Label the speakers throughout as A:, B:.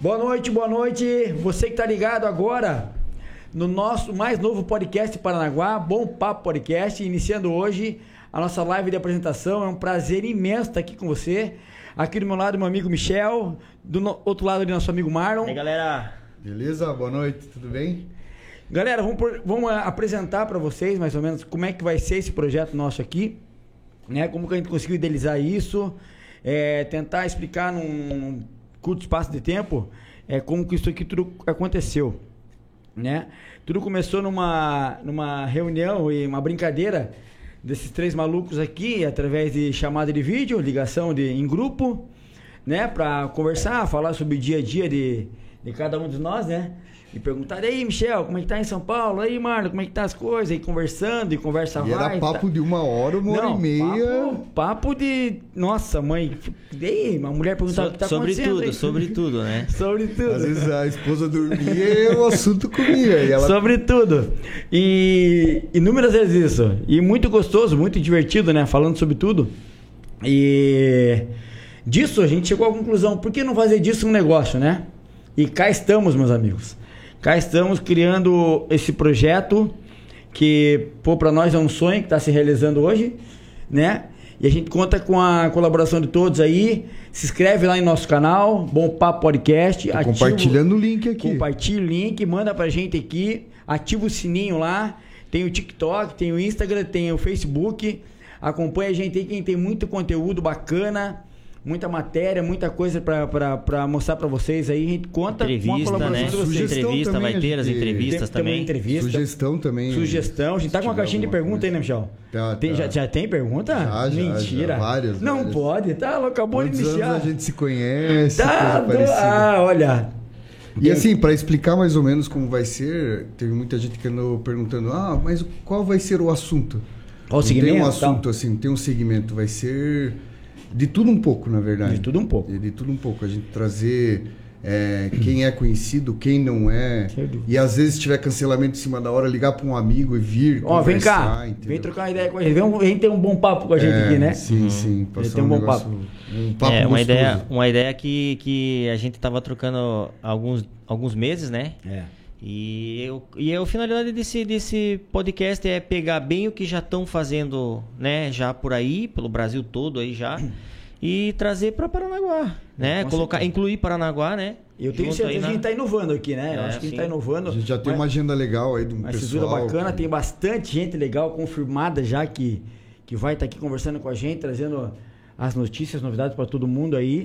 A: Boa noite, boa noite. Você que tá ligado agora no nosso mais novo podcast Paranaguá, Bom Papo Podcast, iniciando hoje a nossa live de apresentação. É um prazer imenso estar aqui com você. Aqui do meu lado, meu amigo Michel. Do no- outro lado, ali, nosso amigo Marlon.
B: E aí, galera?
C: Beleza? Boa noite, tudo bem?
A: Galera, vamos, por- vamos ah, apresentar para vocês mais ou menos como é que vai ser esse projeto nosso aqui, né? Como que a gente conseguiu idealizar isso, é, tentar explicar num, num curto espaço de tempo é, como que isso aqui tudo aconteceu, né? Tudo começou numa, numa reunião e uma brincadeira desses três malucos aqui, através de chamada de vídeo, ligação de, em grupo, né, para conversar, falar sobre o dia a dia de, de cada um de nós, né? E perguntar, e aí, Michel, como é que tá em São Paulo? E aí, Marlon, como é que tá as coisas? E conversando, e conversa
C: E
A: vai,
C: era papo de uma hora, uma hora
A: Não,
C: e meia.
A: Papo, papo de. Nossa, mãe. E aí, uma mulher perguntava o que tá
B: sobre
A: acontecendo.
B: tudo,
A: aí?
B: sobre tudo, né?
A: sobre tudo.
C: Às vezes a esposa dormia e o assunto comia. E ela
A: Sobre tudo. E inúmeras vezes isso. E muito gostoso, muito divertido, né? Falando sobre tudo. E disso a gente chegou à conclusão, por que não fazer disso um negócio, né? E cá estamos, meus amigos. Cá estamos criando esse projeto que, pô, pra nós é um sonho que está se realizando hoje, né? E a gente conta com a colaboração de todos aí. Se inscreve lá em nosso canal, Bom Papo Podcast.
C: Tô
A: ativa o-
C: Tá compartilhando o link aqui.
A: Compartilha o link, manda pra gente aqui, ativa o sininho lá. Tem o TikTok, tem o Instagram, tem o Facebook. Acompanha a gente aí, quem tem muito conteúdo bacana, muita matéria, muita coisa pra, pra, pra mostrar pra vocês aí. A gente conta com a
B: Entrevista,
A: colaboração
B: né?
A: de vocês.
C: Sugestão
B: Entrevista
C: também,
B: vai ter as
C: gente.
B: entrevistas
A: Tem- também
B: também.
A: entrevista. Sugestão.
C: Sugestão também.
A: A gente tá
C: Se
A: com uma
C: tiver
A: caixinha de
C: alguma
A: pergunta aí, né,
C: coisa.
A: Michel?
C: Tá,
A: Tem-
C: tá.
A: Já, já tem pergunta?
C: Já, já,
A: Mentira.
C: já, várias,
A: Não
C: várias.
A: pode, tá? louco, Acabou
C: Quantos
A: de iniciar.
C: anos a gente se conhece,
A: Tá,
C: coisa
A: do-
C: parecida.
A: ah, olha.
C: E assim, pra explicar mais ou menos como vai ser, teve muita gente que andou perguntando, ah, mas qual vai ser o assunto?
A: Qual o
C: Não
A: segmento,
C: Tem um
A: tal?
C: assunto assim, não tem um segmento, vai ser de tudo um pouco, na verdade.
A: De tudo um pouco.
C: De, de tudo um pouco. A gente trazer é, quem é conhecido, quem não é.
A: Sem dúvida.
C: E às vezes se tiver cancelamento em cima da hora, ligar pra um amigo e vir.
A: Ó, vem
C: conversar,
A: cá,
C: entendeu?
A: vem trocar uma ideia com a gente, vem, um- vem ter um bom papo com a gente
C: É,
A: aqui, né?
C: Sim, sim. Passar
A: tem um bom
C: negócio-
A: papo.
C: Um papo
B: Uhum. é, uma
C: gostoso.
B: ideia, uma ideia que, que a gente tava trocando alguns, alguns meses, né?
A: É.
B: E eu, e eu, a finalidade desse, desse podcast é pegar bem o que já estão fazendo, né, já por aí, pelo Brasil todo aí já, e trazer para Paranaguá, né?
A: Com
B: Colocar, incluir Paranaguá, né?
A: Eu tenho
B: Junto
A: certeza
B: aí
A: que
B: na-
A: a gente tá inovando aqui, né? Eu
B: É,
A: acho que a gente
B: sim.
A: tá
C: A
A: inovando.
C: gente já tem
A: Mas-
C: uma agenda legal aí do
A: Uma estrutura
C: pessoal.
A: bacana,
C: que-
A: tem bastante gente legal confirmada já que, que vai estar aqui conversando com a gente, trazendo as notícias, novidades para todo mundo aí.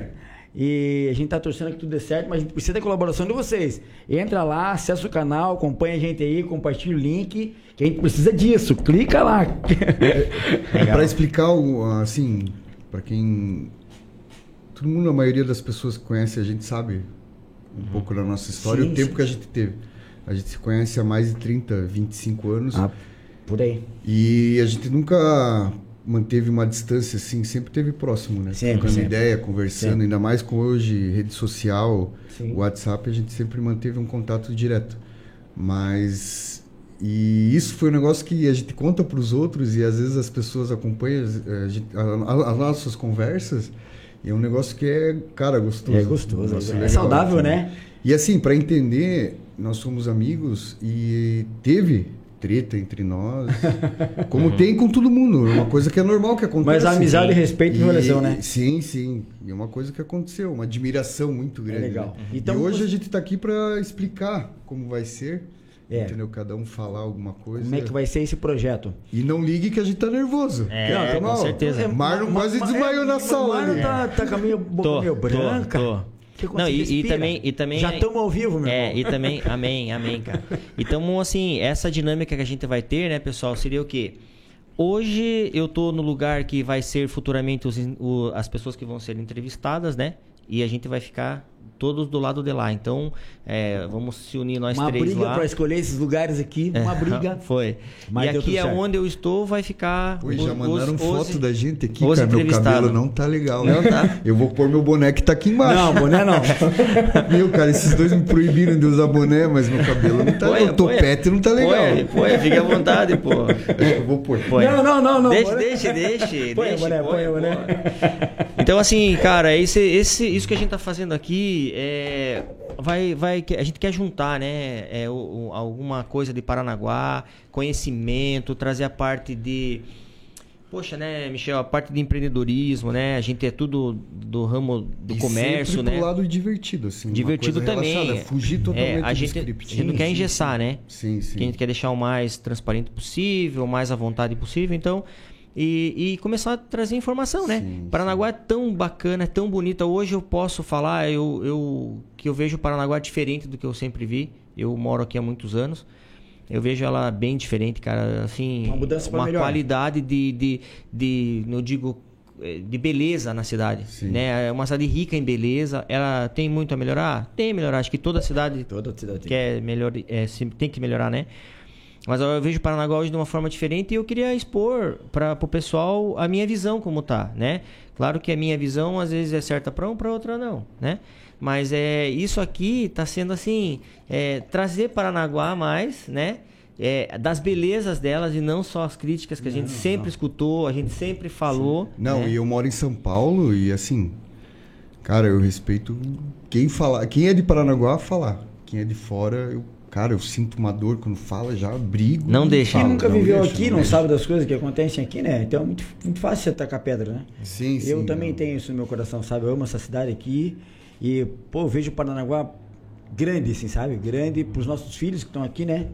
A: E a gente tá torcendo que tudo dê certo, mas a gente precisa da colaboração de vocês. Entra lá, acessa o canal, acompanha a gente aí, compartilha o link, que a gente precisa disso. Clica lá.
C: É para explicar o assim, para quem todo mundo, a maioria das pessoas que conhece a gente sabe um
B: Uhum.
C: pouco da nossa história, e
A: Sim,
C: o tempo
A: sim.
C: que a gente teve. A gente se conhece há mais de 30, 25 anos
A: Ah, por aí.
C: e a gente nunca manteve uma distância assim, sempre teve próximo, né?
A: Sempre,
C: Trocando
A: sempre.
C: ideia, conversando,
A: Sempre.
C: ainda mais com hoje rede social,
A: Sim.
C: WhatsApp, a gente sempre manteve um contato direto. Mas e isso foi um negócio que a gente conta para os outros e às vezes as pessoas acompanham as- a gente- a- a- as nossas conversas. E é um negócio que é, cara, gostoso.
A: É gostoso,
C: Nossa,
A: é
C: legal,
A: saudável,
C: assim.
A: né?
C: E assim, para entender, nós somos amigos e teve treta entre nós, como tem com todo mundo, é uma coisa que é normal que acontece.
A: Uhum. Mas a amizade e respeito não
C: E-
A: lesão, né?
C: Sim, sim. E é uma coisa que aconteceu, uma admiração muito grande.
A: legal.
C: né?
A: Então,
C: e hoje
A: você-
C: a gente tá aqui para explicar como vai ser,
A: É.
C: entendeu? Cada um falar alguma coisa.
A: Como é que vai ser esse projeto?
C: E não ligue que a gente tá nervoso.
B: É,
C: que
B: com
C: normal.
B: certeza. É,
C: Marlon quase desmaiou na sala.
A: O Marlon
C: ali.
A: tá, tá com a minha boca
B: Tô,
A: meio
B: tô,
A: branca.
B: tô.
A: Que aconteceu?
B: Não, e- e
A: Respira.
B: também- e também-
A: Já estamos ao vivo, meu
B: É,
A: irmão.
B: e também, amém, amém, cara. Então, assim, essa dinâmica que a gente vai ter, né, pessoal, seria o quê? Hoje eu tô no lugar que vai ser futuramente os in- o- as pessoas que vão ser entrevistadas, né? E a gente vai ficar todos do lado de lá. Então, é, vamos se unir nós
A: Uma
B: três
A: briga
B: lá.
A: pra escolher esses lugares aqui. Uma briga.
B: Foi.
A: Mas
B: e
A: deu
B: aqui
A: tudo
B: é
A: certo.
B: onde eu estou, vai ficar.
C: Ui, já
B: os-
C: mandaram
B: os-
C: foto
B: os-
C: da gente aqui,
B: os
C: cara. Meu cabelo
B: entrevistados.
C: não tá legal.
B: Não tá.
C: Eu vou pôr meu boné que tá aqui
A: Não,
C: embaixo.
A: boné não.
C: Meu, cara, esses dois me proibiram de usar boné, mas meu cabelo não tá
B: Põe,
C: legal. O
B: põe.
C: topete não tá legal. É,
B: Pô, pô, fica à vontade, pô.
C: Eu vou pôr.
B: Põe.
A: Não, não, não, não.
B: Deixa,
A: Boné.
B: deixa, deixa.
A: Põe,
B: deixa,
A: boné, põe, boné.
B: Então, assim, cara, esse, esse, isso que a gente tá fazendo aqui gente é, vai, vai, a gente quer juntar, né, é, o- o- alguma coisa de Paranaguá, conhecimento, trazer a parte de Poxa, né, Michel, a parte de empreendedorismo, né? A gente é tudo do ramo do
C: E
B: comércio,
C: sempre
B: né?
C: pro lado divertido, assim. uma
B: Divertido
C: coisa
B: também.
C: relaxada, Fugir totalmente
B: É, a gente,
C: do script.
B: A gente não
C: Sim,
B: quer
C: sim,
B: engessar, né?
C: Sim, sim.
B: Que a gente quer deixar o mais transparente possível, o mais à vontade possível. Então, e, e começar a trazer informação, né?
C: Sim,
B: Paranaguá é tão bacana, é tão bonita. Hoje eu posso falar eu, eu, que eu vejo Paranaguá diferente do que eu sempre vi. Eu moro aqui há muitos anos. Eu vejo ela bem diferente, cara. Assim,
A: Uma mudança pra melhor.
B: qualidade de, de, de, eu digo, eh, de beleza na cidade.
C: Sim.
B: Né? É uma cidade rica em beleza. Ela tem muito a melhorar? Tem a melhorar. Acho que toda cidade
A: Toda cidade.
B: que é melhor, é, se- tem que melhorar, né? Mas eu vejo o Paranaguá hoje de uma forma diferente e eu queria expor para o pessoal a minha visão como tá, né? Claro que a minha visão às vezes é certa para um, para outra não, né? Mas é isso aqui está sendo assim, é, trazer Paranaguá mais, né? É, das belezas delas e não só as críticas que a gente sempre escutou, a gente sempre falou.
C: Não,
B: né?
C: e eu moro em São Paulo e assim, cara, eu respeito quem falar, quem é de Paranaguá falar, quem é de fora, eu, cara, eu sinto uma dor quando fala, já brigo.
B: Não
C: e
B: deixa.
A: Quem
C: falo.
A: nunca viveu
C: deixa,
A: aqui não
C: deixa.
A: sabe das coisas que acontecem aqui, né? Então é muito, muito fácil você tacar pedra, né?
C: Sim, sim.
A: eu também
C: não.
A: tenho isso no meu coração, sabe? Eu amo essa cidade aqui e, pô, eu vejo o Paranaguá grande, assim, sabe? Grande pros nossos filhos que estão aqui, né?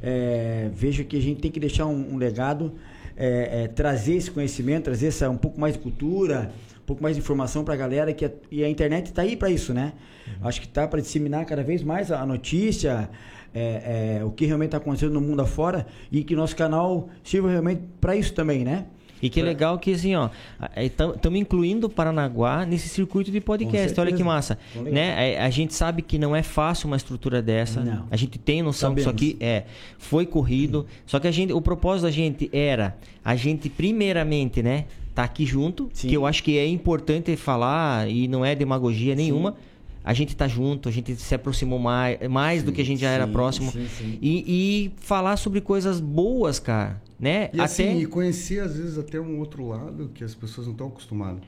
A: É, vejo que a gente tem que deixar um, um legado, é, é, trazer esse conhecimento, trazer essa, um pouco mais de cultura, um pouco mais de informação pra galera que a- e a internet tá aí pra isso, né?
B: Uhum.
A: Acho que tá pra disseminar cada vez mais a, a notícia, é, é, o que realmente tá acontecendo no mundo afora e que nosso canal sirva realmente pra isso também, né?
B: E que legal que assim, ó, estamos incluindo o Paranaguá nesse circuito de
A: Com
B: podcast.
A: certeza.
B: Olha que massa,
A: Com
B: né? A, a gente sabe que não é fácil uma estrutura dessa.
A: Não.
B: A gente tem noção que isso
A: Sabemos.
B: aqui é foi corrido. Só que a gente, o propósito da gente era a gente primeiramente, né, tá aqui junto,
A: Sim.
B: que eu acho que é importante falar e não é demagogia nenhuma. A gente tá junto, a gente se aproximou mais, mais do que a gente já era
A: sim,
B: próximo.
A: sim, sim.
B: E, e falar sobre coisas boas, cara, né?
C: E assim, e conhecer às vezes até um outro lado que as pessoas não estão acostumadas.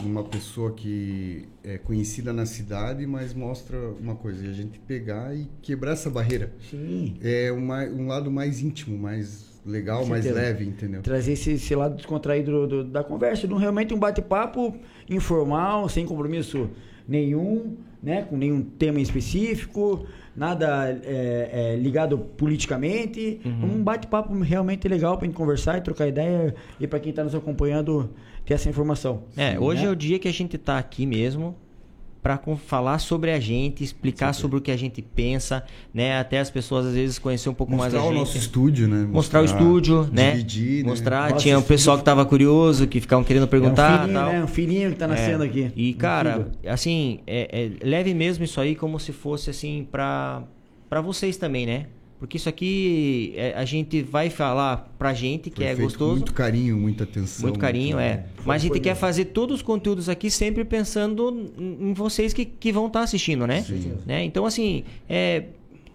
B: Uhum.
C: Uma pessoa que é conhecida na cidade, mas mostra uma coisa, e a gente pegar e quebrar essa barreira.
A: Sim.
C: É um, ma- um lado mais íntimo, mais legal,
A: Com
C: mais
A: certeza.
C: leve, entendeu?
A: Trazer esse, esse lado descontraído do- do- da conversa, de um- realmente um bate-papo informal, sem compromisso nenhum, né? Com nenhum tema em específico, nada é, é, ligado politicamente.
B: Uhum.
A: Um bate-papo realmente legal pra gente conversar e trocar ideia e pra quem tá nos acompanhando ter essa informação.
B: É,
A: Sim,
B: hoje
A: né?
B: é o dia que a gente tá aqui mesmo para falar sobre a gente, explicar sobre o que a gente pensa, né? Até as pessoas às vezes conhecer um pouco
C: Mostrar
B: mais a
C: o
B: gente.
C: nosso estúdio, né?
B: Mostrar o estúdio, né?
C: dividir, né?
B: Mostrar,
A: Nosso
B: tinha um
A: estúdio.
B: pessoal que tava curioso, que ficavam querendo
A: É um
B: perguntar,
A: filhinho,
B: tal.
A: né? Um filhinho que tá nascendo
B: É.
A: aqui.
B: E,
A: Um
B: cara,
A: filho.
B: assim, é, é, leve mesmo isso aí como se fosse, assim, pra, pra vocês também, né? Porque isso aqui é, a gente vai falar pra gente que
C: Foi
B: é
C: feito com
B: gostoso.
C: Muito carinho, muita atenção.
B: Muito carinho, é. Mas a gente
A: foi
B: quer
A: mesmo.
B: fazer todos os conteúdos aqui sempre pensando n- em vocês que, que vão estar assistindo, né?
A: Sim.
B: né? Então, assim, é,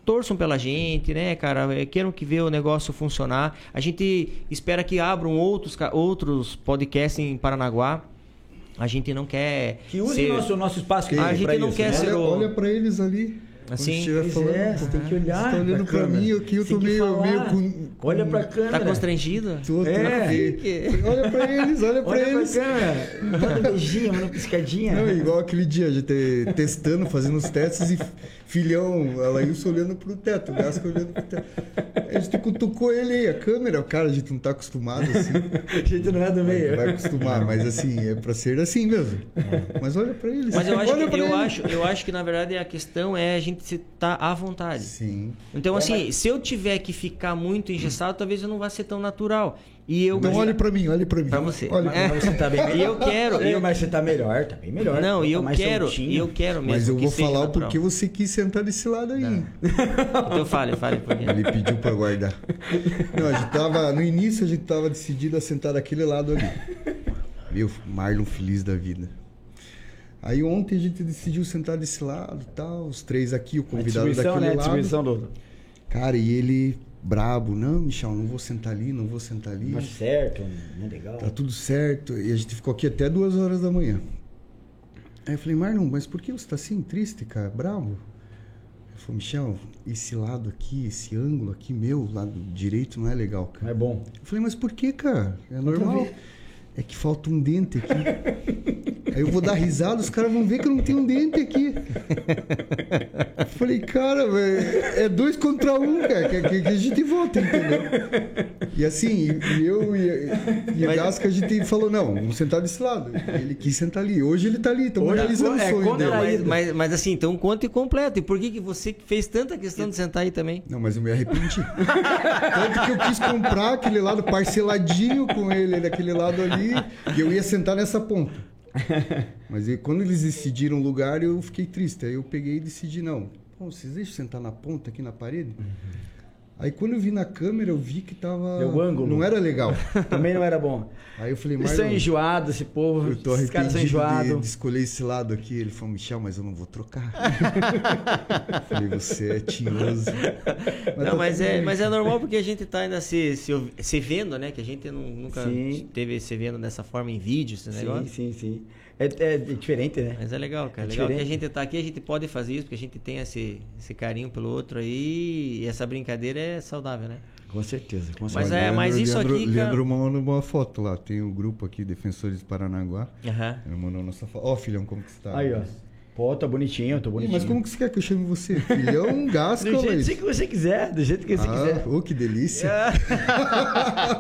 B: torçam pela gente, né, cara? É, Queiram que vê o negócio funcionar. A gente espera que abram outros, ca- outros podcasts em Paranaguá. A gente não quer.
A: Que use
B: ser-
A: o nosso, nosso espaço
B: A
A: pra
B: gente não
A: isso,
B: quer
A: né?
B: ser
C: Olha,
B: o-
C: olha pra eles ali. quando
B: Assim,
C: estiver
A: Pois
C: falando,
A: é, você tem que olhar.
C: Você tá olhando pra,
A: câmera.
C: mim aqui, eu
A: Tem
C: tô
A: que
C: meio,
A: falar.
C: meio com.
A: Olha pra
B: Tá
A: câmera.
B: constrangido?
C: Tô, tô-
A: É.
C: né? Olha pra eles, olha pra
A: Olha pra
C: eles.
A: câmera. Manda um beijinho, manda uma piscadinha.
C: Não, igual aquele dia, a gente testando, fazendo os testes e filhão, ela isso olhando pro teto, o Gasco olhando pro teto. A gente cutucou ele aí, a câmera, cara, a gente não tá acostumado assim,
A: A gente não é do meio.
C: vai acostumar, mas assim, é pra ser assim mesmo. Mas olha pra eles.
B: Mas eu acho,
C: olha
B: que,
C: pra
B: eu,
C: eles.
B: acho, eu acho que, na verdade, a questão é a gente estar à vontade.
C: Sim.
B: Então, assim, se eu tiver que ficar muito engessado, talvez eu não vá ser tão natural. E eu.
C: Então olhe pra mim, olhe pra mim.
B: Pra você.
C: Olhe
A: Mas, mas você tá bem
B: E eu quero-
A: É,
B: eu-
A: Mas você tá melhor, tá bem melhor.
B: Não, e
A: Tá
B: eu
A: mais
B: quero.
A: soltinho.
B: E eu quero mesmo.
C: Mas eu
B: que
C: vou
B: seja
C: falar o
B: natural. Tá.
C: porquê você quis sentar desse lado aí.
B: Então fale, fale por quê.
C: Ele pediu pra guardar. Não, a gente tava, no início a gente tava decidido a sentar daquele lado ali. Meu, Marlon feliz da vida. Aí ontem a gente decidiu sentar desse lado, tal, os três aqui, o
A: A
C: convidado
A: distribuição,
C: daquele
A: né? A
C: lado.
A: distribuição do.
C: Cara, e ele brabo, não, Michel, não vou sentar ali, não vou sentar ali.
A: Mas certo, não é legal.
C: Tá tudo certo. E a gente ficou aqui até duas horas da manhã. Aí eu falei, Marlon, mas por que você está assim, triste, cara, bravo? Ele falou, Michel, esse lado aqui, esse ângulo aqui meu, lado direito, não é legal,
A: É
C: cara.
A: bom.
C: Eu falei, mas por que, cara? É
A: Então
C: normal. É que falta um dente aqui. Aí eu vou dar risada, os caras vão ver que eu não tenho um dente aqui. Eu falei, cara, velho, é dois contra um, cara, que, que- que a gente volta, entendeu? E assim, e eu e, e o
B: Mas-
C: Gasca, a gente falou, não, vamos sentar desse lado. Ele quis sentar ali. Hoje ele tá ali, estamos
A: Hoje é
C: realizando
A: co-
C: o
A: é
C: sonho
A: contra
C: dele.
A: a
B: mas,
A: Ainda.
B: mas, mas assim, então conta e completo. E por que, que você fez tanta questão de sentar aí também?
C: Não, mas eu me arrependi. Tanto que eu quis comprar aquele lado parceladinho com ele, daquele lado ali, e eu ia sentar nessa ponta. Mas aí, quando eles decidiram o lugar, eu fiquei triste. Aí eu peguei e decidi, não, Bom, vocês deixam eu sentar na ponta aqui na parede?
A: Uhum.
C: Aí quando eu vi na câmera, eu vi que tava...
A: Deu um ângulo.
C: Não era legal.
A: Também não era bom.
C: Aí eu falei,
A: Eles são
C: Marlon,
A: enjoados, esse povo.
C: eu tô
A: Esses caras
C: arrependido
A: são
C: de, de
A: enjoados.
C: escolher esse lado aqui. Ele falou, Michel, mas eu não vou trocar. Eu falei, você é tinhoso. tá
B: Não, mas
C: tudo
B: é,
C: bem.
B: mas é normal porque a gente tá ainda se, se, ouv- se vendo, né? Que a gente nu- nunca
A: Sim.
B: teve se vendo dessa forma em vídeo, esse negócio.
A: Sim, sim, sim. É, é diferente, né?
B: Mas é legal, cara.
A: É
B: legal que a
A: diferente.
B: gente tá aqui, a gente pode fazer isso, porque a gente tem esse, esse carinho pelo outro aí. E essa brincadeira é saudável, né?
A: Com certeza, com
B: Mas
A: certeza.
B: é, mas isso
C: Leandro,
B: aqui, cara-
C: Leandro mandou uma foto lá. Tem o grupo aqui, Defensores de Paranaguá.
B: Aham.
C: Ele mandou nossa foto. Ó, filhão, como que você tá?
A: Aí, ó. Pô, tá bonitinho, tô
C: Ih,
A: bonitinho.
C: mas como que você quer que eu chame você? Filhão, gasca,
A: Do jeito
C: mas...
A: que você quiser, do jeito que você
C: Ah,
A: quiser.
C: oh, que delícia.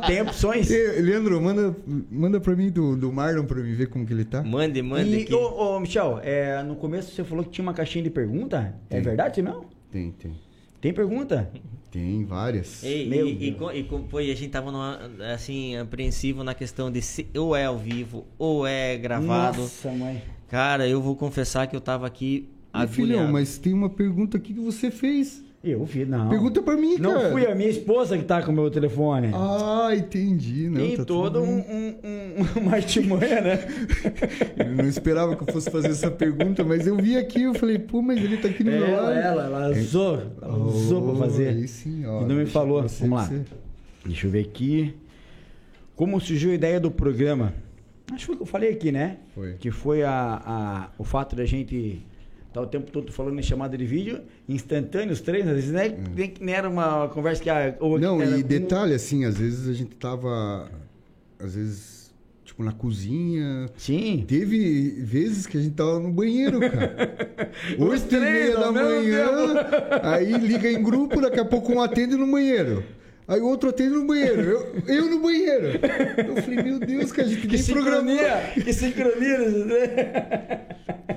A: Tem opções.
C: Ê, Leandro, manda, manda pra mim do, do Marlon pra mim ver como que ele tá.
B: Mande, mande
A: E,
B: aqui.
A: ô, ô, Michel, é, no começo você falou que tinha uma caixinha de pergunta. É
C: Tem.
A: verdade não?
C: Tem, tem.
A: Tem pergunta?
C: Tem várias.
B: Ei,
A: Meu
B: e, e,
A: Deus.
B: co- e co- pô, e a gente tava numa, assim, apreensivo na questão de se ou é ao vivo ou é gravado.
A: Nossa, mãe.
B: Cara, eu vou confessar que eu tava aqui
C: Meu filhão,
B: agulhado.
C: mas tem uma pergunta aqui que você fez.
A: Eu vi, não.
C: Pergunta pra mim,
A: Não
C: cara.
A: fui a minha esposa que tá com o meu telefone.
C: Ah, entendi. Não,
A: Tem
C: tá
A: todo
C: tudo bem.
A: um, um, um, uma artimanha, né?
C: Ele não esperava que eu fosse fazer essa pergunta, mas eu vi aqui eu falei, pô, mas ele tá aqui no meu lado.
A: É, Ela, ela, ela usou, ela usou pra
C: Oh,
A: fazer.
C: Aí sim,
A: E
C: ó.
A: não me
C: Deixa
A: falou.
C: você-
A: Vamos lá.
C: você-
A: Deixa eu ver aqui. Como surgiu a ideia do programa? Acho que foi o que eu falei aqui, né?
C: Foi.
A: Que foi a, a- o fato da gente estar o tempo todo falando em chamada de vídeo, instantâneo, os treinos, às vezes né? nem, nem era uma conversa que... A, ou-
C: Hum. Não,
A: era
C: e
A: com-
C: detalhe, assim, às vezes a gente tava. Às vezes, tipo, na cozinha.
A: Sim.
C: Teve vezes que a gente tava no banheiro, cara.
A: Os
C: Hoje tem
A: três
C: meia
A: ao
C: da
A: mesmo
C: manhã, aí liga em grupo, daqui a pouco um atende no banheiro. Aí o outro atende no banheiro, eu, eu no banheiro. Eu falei, meu Deus, que a gente
A: Que
C: nem programou.
A: sincronia! Que sincronia! né?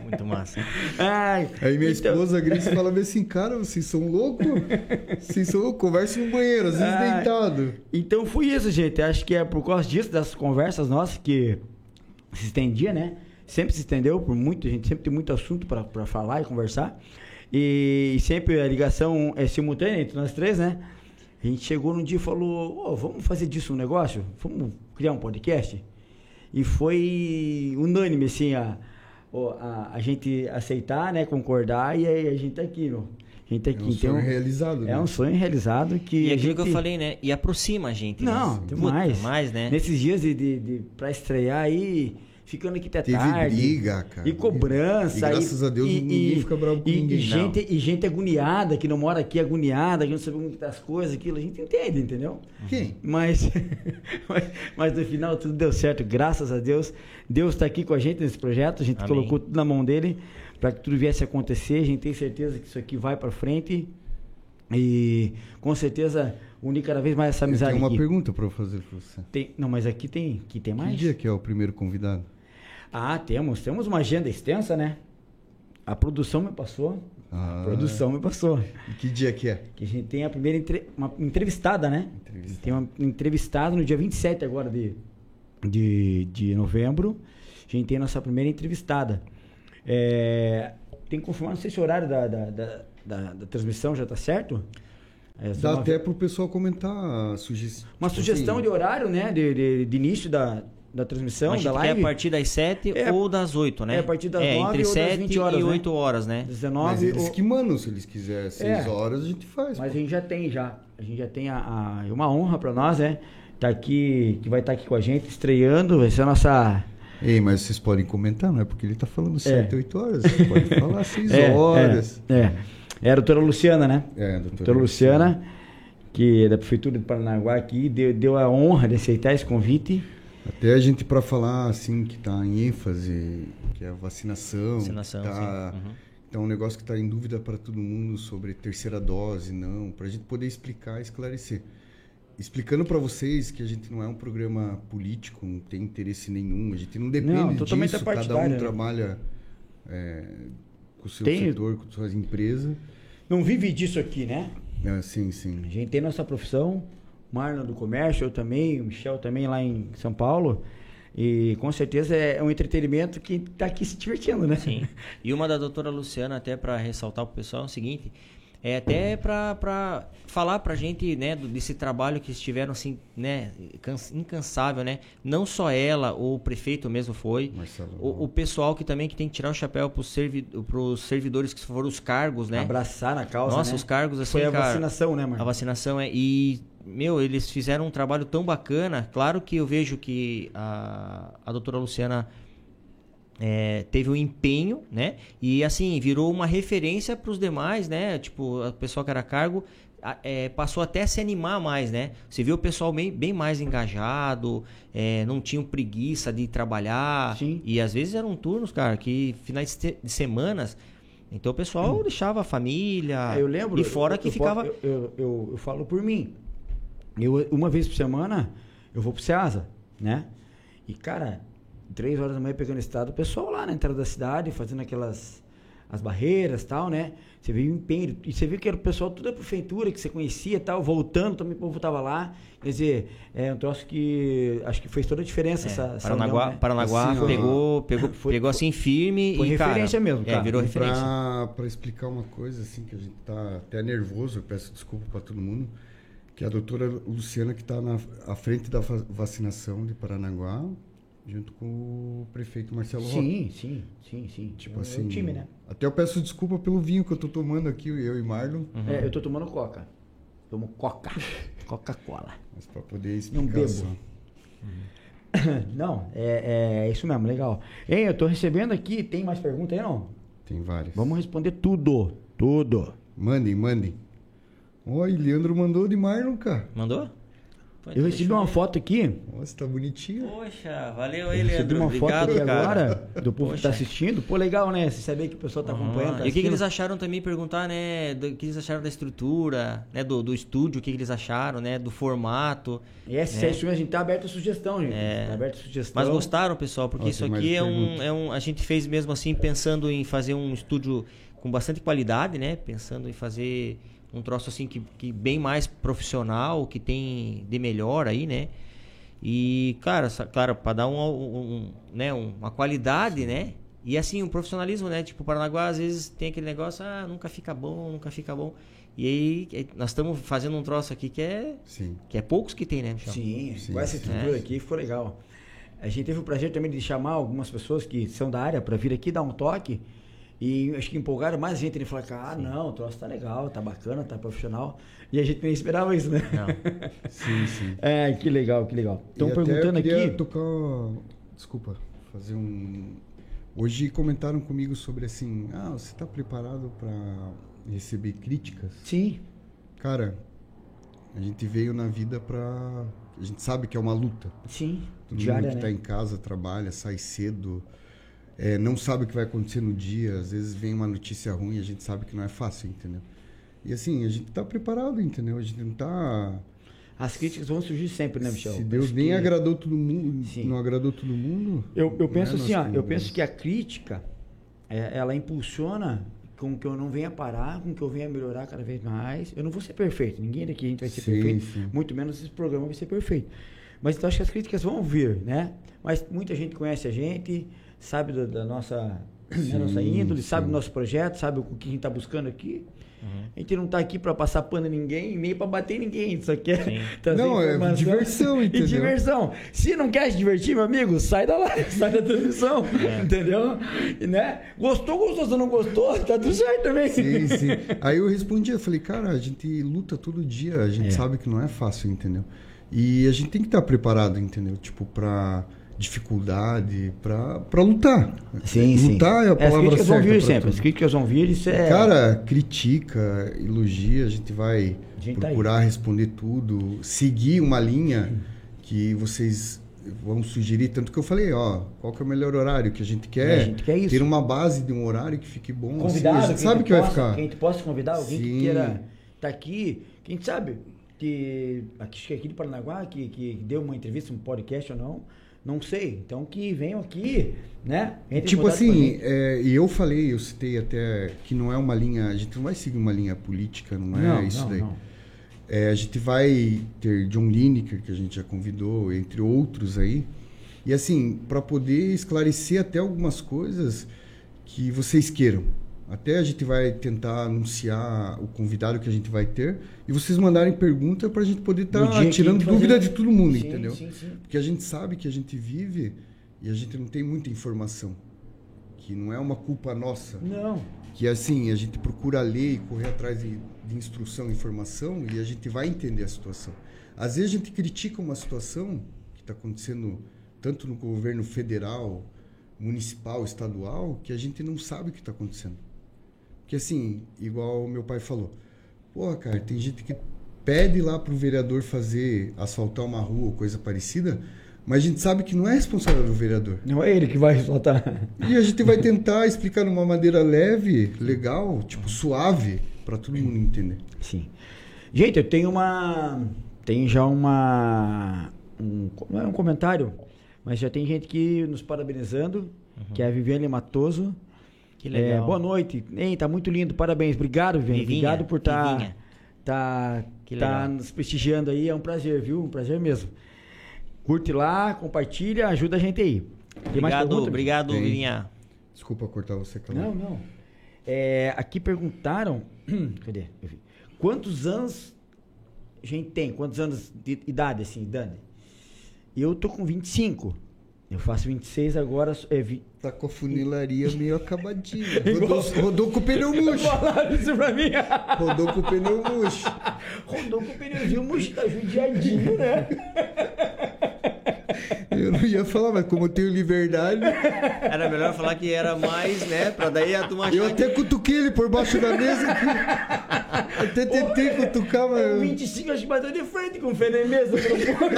B: Muito massa.
A: Ai,
C: Aí minha
A: então-
C: esposa Grace fala bem assim, cara, vocês são loucos? Vocês são loucos? Conversa no banheiro, às vezes
A: Ah.
C: deitado.
A: Então foi isso, gente. Acho que é por causa disso, das conversas nossas que se estendia, né? Sempre se estendeu por muito, a gente sempre tem muito assunto pra pra falar e conversar. E, sempre a ligação é simultânea entre nós três, né? A gente chegou num dia e falou: "Ô, vamos fazer disso um negócio? Vamos criar um podcast? E foi unânime, assim, a, o- a, a gente aceitar, né? Concordar, e aí a gente tá aqui, meu. A gente tá
C: É
A: aqui.
C: um sonho realizado,
A: É
C: né?
A: um sonho realizado que.
B: E
A: a
B: aquilo que eu
A: gente-
B: falei, né? E aproxima a gente.
A: não,
B: né?
A: tem
B: Puta,
A: mais.
B: mais, né?
A: Nesses dias de, de, de- pra estrear aí, ficando aqui até
C: Teve
A: tarde.
C: briga, cara.
A: E cobrança.
C: E graças
A: e-
C: a Deus
A: e-
C: ninguém
A: e-
C: fica bravo com
A: e,
C: ninguém,
A: E
C: não.
A: gente, e gente agoniada, que não mora aqui, agoniada, que não sabe como que tá as coisas, aquilo. A gente entende, entendeu?
C: Quem?
A: Mas, mas, mas no final tudo deu certo, graças a Deus. Deus está aqui com a gente nesse projeto, a gente
B: Amém.
A: colocou tudo na mão dele para que tudo viesse a acontecer. A gente tem certeza que isso aqui vai para frente e com certeza unir cada vez mais essa
C: Eu
A: amizade
C: tenho uma
A: aqui.
C: pergunta pra eu fazer pra você.
A: Tem- não, mas aqui tem, aqui tem
C: Que
A: mais.
C: dia que é o primeiro convidado?
A: Ah, temos, temos uma agenda extensa, né? A produção me passou.
C: Ah.
A: A produção me passou.
C: E que dia que é?
A: Que a gente tem a primeira entre- uma entrevistada, né?
C: Entrevistada.
A: Tem uma entrevistada no dia 27 agora de, de, de novembro. A gente tem a nossa primeira entrevistada. É, Tem que confirmar, não sei se o horário da, da, da, da- da transmissão já tá certo. É, às
C: Dá
A: nove-
C: até pro pessoal comentar tipo sugestão.
A: Uma sugestão
C: assim,
A: de horário, né? De, de, de início da, da transmissão,
B: Mas a gente
A: da
B: quer
A: live.
B: a partir das 7
A: É.
B: ou das 8, né?
A: É, a partir das
B: é,
A: nove
B: entre
A: ou das
B: 7
A: 20 horas,
B: e
A: né?
B: 8 horas, né?
A: 19
C: Mas eles
A: ou-
C: que mandam, se eles quiserem. Seis
A: É.
C: horas a gente faz.
A: Mas a
C: pô.
A: gente já tem já. A gente já tem a, a- tá é uma honra pra nós, né? Tá aqui, que vai estar aqui com a gente, estreando. Vai ser a nossa
C: Ei, mas vocês podem comentar, não é porque ele tá falando 7,
A: É.
C: 8 horas. Você pode falar 6
A: É,
C: horas.
A: É, é. É a doutora Luciana, né?
C: É, doutora
A: doutora Luciana, que é da Prefeitura do Paranaguá aqui, deu, deu a honra de aceitar esse convite.
C: Até a gente, para falar assim, que tá em ênfase, que é a vacinação.
B: Vacinação,
C: que tá,
B: sim. Uhum.
C: que tá um negócio que tá em dúvida para todo mundo sobre terceira dose, não, para a gente poder explicar, esclarecer. Explicando para vocês que a gente não é um programa político, não tem interesse nenhum, a gente não depende
A: Não, totalmente
C: disso, cada um
A: apartidário, né?
C: trabalha é, com o seu
A: Tem-
C: setor, com suas empresas.
A: Não vive disso aqui, né?
C: É, sim,
A: A
C: sim.
A: gente tem nossa profissão, Marlon do comércio, eu também, o Michel também lá em São Paulo. E com certeza é um entretenimento que tá aqui se divertindo, né?
B: Sim. E uma da doutora Luciana, até para ressaltar pro pessoal, é o seguinte. É até para falar pra gente, né, do- desse trabalho que estiveram, assim, né, cans- incansável, né? Não só ela, o prefeito mesmo foi.
C: Marcelo.
A: É
B: O, o pessoal que também que tem que tirar o chapéu pros, servi pros servidores que foram os cargos, né?
A: Abraçar na causa,
B: Nossa,
A: né?
B: os cargos, assim,
A: Foi a
B: cara,
A: vacinação, né,
B: A
A: Marlon?
B: vacinação é. E, meu, eles fizeram um trabalho tão bacana. Claro que eu vejo que a, a doutora Luciana é, teve um empenho, né? E, assim, virou uma referência para os demais, né? Tipo, o pessoal que era cargo. a- é, passou até a se animar mais, né? Você viu o pessoal bem, bem mais engajado, é, não tinham preguiça de trabalhar.
A: Sim.
B: E às vezes eram turnos, cara, que finais de se- de semanas. Então o pessoal deixava a família.
A: Ah, Hum. eu lembro.
B: E fora
A: eu-
B: que
A: eu
B: ficava.
A: posso- Eu, eu, eu- eu falo por mim. Eu, uma vez por semana, eu vou pro Ceasa, né? E, cara, três horas da manhã pegando estado, o pessoal lá na entrada da cidade, fazendo aquelas as barreiras tal, né? Você viu o empenho. E você viu que era o pessoal toda a prefeitura que você conhecia tal, voltando, também o povo tava lá. Quer dizer, é um troço que acho que fez toda a diferença essa, essa
B: É, Paranaguá,
A: união, né?
B: Paranaguá
C: Assim, ó,
B: pegou, pegou,
A: foi-
B: pegou assim firme
A: foi
B: e cara,
A: referência mesmo,
B: É,
A: cara.
B: virou referência.
C: Pra,
A: né?
C: pra explicar uma coisa, assim, que a gente tá até nervoso, eu peço desculpa para todo mundo, que é a doutora Luciana, que está na à frente da va- vacinação de Paranaguá, junto com o prefeito Marcelo Rocha.
A: Sim, sim, sim, sim.
C: Tipo
A: É um
C: assim,
A: time, né?
C: até eu peço desculpa pelo vinho que eu tô tomando aqui, eu e Marlon,
B: Uhum.
A: É, eu tô tomando coca. Tomo coca. Coca-Cola.
C: mas para poder
A: Não
C: explicar.
A: bebo.
C: só.
A: Não, é, é isso mesmo, legal. Hein, eu tô recebendo aqui, tem mais pergunta aí não?
C: Tem vários.
A: Vamos responder tudo, tudo.
C: Mandem, mandem. Oi, Leandro mandou de Marlon, cara.
B: Mandou? Pô,
A: Eu
B: então
A: recebi
B: deixa
A: uma foto aqui,
C: Nossa, tá bonitinho.
B: Poxa, valeu aí,
A: eu recebi
B: Leandro.
A: uma
B: Obrigado,
A: foto aqui
B: cara.
A: agora do povo que tá
B: Poxa.
A: assistindo. Pô, legal, né? Você saber que o pessoal tá acompanhando. tá
B: e o que, que eles
A: assistindo.
B: acharam também? Perguntar, né? do- O que eles acharam da estrutura, né? Do, do estúdio, o que, que eles acharam, né? Do formato.
A: E é, é isso mesmo, a gente tá aberto a sugestão, gente. Tá aberto a sugestão.
B: É. Mas gostaram, pessoal? Porque
C: Ó,
B: isso
C: tem mais
B: aqui é um,
C: pergunta.
B: é um. A gente fez mesmo assim, pensando em fazer um estúdio com bastante qualidade, né? Pensando em fazer um troço assim que, que bem mais profissional, que tem de melhor aí, né? E, cara, sa- claro, para dar um, um- né, uma qualidade, né? E assim, um profissionalismo, né? Tipo, o Paranaguá às vezes tem aquele negócio, ah, nunca fica bom, nunca fica bom. E aí, eh, nós estamos fazendo um troço aqui que é,
C: Sim.
B: que é poucos que tem, né, Michel?
A: Sim,
C: Sim,
A: com essa
C: sim.
A: estrutura aqui ficou legal. A gente teve o prazer também de chamar algumas pessoas que são da área para vir aqui dar um toque. E acho que empolgaram mais gente. Ele falou: Ah, não, o troço tá legal, tá bacana, tá profissional. E a gente nem esperava isso, né?
C: Sim, sim.
A: É, que legal, que legal. Estão
C: E até
A: perguntando
C: eu queria
A: aqui.
C: tocar. Desculpa, fazer um. Hoje comentaram comigo sobre assim: ah, você está preparado para receber críticas?
A: Sim,
C: Cara, a gente veio na vida para. A gente sabe que é uma luta.
A: sim.
C: Todo
A: diária,
C: mundo que
A: né?
C: está em casa, trabalha, sai cedo, é, não sabe o que vai acontecer no dia. Às vezes vem uma notícia ruim e a gente sabe que não é fácil, entendeu? E assim, a gente está preparado, entendeu? A gente não tá está.
A: As críticas vão surgir sempre, né, Michel?
C: Se Deus
A: Acho
C: nem
A: que-
C: agradou todo mundo,
A: Sim.
C: não agradou todo mundo.
A: Eu, eu
C: né,
A: penso
C: nós
A: assim, ó, eu
C: temos-
A: penso que a crítica, é, ela impulsiona com que eu não venha parar, com que eu venha melhorar cada vez mais. Eu não vou ser perfeito, ninguém daqui a gente vai ser
C: Sim,
A: perfeito,
C: sim.
A: muito menos esse programa vai ser perfeito. Mas então acho que as críticas vão vir, né? Mas muita gente conhece a gente, sabe do- da, nossa, né, da nossa
C: Sim,
A: índole, sabe
C: sim. Uhum.
A: do nosso projeto, sabe o que a gente está buscando aqui. A gente não está aqui para passar pano em ninguém, nem para bater em ninguém, isso aqui é trazer
C: Não, é
A: informação
C: diversão, entendeu?
A: E diver- diversão. Se não quer se divertir, meu amigo, sai da live, sai da transmissão.
C: É.
A: Entendeu? E, né? Gostou, gostou. Se não gostou, tá tudo certo também.
C: Sim, sim. Aí eu respondi, eu falei, cara, a gente luta todo dia, é a gente sabe que não é fácil, entendeu? E a gente tem que estar preparado, entendeu? Tipo, pra dificuldade, para lutar.
A: Sim, sim. assim
C: Lutar é a
A: as
C: palavra
A: críticas vão
C: certa.
A: vir sempre.
C: pra
A: assim
C: tudo.
A: As críticas vão vir, isso é.
C: Cara, critica, elogia, a gente vai
A: A gente tá aí.
C: procurar responder tudo, seguir uma linha que vocês vão sugerir, tanto que eu falei, ó, qual que é o melhor horário que a gente quer?
A: É, A gente quer isso.
C: Ter uma base de um horário que fique bom. assim, a
A: convidado,
C: gente sabe que vai ficar.
A: Quem tu possa convidar, alguém que
C: Sim.
A: queira estar aqui, quem sabe que aqui, acho que é aqui de Paranaguá, que, que deu uma entrevista, um podcast ou não, não sei. Então que venham aqui, né? Entrem em
C: Tipo
A: contato com a
C: assim,
A: gente.
C: é, e eu falei, eu citei até que não é uma linha, a gente não vai seguir uma linha política, não, é isso daí.
A: não.
C: É, a gente vai ter John Lineker, que a gente já convidou, entre outros aí. E assim, para poder esclarecer até algumas coisas que vocês queiram. Até a gente vai tentar anunciar o convidado que a gente vai ter e vocês mandarem pergunta para a gente poder estar
A: No dia que a
C: tirando
A: gente fazer-
C: dúvida de todo mundo,
A: Sim,
C: entendeu?
A: sim, sim.
C: Porque a gente sabe que a gente vive e a gente não tem muita informação. Que não é uma culpa nossa
A: Não.
C: que assim a gente procura ler e correr atrás de, de instrução e informação e a gente vai entender a situação. Às vezes a gente critica uma situação que está acontecendo tanto no governo federal, municipal, estadual, que a gente não sabe o que está acontecendo. Porque assim, igual meu pai falou, porra, cara, tem gente que pede lá pro vereador fazer asfaltar uma rua ou coisa parecida, mas a gente sabe que não é responsável do vereador.
A: Não é ele que vai soltar.
C: E a gente vai tentar explicar de uma maneira leve, legal, tipo suave, pra todo mundo entender.
A: Sim. Gente, eu tenho uma. Tem já uma. Um, não é um comentário, mas já tem gente que nos parabenizando, que é a Viviane Matoso.
B: Uhum. Que legal.
A: É, boa noite. Hein, tá muito lindo, parabéns. Obrigado, Viviane.
B: Vivinha,
A: Obrigado por estar
B: Vivinha.
A: tá,
B: Que
A: tá
B: legal.
A: nos prestigiando aí. É um prazer, viu? Um prazer mesmo. Curte lá, compartilha, ajuda a gente aí. Tem mais
B: Obrigado,
A: pergunta?
B: obrigado,
C: Tem.
B: Vivinha.
C: Desculpa cortar você, Calma.
A: Não, não. É, aqui perguntaram. Cadê? Eu vi. Quantos anos a gente tem? Quantos anos de idade, assim, Dani? Eu tô com 25. Eu faço 26 agora. É, vi...
C: Tá com a funilaria meio acabadinha. Rodou, rodou com o pneu murcho.
A: Falaram isso pra mim.
C: Rodou com o pneu murcho.
A: Rodou com o pneuzinho murcho, tá judiadinho, né?
C: Eu não ia falar, mas como eu tenho liberdade,
B: Era melhor falar que era mais, né? Pra daí a turma
C: eu
B: achar que...
C: até cutuquei ele por baixo da mesa. que- Até tentei cutucar, mas
A: O
C: eu-
A: 25 acho que bateu de frente com o Fenemesa, pelo amor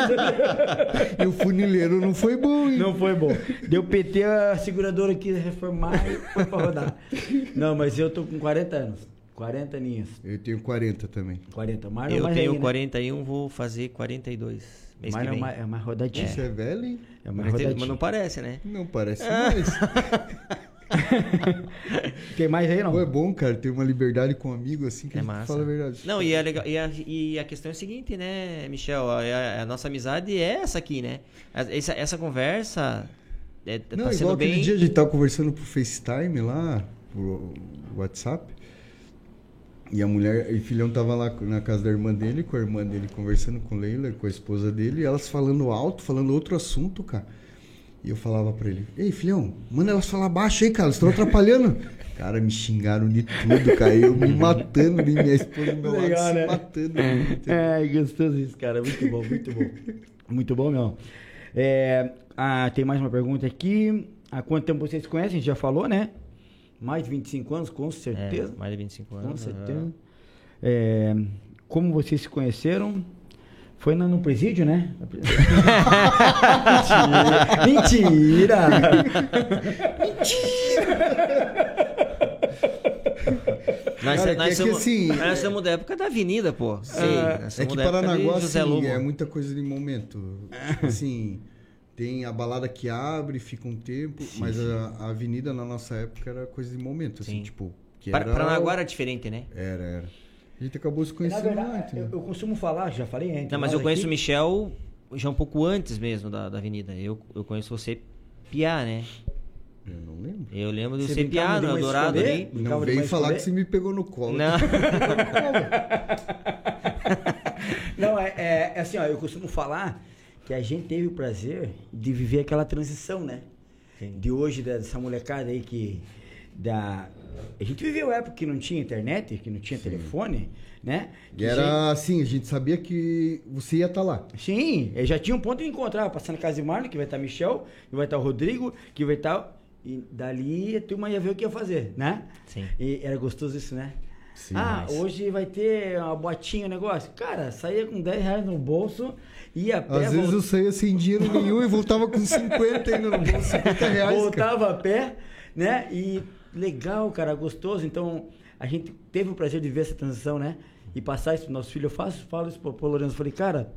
C: e o funileiro não foi bom, hein?
A: Não foi bom. Deu PT, a seguradora quis reformar e foi pra rodar. Não, mas eu tô com 40 anos. 40 aninhos.
C: Eu tenho 40 também.
A: 40, mais
B: Eu
A: mais
B: tenho
A: aí, né?
B: 41, vou fazer 42 mês
A: Mas
B: que
A: não,
B: vem.
A: mas é mais rodadinha.
C: Isso é velho, hein?
A: É mais
B: Mas, tem-
A: rodadinha.
B: mas não parece, né?
C: Não parece
A: É.
C: mais.
A: Tem mais aí, não?
C: Pô, é bom, cara, ter uma liberdade com um amigo assim que
B: É
C: a gente
B: massa.
C: fala a verdade.
B: Não, e, é legal, e, a, e a questão é a seguinte, né, Michel? A, a- a nossa amizade é essa aqui, né? A- Essa, essa conversa é, tá
C: Não, igual
B: sendo
C: aquele
B: bem.
C: dia a gente tava conversando pro FaceTime lá, pro WhatsApp. E a mulher, e o filhão tava lá na casa da irmã dele, com a irmã dele conversando com Leila, com a esposa dele, e elas falando alto, falando outro assunto, cara. E eu falava pra ele, ei, filhão, manda elas falar baixo aí, cara, elas estão atrapalhando. cara, me xingaram de tudo, cara. Eu me matando, e minha esposa do meu lado
A: Legal,
C: se
A: né?
C: matando.
A: É, gostoso isso, cara. Muito bom, muito bom. Muito bom mesmo. É, ah, tem mais uma pergunta aqui. Há quanto tempo vocês conhecem? A gente já falou, né? Mais de 25 anos, com
B: É,
A: certeza.
B: mais de 25 anos. né?
A: com
B: aham.
A: certeza. É, como vocês se conheceram? Foi no, no presídio, né? Mentira!
B: Nós,
C: Cara,
B: nós
C: que- que
B: somos,
C: assim,
B: mas nós somos da época da avenida, pô. Sim, nós
C: É
B: somos
C: que
B: da época de
C: Paranaguá,
B: José
C: assim,
B: Lobo. É.
C: é muita coisa de momento. Tipo assim, tem a balada que abre, fica um tempo, mas a, a avenida na nossa época era coisa de momento, assim,
B: Sim.
C: tipo... Que
B: Par-
C: era,
B: Paranaguá era diferente, né?
C: Era, era. A gente acabou se
A: Na
C: conhecendo né? lá,
A: verdade, eu,
C: entendeu?
A: eu costumo falar, já falei antes.
B: Não, mas
A: nós
B: eu conheço o
A: aqui-
B: Michel já um pouco antes mesmo da, da avenida. Eu, eu conheço você piá, né?
C: Eu não lembro.
B: Eu lembro de
A: Você
B: você
A: brincava
B: piá,
A: de
B: no
A: uma
B: Eldorado
A: esconder?
B: ali.
C: Não
A: Brincava de
C: veio
A: mais
C: falar
A: esconder?
C: que você me pegou no colo.
B: Não.
A: Não, é, é- é assim, ó, eu costumo falar que a gente teve o prazer de viver aquela transição, né? De hoje, dessa molecada aí que. Da, A gente viveu a época que não tinha internet, que não tinha telefone, né?
C: E era assim, a gente sabia que você ia estar lá.
A: Sim, eu já tinha um ponto de encontrar, passando na casa de Marlon, que vai estar Michel, que vai estar o Rodrigo, que vai estar. E dali a turma ia ver o que ia fazer, né?
B: Sim.
A: E era gostoso isso, né?
C: Sim,
A: ah,
B: mas-
A: hoje vai ter uma boatinha, um negócio. Cara, saía com 10 reais no bolso, ia a pé,
C: Às vezes eu saía sem dinheiro nenhum e voltava com 50 ainda no bolso, 50 reais. cara.
A: voltava a pé, né? E legal, cara, gostoso. Então, a gente teve o prazer de ver essa transição, né? E passar isso pro nosso filho. Eu faço, falo isso pro, pro Lourenço. Eu Falei, cara,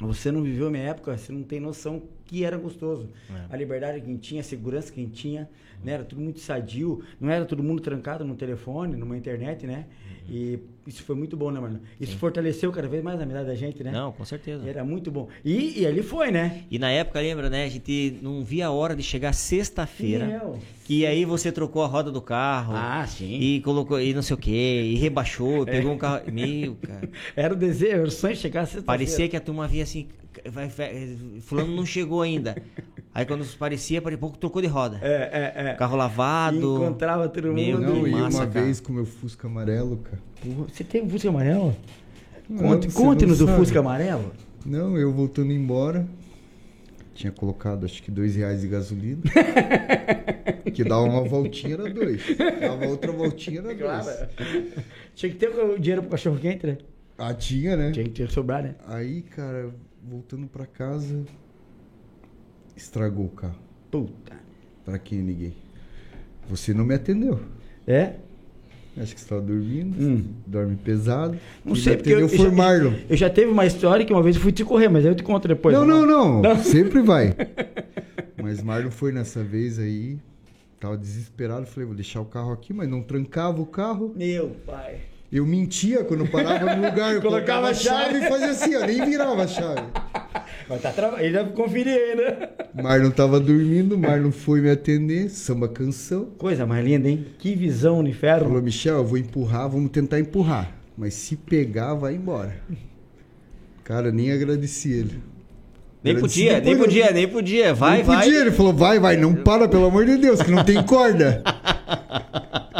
A: você não viveu a minha época, você não tem noção que era gostoso. A liberdade que tinha, a segurança que tinha, né? Era tudo muito sadio, não era todo mundo trancado num telefone, numa internet, né? E isso foi muito bom, né, Marlon? Isso fortaleceu cada vez mais a amizade da gente, né?
B: Não, com certeza.
A: Era muito bom. E, e ali foi, né?
B: E na época, lembra, né? A gente não via a hora de chegar sexta-feira.
A: Meu.
B: Que aí você trocou a roda do carro.
A: Ah, sim. É.
B: E colocou, e não sei o quê, e rebaixou, e pegou um carro. Meu, cara.
A: Era o desejo, era o sonho de chegar a sexta-feira.
B: Parecia que a turma via assim, vai, vai- fulano não chegou ainda. Aí quando parecia, parecia pouco trocou de roda.
A: É, é, é.
B: Carro lavado.
A: Encontrava todo
B: Meu,
A: mundo.
B: que
C: Não, e
B: massa,
C: uma
B: cara.
C: vez com o meu Fusca amarelo, cara.
A: Você tem um Fusca amarelo?
C: Não,
A: Conte-
C: você
A: Conte-nos
C: não
A: o
C: sabe.
A: Fusca amarelo.
C: Não, eu voltando embora. Tinha colocado acho que dois reais de gasolina. que dava uma voltinha era dois. Dava outra voltinha era dois.
A: Tinha que ter o dinheiro pro cachorro quente, né?
C: Ah, tinha, né?
A: Tinha que ter que sobrar, né?
C: Aí, cara, voltando pra casa, estragou o carro.
A: Puta.
C: Pra quem eu liguei? Você não me atendeu.
A: É?
C: Acho que você tava dormindo,
A: Hum.
C: dorme pesado.
A: Não
C: Quem
A: sei
C: me
A: porque eu,
C: atendeu foi
A: já,
C: Marlon.
A: eu já teve uma história que uma vez eu fui te correr, mas aí eu te conto depois.
C: não,
A: tá
C: não,
A: bom?
C: não,
A: Não.
C: Sempre vai. Mas Marlon foi nessa vez aí. Tava desesperado. Falei, vou deixar o carro aqui, mas não trancava o carro.
A: Meu pai.
C: Eu mentia quando parava no lugar. Eu
A: Colocava
C: colocava
A: a
C: a chave
A: chave.
C: e fazia assim, ó. Nem virava a chave.
A: Mas tá trava... Ele deve conferir ainda.
C: Marlon tava dormindo, Marlon foi me atender, samba canção.
A: Coisa mais linda, hein? Que visão no
C: Falou,
A: inferno.
C: Michel, eu vou empurrar, vamos tentar empurrar. Mas se pegar, vai embora. Cara, nem agradeci ele.
B: Nem
C: Agradeci
B: podia, nem
C: depois,
B: podia, nem podia. Vai,
C: não
B: vai.
C: podia. Ele falou, vai, vai, não para, pelo amor de Deus, que não tem corda.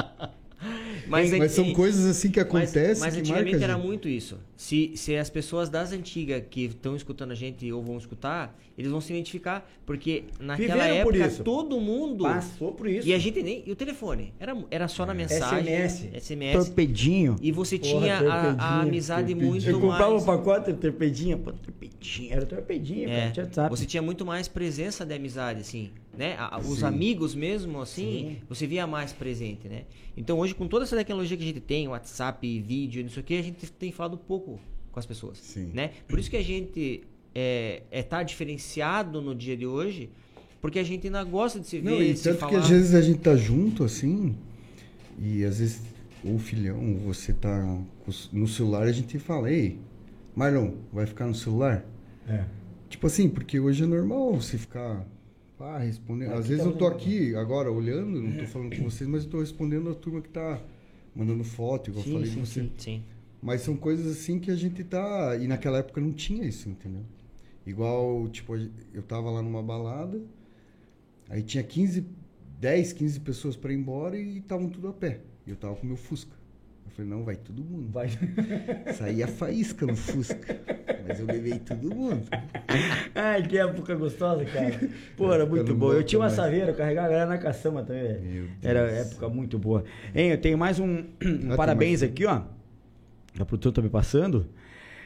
B: Mas,
C: Mas são
B: e-
C: coisas assim que
B: mas-
C: acontecem.
B: Mas,
C: que
B: antigamente
C: marca a
B: era
C: gente.
B: muito isso. Se, se as pessoas das antigas que estão escutando a gente ou vão escutar, eles vão se identificar. Porque naquela
A: Viveram por
B: época
A: isso.
B: todo mundo.
A: Passou por isso.
B: E a gente nem. E o telefone? Era, era só na
C: É.
B: mensagem.
A: SMS.
B: SMS.
A: Torpedinho.
B: E você
A: Porra,
B: tinha a- a,
A: torpedinha,
B: amizade
C: torpedinha.
B: muito
A: Eu comprava
B: mais.
A: o pacote de torpedinha, pô, torpedinha, era torpedinha,
B: É,
A: cara, tinha WhatsApp.
B: você tinha muito mais presença de amizade, assim, né? A- a- Os amigos mesmo, assim, você via mais presente, né? Então hoje, com toda essa tecnologia que a gente tem, WhatsApp, vídeo, não sei o que, a gente tem falado pouco com as pessoas,
C: Sim.
B: né? Por isso que a gente é, é tá diferenciado no dia de hoje, porque a gente ainda gosta de se ver,
C: Não, e
B: se
C: tanto
B: falar.
C: que às vezes a gente tá junto assim, e às vezes, ou filhão, você tá com o- no celular, a gente fala, ei, Marlon, vai ficar no celular?
A: É.
C: Tipo assim, porque hoje é normal você ficar pá, respondendo. Às
B: tá
C: vezes eu tô aqui agora olhando, não tô falando com vocês, mas eu tô respondendo a turma que tá mandando foto, igual eu falei com você.
B: Sim.
C: Mas são coisas assim que a gente tá. E naquela época não tinha isso, entendeu? Igual, tipo, eu tava lá numa balada, aí tinha 15, 10, 15 pessoas pra ir embora e estavam tudo a pé. E eu tava com meu Fusca. Eu falei, não, vai todo mundo.
A: Vai.
C: Saía faísca no Fusca. Mas eu levei todo mundo.
A: Ai, que época gostosa, cara. Pô, era muito
C: Ficando
A: bom. Eu
C: bom
A: tinha uma
C: também.
A: saveira, eu carregava a galera na caçamba também, velho.
C: Meu
A: Era
C: Deus.
A: época muito boa. Hein, eu tenho mais um, um
C: mais
A: parabéns
C: um.
A: aqui, ó. A produtora tá me passando.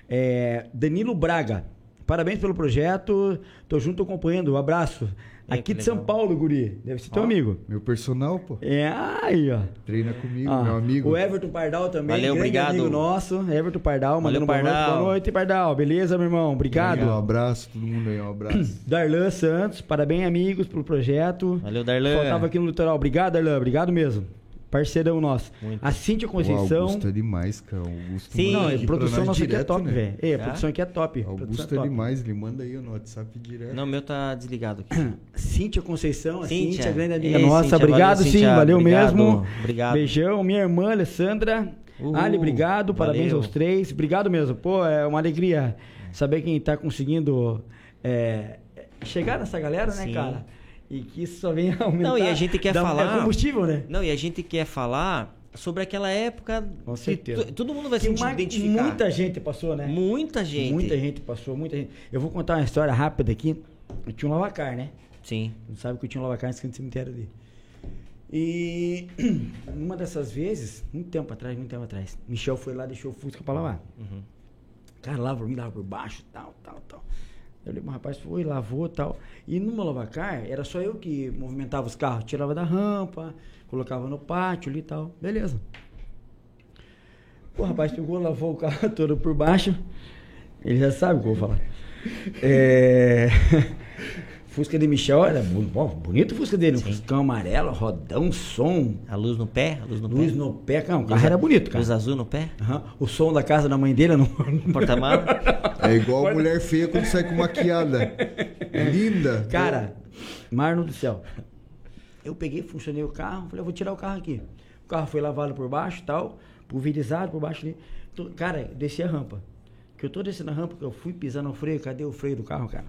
A: É, Danilo Braga. Parabéns pelo projeto. Tô junto acompanhando. Um abraço.
B: É,
A: Aqui
B: que
A: de São
B: legal.
A: Paulo, guri. Deve ser teu
B: Ó.
A: amigo.
C: Meu personal, pô.
A: É, aí, ó.
C: Treina comigo,
A: Ah,
C: meu amigo.
A: O Everton Pardal também,
B: Valeu,
A: grande
B: obrigado.
A: amigo nosso. Everton Pardal, mandando boa noite.
B: Pardal.
A: Boa noite, Pardal. Beleza, meu irmão? Obrigado.
C: Um abraço, todo mundo aí, um abraço.
A: Darlan Santos, parabéns, amigos, pelo projeto.
B: Valeu, Darlan.
A: Faltava aqui no litoral. Obrigado, Darlan. Obrigado mesmo. Parceirão nosso.
B: Muito.
A: A Cíntia
C: O
A: Conceição.
C: Augusto é demais, cara. O Augusto
B: Sim,
C: manda
A: Não, é,
C: aqui pra
A: produção
C: nós
A: nossa aqui é
C: direto,
A: top,
C: né?
A: velho. É,
B: Tá?
A: produção aqui é top. Produção
C: Augusto
A: é
C: é
A: top.
C: demais, ele manda aí no WhatsApp direto.
B: Não, o meu tá desligado aqui.
A: Cíntia Conceição, a Cíntia,
B: Cíntia.
A: grande amiga
B: Ei,
A: nossa.
B: Cíntia,
A: obrigado,
B: valeu,
A: sim,
B: Cíntia,
A: valeu
B: obrigado,
A: mesmo.
B: obrigado.
A: Beijão, minha irmã Alessandra.
B: Uhul,
A: Ali, obrigado, parabéns
B: valeu.
A: aos três. Obrigado mesmo, pô, é uma alegria saber quem tá conseguindo é, chegar nessa galera, né,
B: Sim.
A: cara? E que isso só vem aumentar.
B: Não, e a gente quer
A: dá-
B: falar-
A: É combustível, né?
B: Não, e a gente quer falar sobre aquela época.
A: Com
B: que
A: certeza.
B: tu- todo mundo vai
A: Que
B: se
A: ma-
B: identificar.
A: muita gente passou, né?
B: Muita gente.
A: Muita gente passou, muita gente. Eu vou contar uma história rápida aqui. Eu tinha um lavacar, né?
B: Sim.
A: Não sabe que eu tinha um lavacar nesse canto do cemitério ali. E numa dessas vezes, muito tempo atrás, muito tempo atrás, Michel foi lá e deixou o Fusca pra lavar. Cara, lava por mim, lava por baixo, tal, tal, tal. Eu lembro, o rapaz foi, lavou tal. E no meu lavacar, era só eu que movimentava os carros. Tirava da rampa, colocava no pátio ali e tal. Beleza. O rapaz pegou, lavou o carro todo por baixo. Ele já sabe o que eu vou falar. É... Fusca de Michel era bu- bom, bonito o Fusca dele. Um Fuscão amarelo, rodão, som,
B: A luz no pé? A luz no
A: luz
B: pé.
A: no pé. Cara, o
B: Luz
A: carro era
B: a-
A: bonito,
B: Luz
A: cara.
B: azul no pé?
A: Aham. O som da casa da mãe dele era no
B: Porta-mala?
C: É igual a mulher feia quando sai com maquiada. Linda.
A: Cara, Marno do céu. Eu peguei, funcionei o carro, falei, eu vou tirar o carro aqui. O carro foi lavado por baixo tal, pulverizado por baixo ali. Tô- Cara, desci a rampa. Que eu tô descendo a rampa, que eu fui pisar no freio, cadê o freio do carro, cara?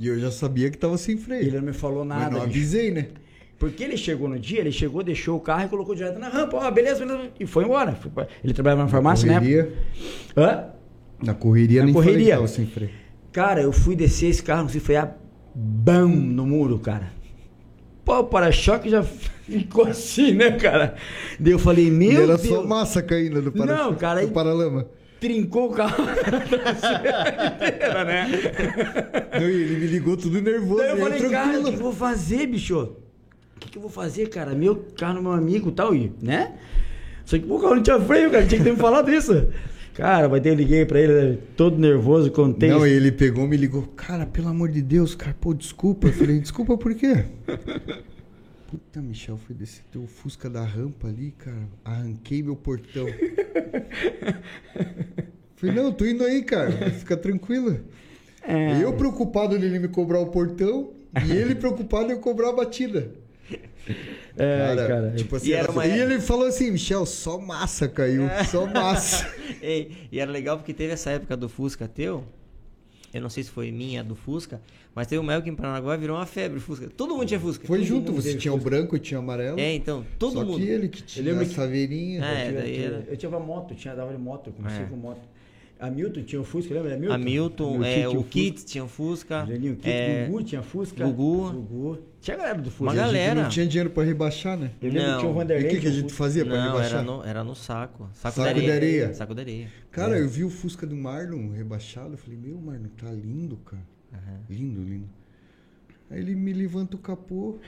C: E eu já sabia que tava sem freio.
A: Ele não me falou
C: Mas
A: nada.
C: não
A: bicho.
C: avisei, né?
A: Porque ele chegou no dia, ele chegou, deixou o carro e colocou direto na rampa, ó, beleza, beleza, e foi embora. Foi pra- Ele trabalhava na farmácia,
C: correria,
A: né? Hã?
C: Na correria
A: Na
C: nem correria. falei que
A: correria.
C: tava sem freio.
A: Cara, eu fui descer esse carro, não sei frear, bam, no muro, cara. Pô, o para-choque já ficou assim, né, cara? Daí eu falei, meu
C: e era
A: Deus,
C: só massa caindo do, para...
A: Não, cara,
C: do
A: aí-
C: paralama.
A: trincou o carro Tá inteira, né?
C: Não, e ele me ligou tudo nervoso.
A: Daí eu
C: ele,
A: falei, cara, o que que eu
C: tranquilo.
A: vou fazer, bicho? O que, que eu vou fazer, cara? Meu carro, meu amigo e tal, e, né? Só que pô, o carro não tinha freio, cara, tinha que ter me falado isso. Cara, mas daí eu liguei pra ele, né, todo nervoso, contei.
C: Não, ele pegou, me ligou. Cara, pelo amor de Deus, cara, pô, desculpa. Eu falei, desculpa por quê? Puta, Michel, foi descer teu Fusca da rampa ali, cara. Arranquei meu portão. falei, não, tô indo aí, cara. Fica tranquila.
A: É.
C: Eu preocupado dele me cobrar o portão e ele preocupado em eu cobrar a batida.
A: É, cara.
C: tipo assim,
B: E
C: e,
B: era uma- É.
C: e ele falou assim, Michel, só massa caiu, só massa.
B: e, e era legal porque teve essa época do Fusca teu. Eu não sei se foi minha do Fusca, mas teve uma época em Paranaguá virou uma febre Fusca. Todo mundo tinha Fusca.
C: Foi
B: Todo
C: junto,
B: mundo
C: você
B: teve
C: tinha o branco, tinha o amarelo.
B: Fusca. É, então, todo
C: só
B: mundo.
C: que ele que tinha
A: lembro
C: a
A: que-
C: saveirinha.
B: É,
A: Eu tive-
B: daí
A: eu tive-
B: era-
A: Eu tinha moto, tinha, dava de moto, eu comecei
B: É.
A: com moto. A Milton tinha o Fusca, lembra?
B: A Milton,
A: Meu tio
B: é,
A: tinha
B: o
A: Fusca.
B: Kit tinha o Fusca.
A: Julinho Kit,
B: é,
A: Gugu tinha Fusca.
B: Gugu.
A: Tinha a galera do Fusca.
B: Uma
A: Eu
C: A gente
B: galera.
C: não tinha dinheiro pra rebaixar, né?
A: lembro que
B: Não.
A: tinha o
C: E o
A: Vanderlei.
C: que, que a
A: tinha o
C: gente
A: Fusca.
C: fazia pra
B: Não,
C: rebaixar?
B: era no, era no saco. Saco,
C: Saco
B: de
C: de
B: areia.
C: areia.
B: Saco de areia.
C: Cara, eu vi o Fusca do Marlon rebaixado, eu falei, meu, Marlon, tá lindo, cara. Lindo, lindo. Aí ele me levanta o capô.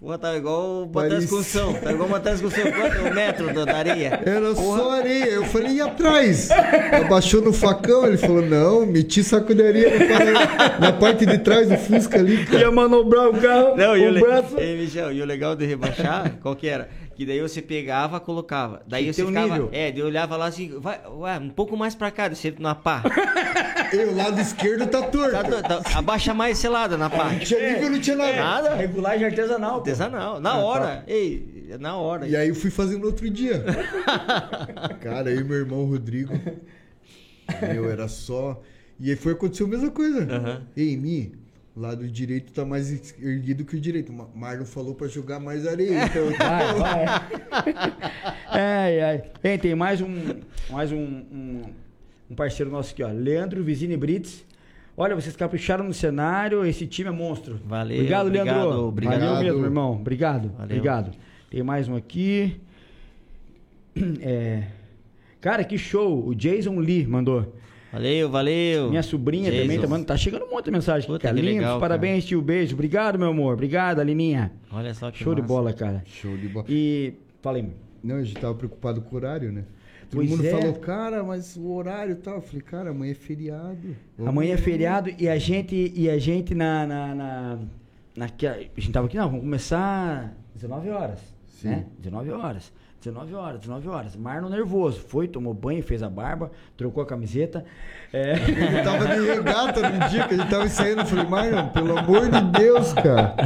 B: Porra, tava igual botar
C: Parecia-
B: excursão. Tava igual botar excursão. Quanto é o metro do- da areia?
C: Era só areia. Eu falei, e atrás? Abaixou no facão, ele falou, não, meti saco de areia no par- na parte de trás do Fusca ali, cara.
A: Ia manobrar o carro,
B: Não, e, o
A: o
B: le-
A: braço.
B: Ei, Michel, e o legal de rebaixar, qual que era? Que daí você pegava, colocava. Daí
A: Tinha que
B: você
A: ter um
B: ficava.
A: nível.
B: É, daí eu olhava lá assim, vai, ué, um pouco mais pra cá, descer na pá.
C: E o lado esquerdo tá torto.
B: Tá do- tá- abaixa mais esse lado na pá.
C: Não tinha nível, não tinha nada.
B: Nada?
A: Regulagem artesanal. pô.
B: Artesanal,
A: Ah, tá.
B: na hora. Ei, na hora.
C: E aí eu fui fazendo outro dia. Cara, aí meu irmão Rodrigo. Meu, era só. E aí foi acontecer a mesma coisa.
B: Aham.
C: Ei, Mi, lado direito tá mais es- erguido que o direito. Ma- Marlon falou pra jogar mais areia. Então,
A: Vai, vai. ai, ai. Ei, tem mais um, mais um, um, um parceiro nosso aqui, ó. Leandro Vizini Brits. Olha, vocês capricharam no cenário, esse time é monstro.
B: Valeu,
A: Obrigado, Leandro.
B: obrigado, obrigado.
A: Valeu mesmo, irmão. Obrigado.
B: Valeu.
A: Obrigado. Tem mais um aqui. É... Cara, que show. O Jason Lee mandou.
B: Valeu, valeu.
A: Minha sobrinha também
B: Jesus.
A: tá mandando. Tá chegando um monte de mensagem.
B: Puta,
A: cara,
B: que
A: lindos,
B: legal, cara.
A: parabéns, tio. Beijo. Obrigado, meu amor. Obrigado, Alininha.
B: Olha só que
A: Show de
B: massa.
A: bola, cara.
C: Show de bola.
A: E. Falei, mano.
C: Não, a gente tava preocupado com o horário, né? Todo
A: Pois
C: mundo
A: é.
C: falou, cara, mas o horário e tal. Eu falei, cara, amanhã é feriado. Vamos-
A: Amanhã é feriado e a gente, e a gente na, na, na, naque- A gente tava aqui, não, vamos começar 19 horas.
C: Sim.
A: Né? 19 horas. 19 horas, 19 horas. Marno nervoso. Foi, tomou banho, fez a barba, trocou a camiseta. É.
C: Eu tava de regata no dia que a gente tava ensaiando. Eu falei, Marlon, pelo amor de Deus, cara.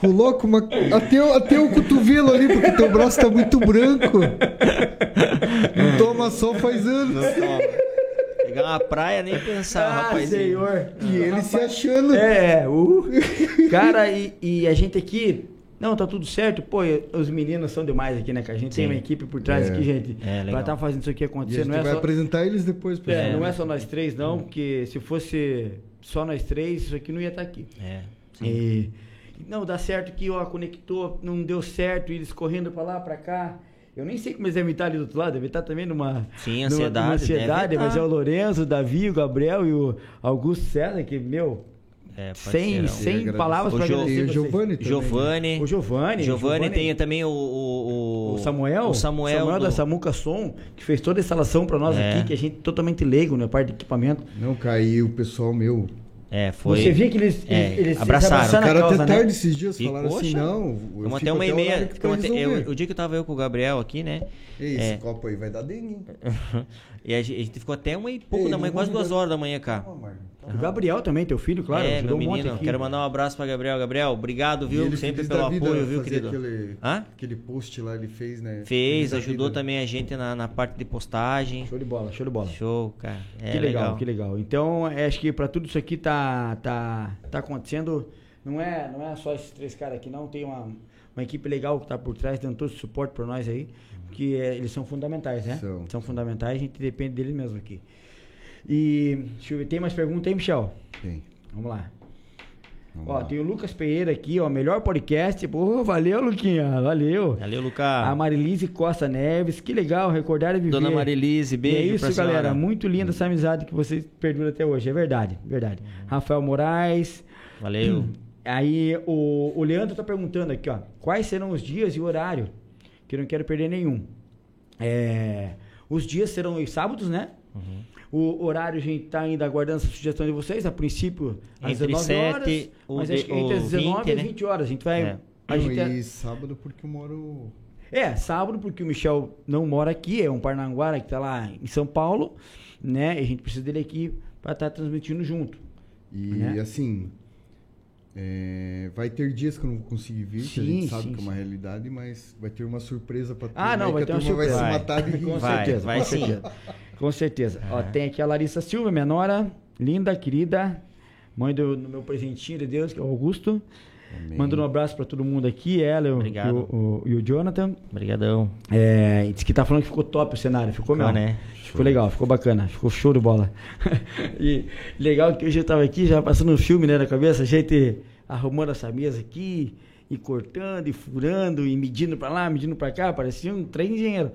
C: Coloca uma. Até, o- até o cotovelo ali, porque teu braço tá muito branco. Não toma sol faz anos.
B: Não toma. Pegar uma praia, nem pensar,
A: Ah,
B: rapazinho.
A: senhor.
C: E ele se achando.
A: É, o. Cara, e, e a gente aqui. Não, tá tudo certo. Pô, e os meninos são demais aqui, né? Que a gente tem
B: Sim.
A: uma equipe por trás
C: É.
A: aqui, gente.
B: É, legal.
A: Vai estar fazendo isso aqui
C: E a
A: acontecer.
C: gente
A: Não é,
C: vai
A: só,
C: apresentar eles depois, pessoal.
A: é, não é só nós três, não, porque se fosse só nós três, isso aqui não ia estar aqui.
B: É.
A: E, não, dá certo que, ó, conectou, não deu certo, e eles correndo pra lá, pra cá. Eu nem sei como eles devem estar ali do outro lado, devem estar também numa.
B: Sim,
A: numa-
B: ansiedade,
A: Numa
B: deve
A: ansiedade, mas
B: estar.
A: é o Lorenzo, o Davi, o Gabriel e o Augusto César, que, meu,
B: É,
A: sem,
B: parceirão.
A: sem
C: agradecer.
A: palavras
B: O
A: pra
B: Jo-
A: agradecer
C: Tem o
A: vocês.
C: Giovanni também. né?
B: Giovanni.
A: O Giovanni.
B: Giovanni tem também o, o,
A: o Samuel,
B: O Samuel, do-
A: da Samuca Som, que fez toda a instalação pra nós
B: É.
A: aqui, que a gente é totalmente leigo na parte de equipamento.
C: Não caiu, o pessoal meu.
B: É, foi.
A: Você via que eles,
B: É,
A: eles- eles
B: abraçaram.
A: se
B: Tá
A: abraçaram
C: O
A: na
C: cara
A: causa,
C: até
A: né?
C: tarde esses dias
B: E,
C: falaram assim,
B: poxa,
C: não.
B: Ficamos até uma e meia. ficamos até- eu- o dia que eu tava eu com o Gabriel aqui, né?
C: Ei, esse
B: É.
C: copo aí vai dar dengue. hein?
A: Tá.
B: e a gente a gente ficou até uma e pouco
C: Ei,
B: da
C: não
B: manhã,
C: vou
B: quase duas
C: jogar-
B: horas da manhã cá.
C: Calma, Marlon.
A: O Gabriel também, teu filho, claro.
B: é, meu
A: ajudou um monte
B: menino.
A: aqui.
B: Quero mandar um abraço pra Gabriel. Gabriel, obrigado,
C: E ele
B: viu? Sempre
C: feliz
B: pelo
C: da vida
B: apoio, viu,
C: fazer
B: querido?
C: Aquele,
B: Hã?
C: aquele post lá ele fez, né? Feliz
B: Fez,
C: da
B: ajudou
C: vida.
B: também a gente na, na parte de postagem.
A: Show de bola, show de bola.
B: um Show, cara. É,
A: que legal, que legal. Então, acho que pra tudo isso aqui tá, tá, tá acontecendo, não é, não é só esses três caras aqui, não. Tem uma, uma equipe legal que tá por trás, dando todo esse suporte pra nós aí, porque é, eles são fundamentais, né?
C: São.
A: fundamentais, a gente depende deles mesmo aqui. E, deixa eu ver, tem mais pergunta aí, Michel?
C: Tem.
A: Vamos lá.
C: Vamos
A: ó,
C: lá.
A: tem o Lucas Pereira aqui, ó, melhor podcast. Pô, valeu, Luquinha, valeu.
B: Valeu,
A: A
B: Lucas.
A: Marilise Costa Neves, que legal, recordar e viver.
B: Ah. Dona Marilise,
A: E
B: beijo
A: é isso,
B: pra senhora.
A: galera. Muito linda essa amizade que vocês perduram até hoje. É verdade, verdade. Rafael Moraes.
B: Valeu.
A: Aí o, o Leandro tá perguntando aqui, ó. Quais serão os dias e o horário? Que eu não quero perder nenhum. É, os dias serão os sábados, né?
B: Uhum.
A: O horário a gente tá ainda aguardando essa sugestão de vocês. A princípio, às
B: Entre
A: 19 horas.
B: sete, o
A: Mas
B: de-
A: acho que entre as
B: o
A: 19
B: 20,
A: e
B: né?
A: 20 horas. A gente vai.
B: É.
A: A gente
C: Não, E sábado porque eu moro.
A: é, sábado, porque o Michel não mora aqui, é um Parnaguara que tá lá em São Paulo, né? E a gente precisa dele aqui pra estar transmitindo junto.
C: E
A: Né?
C: assim. é, vai ter dias que eu não vou conseguir vir, que a
A: Sim,
C: gente sabe
A: sim,
C: que é uma realidade, mas vai ter uma surpresa pra
A: Ah, não,
C: aí
A: vai
C: que
A: ter
C: a
A: uma
C: turma vai
A: surpresa.
C: se
B: Vai.
C: matar de rir.
A: Com
B: Vai,
A: certeza,
B: vai
A: com
B: sim.
A: certeza. Com certeza. Ó, tem aqui a Larissa Silva, minha nora, linda, querida, mãe do, do meu presentinho de Deus, que é o Augusto.
C: Amém.
A: Mandando um abraço pra todo mundo aqui, ela e o, e
B: Obrigado.
A: o- e o Jonathan.
B: Obrigadão.
A: É, e diz que tá falando que ficou top o cenário, ficou
B: Ficou,
A: mesmo.
B: né?
A: Ficou legal, ficou bacana, ficou show de bola. e legal que hoje eu tava aqui já passando um filme né, na cabeça, a gente arrumando essa mesa aqui, e cortando, e furando, e medindo pra lá, medindo pra cá, parecia um trem engenheiro.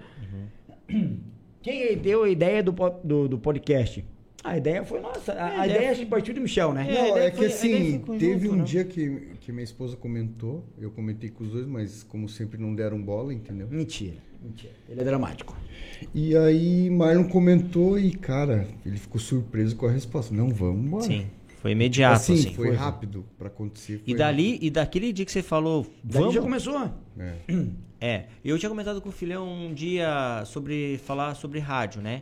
B: Uhum.
A: Quem aí deu a ideia do, po- do, do podcast? A ideia foi nossa, a, a
B: É,
A: ideia
B: né?
A: acho que partiu do Michel, né?
B: a
C: Não,
B: ideia
C: é que
B: foi- a ideia
C: assim,
B: foi em
C: teve
B: conjunto,
C: um
B: né?
C: dia que, que minha esposa comentou, eu comentei com os dois, mas como sempre não deram bola, entendeu?
A: Mentira, mentira, ele é dramático.
C: E aí Marlon comentou e, cara, ele ficou surpreso com a resposta. Não, vamos embora.
B: Sim. Foi imediato,
C: assim,
B: assim.
C: foi rápido pra acontecer.
B: E
C: foi né?
B: dali, e daquele dia que você falou,
A: Daí
B: vamos.
A: já começou.
C: rápido. É.
B: É, eu tinha comentado com o Filhão um dia sobre falar sobre rádio, né?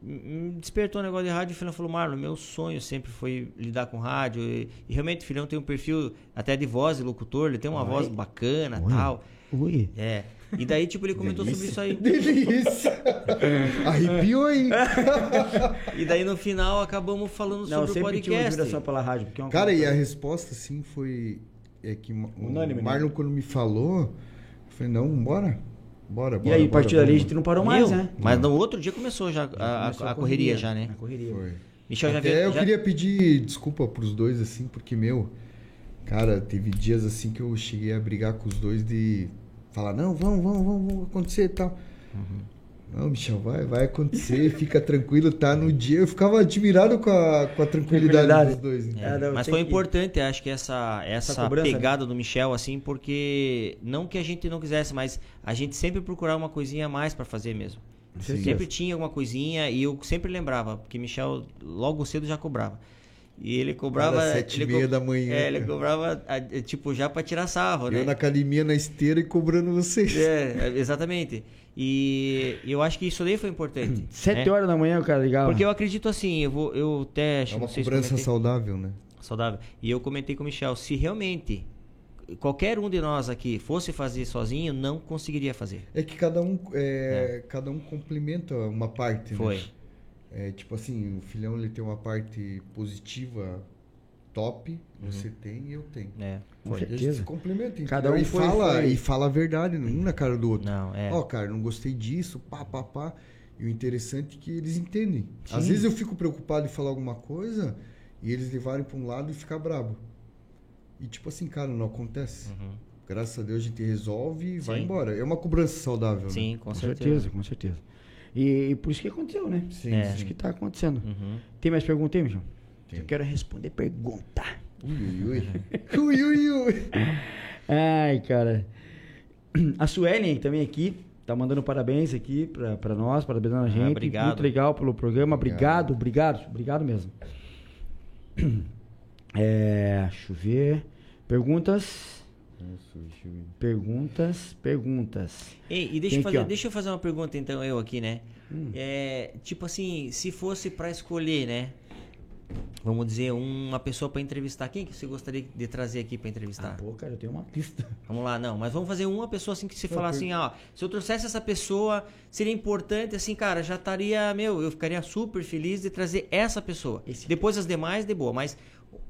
B: M- me Despertou o negócio de rádio e o Filhão falou: Marlon, meu sonho sempre foi lidar com rádio. E, e realmente o Filhão tem um perfil até de voz, de locutor, ele tem uma voz bacana e tal.
A: Ui.
B: É. E daí, tipo, ele comentou sobre isso aí.
C: Delícia! Arrepiou aí.
A: É.
B: E daí no final acabamos falando
A: Não, eu
B: sobre o
A: sempre tive uma
B: podcast.
A: admiração pela rádio. Porque é uma
C: Cara,
A: coisa-
C: e a resposta, assim, foi... É que ma- o
A: Unânime, né?
C: Marlon, quando me falou, eu falei, não, bora. Bora, bora.
A: E aí, a
C: bora,
A: partir dali a
C: bora.
A: gente não parou
B: Meu,
A: mais, né?
B: Mas no outro dia começou já a, a-
A: Começou
B: a correria já, né?
A: A correria. É.
C: Foi.
B: Michel já
C: Até
B: veio.
C: eu
B: já-
C: queria pedir desculpa pros dois, assim, porque, meu, cara, teve dias assim que eu cheguei a brigar com os dois de falar, não, vamos, vamos, vamos, vamos acontecer e tal. Não, Michel, vai, vai acontecer, fica tranquilo, tá no dia. Eu ficava admirado com a, com a tranquilidade,
A: Tranquilidade.
C: dos dois. né? entendeu?
A: É, não,
B: Mas
A: tem
B: foi
A: que-
B: importante, acho que essa, essa,
A: Essa cobrança, né?
B: pegada do Michel, assim, porque não que a gente não quisesse, mas a gente sempre procurava uma coisinha a mais pra fazer mesmo.
A: Sim.
B: Sempre tinha alguma coisinha e eu sempre lembrava, porque Michel logo cedo já cobrava. E ele cobrava.
C: Era sete e
B: ele
C: meia da manhã,
B: É, ele
C: cara.
B: cobrava, a- é, tipo, já pra tirar sarro, né?
C: Eu na academia, na esteira e cobrando vocês.
B: É, exatamente. E eu acho que isso daí foi importante.
A: Sete
B: né?
A: horas da manhã o cara ligava.
B: Porque eu acredito assim, eu vou. Eu até acho
C: É
B: que
C: uma
B: não sei se
C: cobrança
B: comentei
C: saudável, né?
B: saudável. E eu comentei com o Michel, se realmente qualquer um de nós aqui fosse fazer sozinho, não conseguiria fazer.
C: É que cada um, é, cada um complementa uma parte, né?
B: É. Foi.
C: É, tipo assim, o filhão ele tem uma parte positiva top, você tem e eu tenho.
B: É.
A: Com
C: E a gente
A: certeza.
C: se complementa.
A: Cada
C: entendeu?
A: um
C: e
A: foi-
C: fala
A: foi-
C: e fala a verdade, um na cara do outro.
B: Não, é.
C: Ó, cara, não gostei disso, pá, pá, pá. E o interessante é que eles entendem. Às
B: Sim.
C: vezes eu fico preocupado em falar alguma coisa e eles levarem pra um lado e ficar brabo. E tipo assim, cara, não acontece.
B: Uhum.
C: Graças a Deus a gente resolve e vai
B: Sim.
C: embora. É uma cobrança saudável. Né?
B: Sim, com,
A: Com
B: certeza.
A: certeza, com certeza. E, e por isso que aconteceu, né?
C: Sim,
B: É.
A: Isso
C: sim.
A: que tá acontecendo.
B: Uhum.
A: Tem mais pergunta aí, Mijão?
C: Tem.
A: Eu quero responder pergunta.
C: Ui, ui, ui. ui, ui, ui.
A: Ai, cara. A Suelen também aqui, tá mandando parabéns aqui pra, pra nós, parabenizando a gente.
B: obrigado.
A: Muito legal pelo programa. Obrigado,
C: Obrigado.
A: obrigado, obrigado mesmo. É, deixa eu ver. Perguntas, perguntas, perguntas.
B: Ei, e deixa
A: Tem
B: eu,
A: aqui,
B: fazer,
A: ó. Hum.
B: deixa eu fazer uma pergunta então, eu aqui, né? É, tipo assim, se fosse pra escolher, né? Vamos dizer, uma pessoa pra entrevistar. Quem que você gostaria de trazer aqui pra entrevistar?
A: Ah, Pô, cara, eu tenho uma lista.
B: Vamos lá, não. Mas vamos fazer uma pessoa assim que você falar assim, ó. Se eu trouxesse essa pessoa, seria importante, assim, cara, já estaria, meu, eu ficaria super feliz de trazer essa pessoa.
A: Esse- tipo
B: Depois as demais, de boa, mas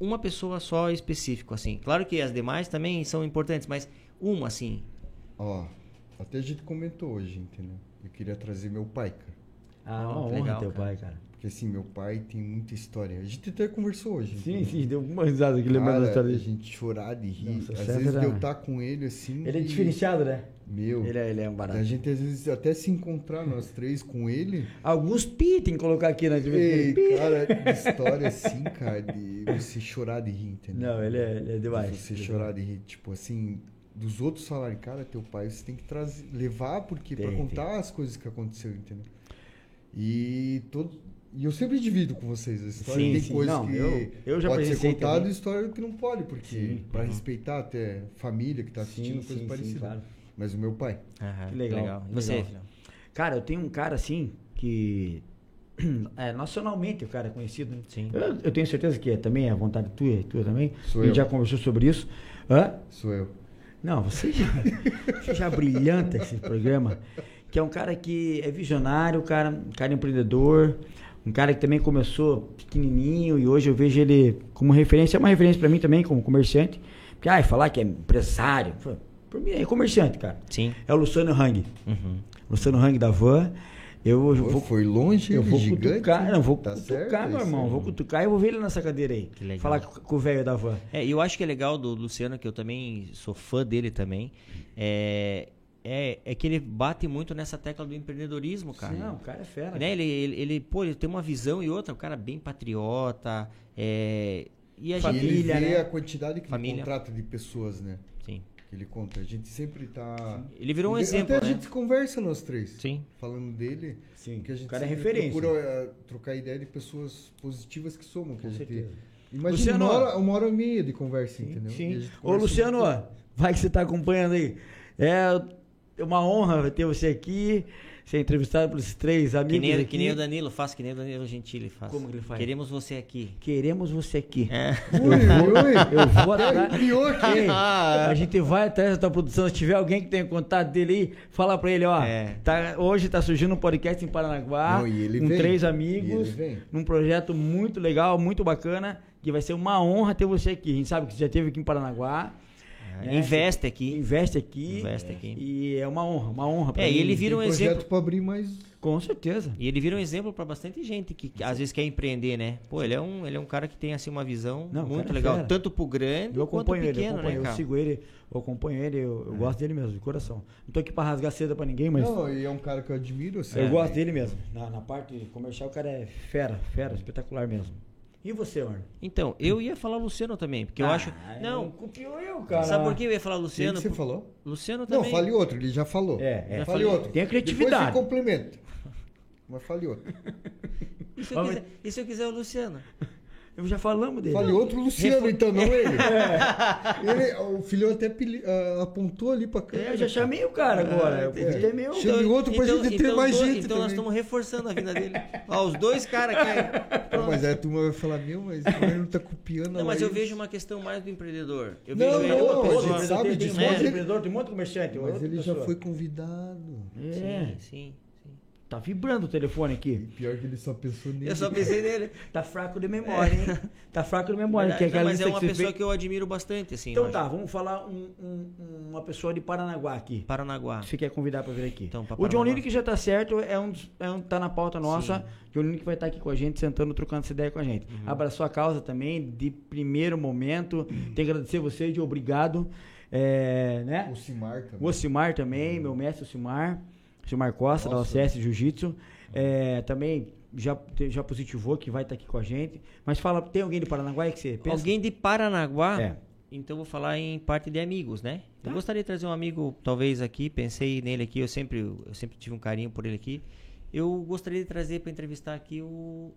B: uma pessoa só específico, assim. Claro que as demais também são importantes, mas uma, assim.
C: Ó, até a gente comentou hoje, entendeu? Eu queria trazer meu pai, cara.
A: Ah, uma
B: Ó,
A: honra
B: legal,
A: teu
B: cara.
A: pai, cara.
C: Porque assim, meu pai tem muita história. A gente até conversou hoje.
A: Sim,
C: entendeu?
A: sim, deu uma risada aqui lembrando da
C: Cara,
A: história
C: a
A: dele.
C: gente chorar de rir.
A: Nossa,
C: às
A: César
C: vezes
A: era-
C: eu estar com ele assim.
A: Ele é
C: e-
A: diferenciado, né?
C: Meu.
A: Ele é, ele é um barato.
C: A gente às vezes até se encontrar nós três com ele.
A: Alguns pi tem que colocar aqui né? na
C: Ei,
A: entrevista.
C: cara, de história assim, cara, de você chorar de rir, entendeu?
A: Não, ele é, ele é demais.
C: De você chorar de rir, tipo assim, dos outros falarem, cara, teu pai você tem que trazer, levar porque
A: Tem,
C: para
A: tem.
C: contar as coisas que aconteceu, entendeu? E todo e eu sempre divido com vocês a história.
A: Sim,
C: tem
A: sim.
C: coisas
A: Não,
C: que
A: eu- eu já
C: pode ser
A: presenciei
C: contado
A: também. uhum.
C: e história que não pode, porque para respeitar até família que tá assistindo, coisa parecida. Mas o meu pai,
B: Aham,
A: Que legal,
B: E você,
A: legal.
B: filhão?
A: Cara, eu tenho um cara assim que. É, nacionalmente o cara é conhecido. né?
B: Sim.
A: Eu, eu tenho certeza que é, também é vontade tua, e tua também.
C: Sou
A: a gente
C: eu.
A: já conversou sobre isso. Hã?
C: sou eu.
A: Não, você já, você já brilhanta esse programa. Que é um cara que é visionário, cara, um cara empreendedor, um cara que também começou pequenininho e hoje eu vejo ele como referência. É uma referência pra mim também, como comerciante. Porque, ai, falar que é empresário, pô, por mim é comerciante, cara.
B: Sim.
A: É o Luciano Hang.
C: Uhum.
A: Luciano Hang da Van. Eu
C: Pô,
A: vou
C: foi longe,
A: eu vou
C: gigante.
A: cutucar, não, vou
C: Tá
A: cutucar,
C: certo
A: meu
C: isso,
A: irmão.
C: né?
A: Vou cutucar e vou ver ele nessa cadeira aí.
B: Que legal.
A: Falar com, com o velho da van.
B: É, eu acho que é legal do Luciano, que eu também sou fã dele também, é, é, é que ele bate muito nessa tecla do empreendedorismo,
C: Tá.
B: cara.
A: Não, o cara é fera.
B: Né? Ele, ele, ele, pô, ele tem uma visão e outra, o cara é bem patriota, é, e a
C: E
B: gente...
A: Família,
C: ele vê
A: né?
C: a quantidade que
B: Família.
C: ele contrata de pessoas, né?
B: Sim.
C: Que ele conta. A gente sempre tá.
B: Ele virou um
C: Até
B: exemplo,
C: a
B: né?
C: gente conversa nós três.
B: Sim.
C: Falando dele.
A: Sim.
C: Que a gente
A: O cara é
C: sempre
A: referência.
C: Procura eh, trocar ideia de pessoas positivas que somam. Que
A: Com
C: a gente...
A: certeza.
C: Imagina
A: Luciano,
C: uma,
A: ó.
C: hora, uma hora e meia de conversa, entendeu? E a
A: Sim.
C: gente
A: Ô,
C: conversa
A: Luciano,
C: muito.
A: ó, vai que você tá acompanhando aí. É uma honra ter você aqui, ser entrevistado pelos três amigos.
B: Que nem,
A: aqui.
B: que nem o Danilo faz, que nem o Danilo Gentili faz.
A: Como que ele faz?
B: Queremos você aqui.
A: Queremos você aqui.
C: É. Ui, ui.
A: Eu vou atrás.
C: Pior que-
A: Ei, a gente vai atrás da tua produção. Se tiver alguém que tenha contato dele aí, fala pra ele, ó.
B: É.
A: tá- hoje tá surgindo um podcast em Paranaguá.
C: Não, e ele
A: com
C: vem.
A: três
C: E ele
A: amigos.
C: vem.
A: Num projeto muito legal, muito bacana. Que vai ser uma honra ter você aqui. A gente sabe que você já esteve aqui em Paranaguá.
B: É, investe aqui.
A: Investe aqui.
B: Investe aqui.
A: E é uma honra, uma honra pra
B: É, e
A: mim.
B: ele vira um
C: Tem
B: exemplo.
C: projeto pra abrir mais.
A: Com certeza.
B: E ele vira um exemplo pra bastante gente que, que às vezes quer empreender, né? Pô, ele é um, ele é um cara que tem assim uma visão
A: Não, o
B: muito
A: cara é
B: legal,
A: fera.
B: tanto pro grande
A: Eu
B: quanto pro
A: acompanho ele, eu
B: pequeno,
A: acompanho,
B: né,
A: eu
B: cara? É.
A: sigo ele, eu acompanho ele, eu, eu gosto dele mesmo, de coração. Não tô aqui pra rasgar seda pra ninguém, mas.
C: Não, e é um cara que eu admiro. Assim,
B: É.
A: Eu gosto dele mesmo. Na, na parte comercial, o cara é fera, fera, espetacular mesmo. E você, mano?
B: Então, eu ia falar Luciano também, porque eu acho. Não,
A: copiou eu, Ah, é um cara.
B: sabe por que eu ia falar
C: Quem
B: Luciano?
C: que você
B: Por-
C: falou?
B: Luciano
C: Não,
B: também.
C: fale outro, ele já falou.
A: É, é.
C: Fale
B: Falei-
C: outro.
A: tem a criatividade.
C: Depois você complementa. Mas fale outro.
B: E se eu
A: Vamos-
B: quiser, e se eu quiser o Luciano?
A: Eu já falamos dele.
C: Fale outro Luciano, então, não ele. Ele- O filhão até apeli- ah, apontou ali pra
A: É,
C: câmera.
A: eu já chamei o cara agora. O convite é meu.
C: Chama em outro pra gente ter mais
B: do-
C: gente
B: Então nós
C: também.
B: estamos reforçando a vida dele. Ó, os dois caras que.
C: Não, mas aí a turma vai falar, meu, mas ele não tá copiando.
B: Não, mas
C: olha
B: eu
C: isso."
B: vejo uma questão mais do empreendedor. Eu
C: Não,
B: vejo ele
C: não,
B: uma
C: ele
B: pessoa.
C: sabe
A: tem,
C: disso,
A: Tem um monte
C: mas
A: de
C: ele-
A: empreendedor, tem um monte de comerciante.
C: Mas
A: outra
C: ele já
A: pessoa.
C: foi convidado.
A: É.
B: Sim, sim, sim.
A: Tá vibrando o telefone
C: E
A: aqui.
C: pior que ele só pensou nele.
B: Eu só pensei nele.
A: Tá fraco de memória, hein? Tá fraco de memória. que é
B: É. Verdade,
A: aquela
B: não, mas é
A: lista
B: uma
A: que você
B: pessoa
A: fez.
B: que eu admiro bastante, assim.
A: Então
B: eu
A: tá,
B: acho.
A: vamos falar um- um- uma pessoa de Paranaguá aqui.
B: Paranaguá.
A: Você quer convidar pra vir aqui.
B: Ah. Então, pra
A: o John
B: Paranaguá.
A: Lino que já tá certo, é um, dos- é um tá na pauta nossa.
B: Sim. Uhum.
A: John Lino que vai estar aqui com a gente, sentando, trocando essa ideia com a gente. Abraçou a causa também, de primeiro momento. Tem que agradecer você, de obrigado. É, né?
C: O Simar também.
A: O Ocimar
B: Uhum.
A: também, meu mestre Ocimar. Ocimar Costa,
C: Nossa.
A: da OCS Jiu-Jitsu.
B: Uhum.
A: É, também já, te- já positivou que vai estar aqui com a gente. Mas fala, tem alguém do Paranaguá que você pensa?
B: Alguém de Paranaguá?
A: É.
B: Então eu vou falar em parte de amigos, né?
A: Tá.
B: Eu gostaria de trazer um amigo, talvez aqui, pensei nele aqui, eu sempre, eu sempre tive um carinho por ele aqui. Eu gostaria de trazer para entrevistar aqui o,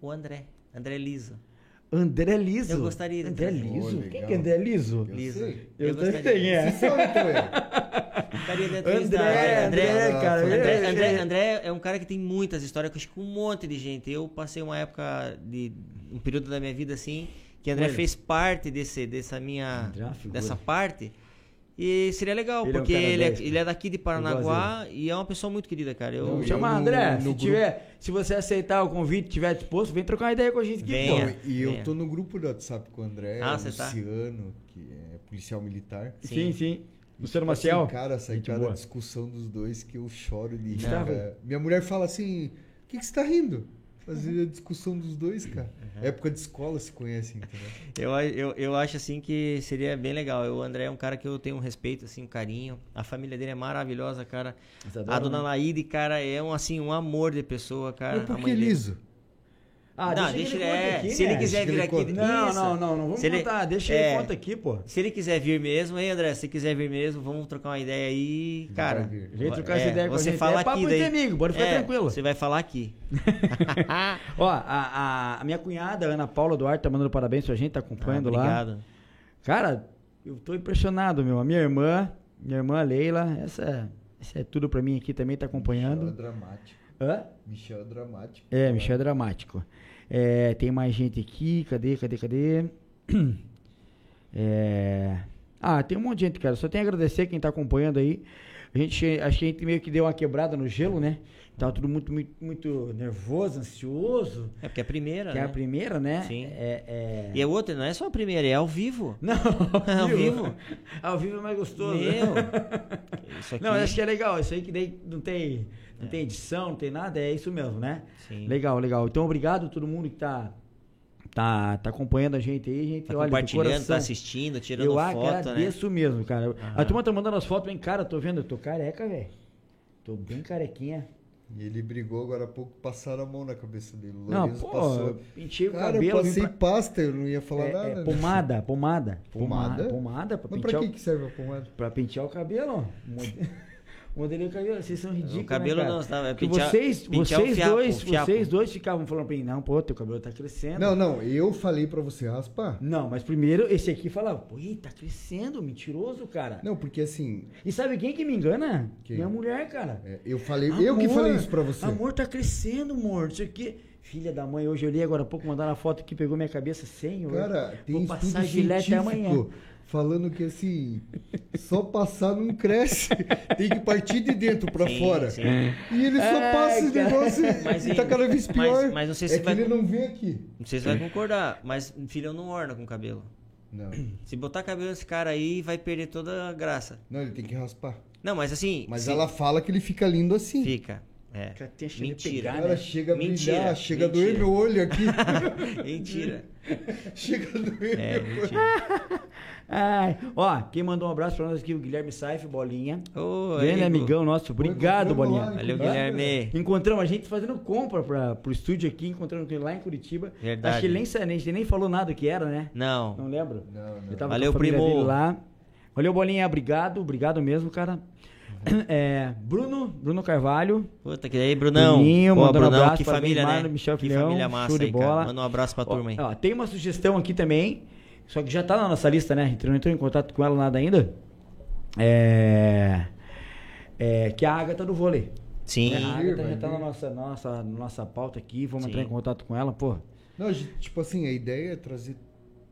B: o André, André Lisa.
A: André Liso.
B: Eu gostaria de
A: André
B: trazer.
A: Liso?
C: Oh,
A: Quem
C: legal.
A: que é André Liso?
C: Eu
B: Lisa.
C: sei.
A: Eu também
B: gostaria-
A: tenho, é.
C: Você sabe qual é?
B: gostaria de
A: André,
B: entrevistar
A: André, cara.
B: André,
A: ele-
B: André-
A: ele-
B: André é um cara que tem muitas histórias, que eu acho que um monte de gente. Eu passei uma época de um período da minha vida assim que André
A: Olha.
B: fez parte desse dessa minha
A: André é uma figura.
B: dessa parte. E seria legal,
A: Ele é um
B: porque
A: cara
B: ele, é,
A: dez, cara.
B: ele é daqui de Paranaguá e é uma pessoa muito querida, cara. Eu,
A: Vamos
C: eu
A: chamar,
C: no-
A: André.
C: no
A: se,
C: grupo-
A: tiver, se você aceitar o convite, tiver disposto, vem trocar uma ideia com a gente aqui.
B: Venha.
A: pô.
C: Não, e eu
B: Venha.
C: tô no grupo do WhatsApp com o André,
B: Ah,
C: o
B: você tá?
C: Luciano, que é policial militar.
A: Sim, sim. Luciano
C: Tipo
A: Maciel.
C: assim, Cara, sai
A: Gente
C: cada
A: boa.
C: discussão dos dois que eu choro de rir.
A: Tá,
C: cara.
A: velho.
C: Minha mulher fala assim: o que, que você tá rindo? Fazia a discussão dos dois, cara.
B: Uhum.
C: Época de escola se conhece, entendeu?
B: Eu, a- eu, eu acho assim que seria bem legal. Eu, o André é um cara que eu tenho um respeito, assim, um carinho. A família dele é maravilhosa, cara.
A: Eles adoram,
B: A dona
A: né?
B: Laíde, cara, é um assim, um amor de pessoa, cara.
C: Mas por
B: A
C: que
B: mãe dele-
C: liso?
A: Ah, deixa,
B: Não,
A: ele,
B: deixa ele-
A: conta
B: é,
A: aqui,
B: se
A: né?
B: ele quiser
C: Deixa
B: vir
C: ele
B: aqui.
C: conta.
A: Não,
B: Isso.
A: não, não, não vamos
B: Se ele-
A: contar. Deixa
B: é,
A: ele conta aqui, pô.
B: Se ele quiser vir mesmo, hein, André? Se quiser vir mesmo, vamos trocar uma ideia aí, cara.
C: vir.
A: Vem
B: va-
A: trocar essa ideia com a
B: você
A: gente.
B: Fala
A: É
B: aqui
A: papo
B: daí.
A: entre amigo, pode ficar
B: É,
A: tranquilo.
B: Você vai falar aqui.
A: Ó, a, a- a minha cunhada, Ana Paula Duarte, tá mandando parabéns pra gente, tá acompanhando lá.
B: Ah, Obrigado.
A: Cara, eu tô impressionado, meu. A minha irmã, minha irmã Leila, essa, essa é tudo pra mim aqui também, tá
C: Michel é
A: acompanhando.
C: dramático.
A: Hã?
C: Michel é dramático.
A: É, Michel é dramático. É, tem mais gente aqui. Cadê, cadê, cadê? É... Ah, tem um monte de gente, cara. Só tenho a agradecer quem tá acompanhando aí. A gente, acho que a gente meio que deu uma quebrada no gelo, né? Tava tudo muito, muito, muito nervoso, ansioso.
B: É porque é a primeira.
A: Que é
B: né?
A: a primeira, né?
B: Sim.
A: É, é-
B: E é outra, não é só a primeira, é ao vivo.
A: Não,
B: Ao
A: ao
B: vivo?
A: Ao vivo é mais gostoso.
B: Meu. Isso aqui. É.
A: Não, eu acho que é legal. Isso aí que daí não tem, não tem edição, não tem nada, é isso mesmo, né?
B: Sim.
A: Legal, legal. Então, obrigado a todo mundo que tá, tá, tá acompanhando a gente aí, gente.
B: Tá
A: olha, do
B: compartilhando,
A: coração.
B: tá assistindo, tirando
A: eu
B: foto, né? Ah.
A: agradeço mesmo, cara. A turma tá mandando as fotos, hein? Cara, eu tô vendo, eu tô careca, velho. Tô bem carequinha.
C: E ele brigou agora há pouco, passaram a mão na cabeça dele. O
A: Não,
C: Lourenço
A: pô, eu
C: passou.
A: pentei o
C: Cara,
A: cabelo.
C: eu
A: vim
C: passei
A: pra-
C: pasta, eu não ia falar
A: é, é,
C: nada. né?
A: pomada, pomada,
C: Pomada?
A: Pomada, pra
C: Mas
A: pentear
C: pra
A: o-
C: que, que serve a pomada?
A: Pra pentear o cabelo. Mode- Modelei o cabelo, vocês são ridículos.
B: cabelo
A: né, cara?
B: não, tá? É
A: Porque
B: pentear-
A: vocês,
B: pentear o
A: vocês
B: fiapo,
A: dois,
B: o fiapo.
A: vocês dois ficavam falando pra mim, não, pô, teu cabelo tá crescendo.
C: Não, não, eu falei pra você raspar.
A: Não, mas primeiro esse aqui falava, pô, ih, tá crescendo, mentiroso, cara.
C: Não, porque assim,
A: E sabe quem que me engana?
C: Quem?
A: Minha mulher, cara.
C: é, eu falei, eu que falei isso pra você.
A: Amor, tá crescendo, amor. Isso aqui. Filha da mãe, hoje eu li agora há pouco, mandaram a foto que pegou minha cabeça sem. eu
C: Cara, tem
A: Vou
C: Vou
A: passar
C: estudo
A: gilete
C: científico
A: até amanhã.
C: falando que assim, só passar não cresce, tem que partir de dentro pra
B: Sim,
C: fora.
B: sim.
A: É.
C: E ele só
A: Ai,
C: passa esse
A: cara.
C: negócio e-
B: Mas,
C: e tá
B: hein,
C: cada vez
B: mas-
C: pior.
B: mas não sei
C: é
B: se
C: que
B: vai-
C: ele não vem aqui.
B: Não sei se
A: É.
B: vai concordar, mas filho, eu não orna com cabelo.
C: Não,
B: Se botar cabelo nesse cara aí, vai perder toda a graça.
C: não, ele tem que raspar.
B: Não, mas assim.
C: Mas
B: se-
C: ela fala que ele fica lindo assim.
B: Fica. É.
A: Cara, tem a chance de
B: Mentira.
A: pegar,
C: Cara,
A: né?
C: chega a
B: Mentira,
C: brilhar, chega a doer
B: mentira.
C: meu olho aqui.
B: Mentira.
C: chega a doer
B: É,
C: meu olho.
B: mentira.
A: Ai, ó, quem mandou um abraço pra nós aqui, o Guilherme Saif, Bolinha.
B: Ô,
A: Grande
B: amigo.
A: amigão nosso, obrigado,
C: Foi, foi, foi,
A: Bolinha.
C: foi.
B: Valeu,
C: Obrigado,
B: Guilherme.
A: Encontramos a gente fazendo compra pra, pro estúdio aqui, encontramos ele lá em Curitiba.
B: Verdade.
A: Acho que ele nem, sa- nem, nem falou nada que era, né?
B: Não.
A: Não lembro.
C: Não, não.
A: Ele tava
B: Valeu,
A: com a família
B: primo.
A: dele lá. Valeu, Bolinha, obrigado, obrigado mesmo, cara. É, Bruno, Bruno Carvalho.
B: Puta que aí, Brunão.
A: Bruninho,
B: Pô,
A: mandando
B: Brunão,
A: abraço
B: que
A: pra
B: família,
A: Neymar,
B: né?
A: Michel
B: que
A: Filhão,
B: família
A: show
B: massa
A: de
B: aí, cara.
A: bola.
B: Manda um abraço pra
A: Ó,
B: turma aí.
A: ó, tem uma sugestão aqui também, só que já tá na nossa lista, né? A gente não entrou em contato com ela nada ainda. É, é, que é a Agatha do vôlei.
B: Sim.
A: É, a
C: Vir,
A: Agatha
C: vai
A: já tá
C: vir.
A: na nossa, nossa, nossa pauta aqui, vamos
B: Sim.
A: entrar em contato com ela, pô.
C: Não, a gente, tipo assim, a ideia é trazer,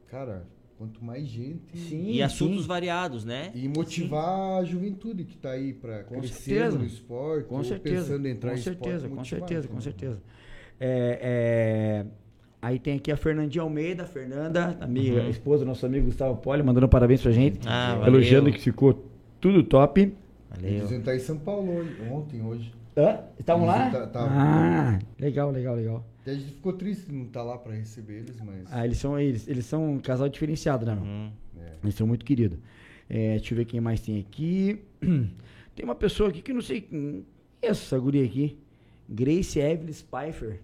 C: cara, Quanto mais gente.
A: Sim.
B: E assuntos variados, né?
C: E motivar a juventude que está aí para
A: Com
C: crescer
A: certeza.
C: no esporte,
A: Com
C: ou
A: certeza.
C: pensando em entrar
A: com
C: em
A: certeza,
C: esporte,
A: com
C: motivar,
A: certeza,
C: então.
A: com certeza. É, é, Aí tem aqui a Fernandinha Almeida, Fernanda, amiga, esposa do nosso amigo Gustavo Poli, mandando parabéns pra gente.
B: Uhum. Ah, valeu.
A: elogiando que ficou tudo top.
B: Valeu.
C: Eles tá em São Paulo hoje, ontem, hoje.
A: Hã? Estavam lá?
C: Tá- tá.
A: Ah, legal, legal, legal.
C: E a gente ficou triste de não estar lá para receber eles, mas.
A: Ah, eles são, eles, eles são um casal diferenciado, né? meu?
B: Hum.
C: é.
A: Eles são muito queridos. É, deixa eu ver quem mais tem aqui. Tem uma pessoa aqui que eu não sei. quem é Essa guria aqui. Grace Evelyn Pfeiffer.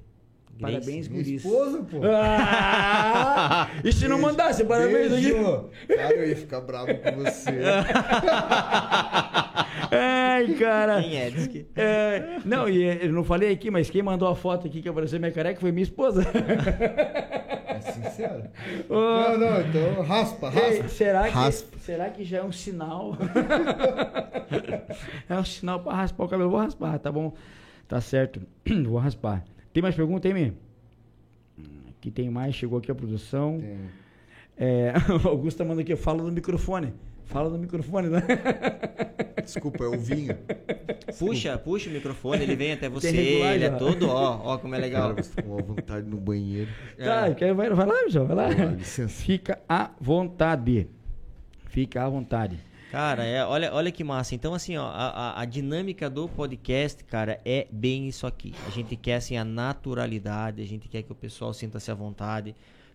A: Parabéns,
C: Minha
A: guris.
C: esposa, pô.
A: Ah! E se não
C: Beijo.
A: mandasse, parabéns aqui.
C: Beijo. Cara, eu ia ficar bravo com você.
A: Ai, cara.
B: Quem é? Diz que-
A: É, não, e é, eu não falei aqui, mas quem mandou a foto aqui que apareceu minha careca foi minha esposa.
C: É sincero.
A: Ô.
C: Não, não, então raspa,
A: Ei,
C: raspa.
A: será,
C: Raspa.
A: que, será que já é um sinal? é um sinal pra raspar o cabelo. Eu Vou raspar, tá bom? Tá certo. Vou raspar. Tem mais pergunta, hein, Mi? Hum, Aqui tem mais, chegou aqui a produção.
C: Tem.
A: É, o Augusto tá mandando aqui, fala no microfone. Fala no microfone, né?
C: Desculpa, é o vinho.
B: Puxa, puxa o microfone, ele vem até você,
A: regulagem,
B: ele é
A: ó.
B: todo, ó, ó como é legal.
C: Cara, você tá com uma vontade no banheiro.
A: Tá, quer- vai, vai lá, Michel, vai lá.
C: É. Vai lá, licença.
A: Fica à vontade. Fica à vontade.
B: Cara, é, olha, olha que massa. Então, assim, ó, a, a- a dinâmica do podcast, cara, é bem isso aqui. A gente quer, assim, a naturalidade, a gente quer que o pessoal sinta-se à vontade,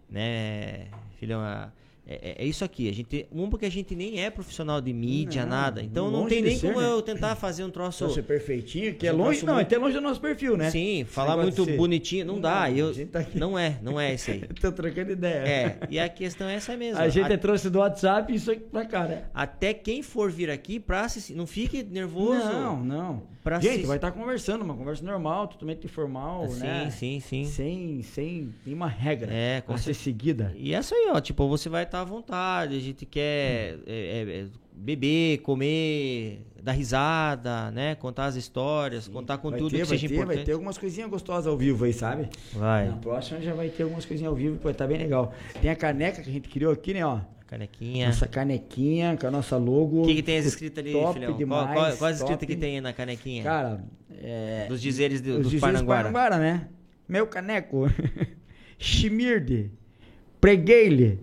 B: né, filhão? a- É, é- é isso aqui. A gente, um, porque a gente nem é profissional de mídia,
A: Não,
B: nada. Então, não
A: longe
B: tem
A: de
B: nem
A: ser,
B: como
A: né?
B: eu tentar fazer um troço...
A: Sou perfeitinho, que é
B: Eu
A: longe.
B: faço
A: Não,
B: muito-
A: até longe do nosso perfil, né?
B: Sim,
A: Esse
B: falar
A: negócio de
B: muito
A: ser-
B: bonitinho, não, dá.
A: a
B: Eu,
A: gente tá aqui.
B: Não é, não é esse aí.
A: Tô trocando ideia.
B: É, e a questão é essa mesmo.
A: A gente trouxe do WhatsApp isso aqui pra cá, né?
B: Até quem for vir aqui pra se. Não fique nervoso.
A: Não, não.
B: Pra
A: gente,
B: se-
A: vai estar conversando, uma conversa normal, totalmente informal,
B: Sim,
A: né?
B: sim, sim.
A: Sem, sem nenhuma regra
B: É, com
A: a ser seguida.
B: E essa aí, ó, tipo, você vai estar à vontade, a gente quer é, é, é, beber, comer, dar risada, né? Contar as histórias, contar conteúdo
A: vai ter,
B: que
A: vai
B: seja
A: ter,
B: importante.
A: vai ter algumas coisinhas gostosas ao vivo aí, sabe?
B: Vai.
A: Na próxima já vai ter algumas coisinhas ao vivo, pô, tá bem legal. Tem a caneca que a gente criou aqui, né, ó.
B: Canequinha.
A: Nossa canequinha com a nossa logo.
B: O que, que tem as escritas ali,
A: top
B: filhão?
A: Demais,
B: qual, qual, quais
A: top.
B: escritas que tem aí na canequinha?
A: Cara, é...
B: dos dizeres do,
A: Os
B: dos
A: dizeres
B: Parnanguara.
A: Parnanguara, né? Meu caneco. Chimirde. Pregueile.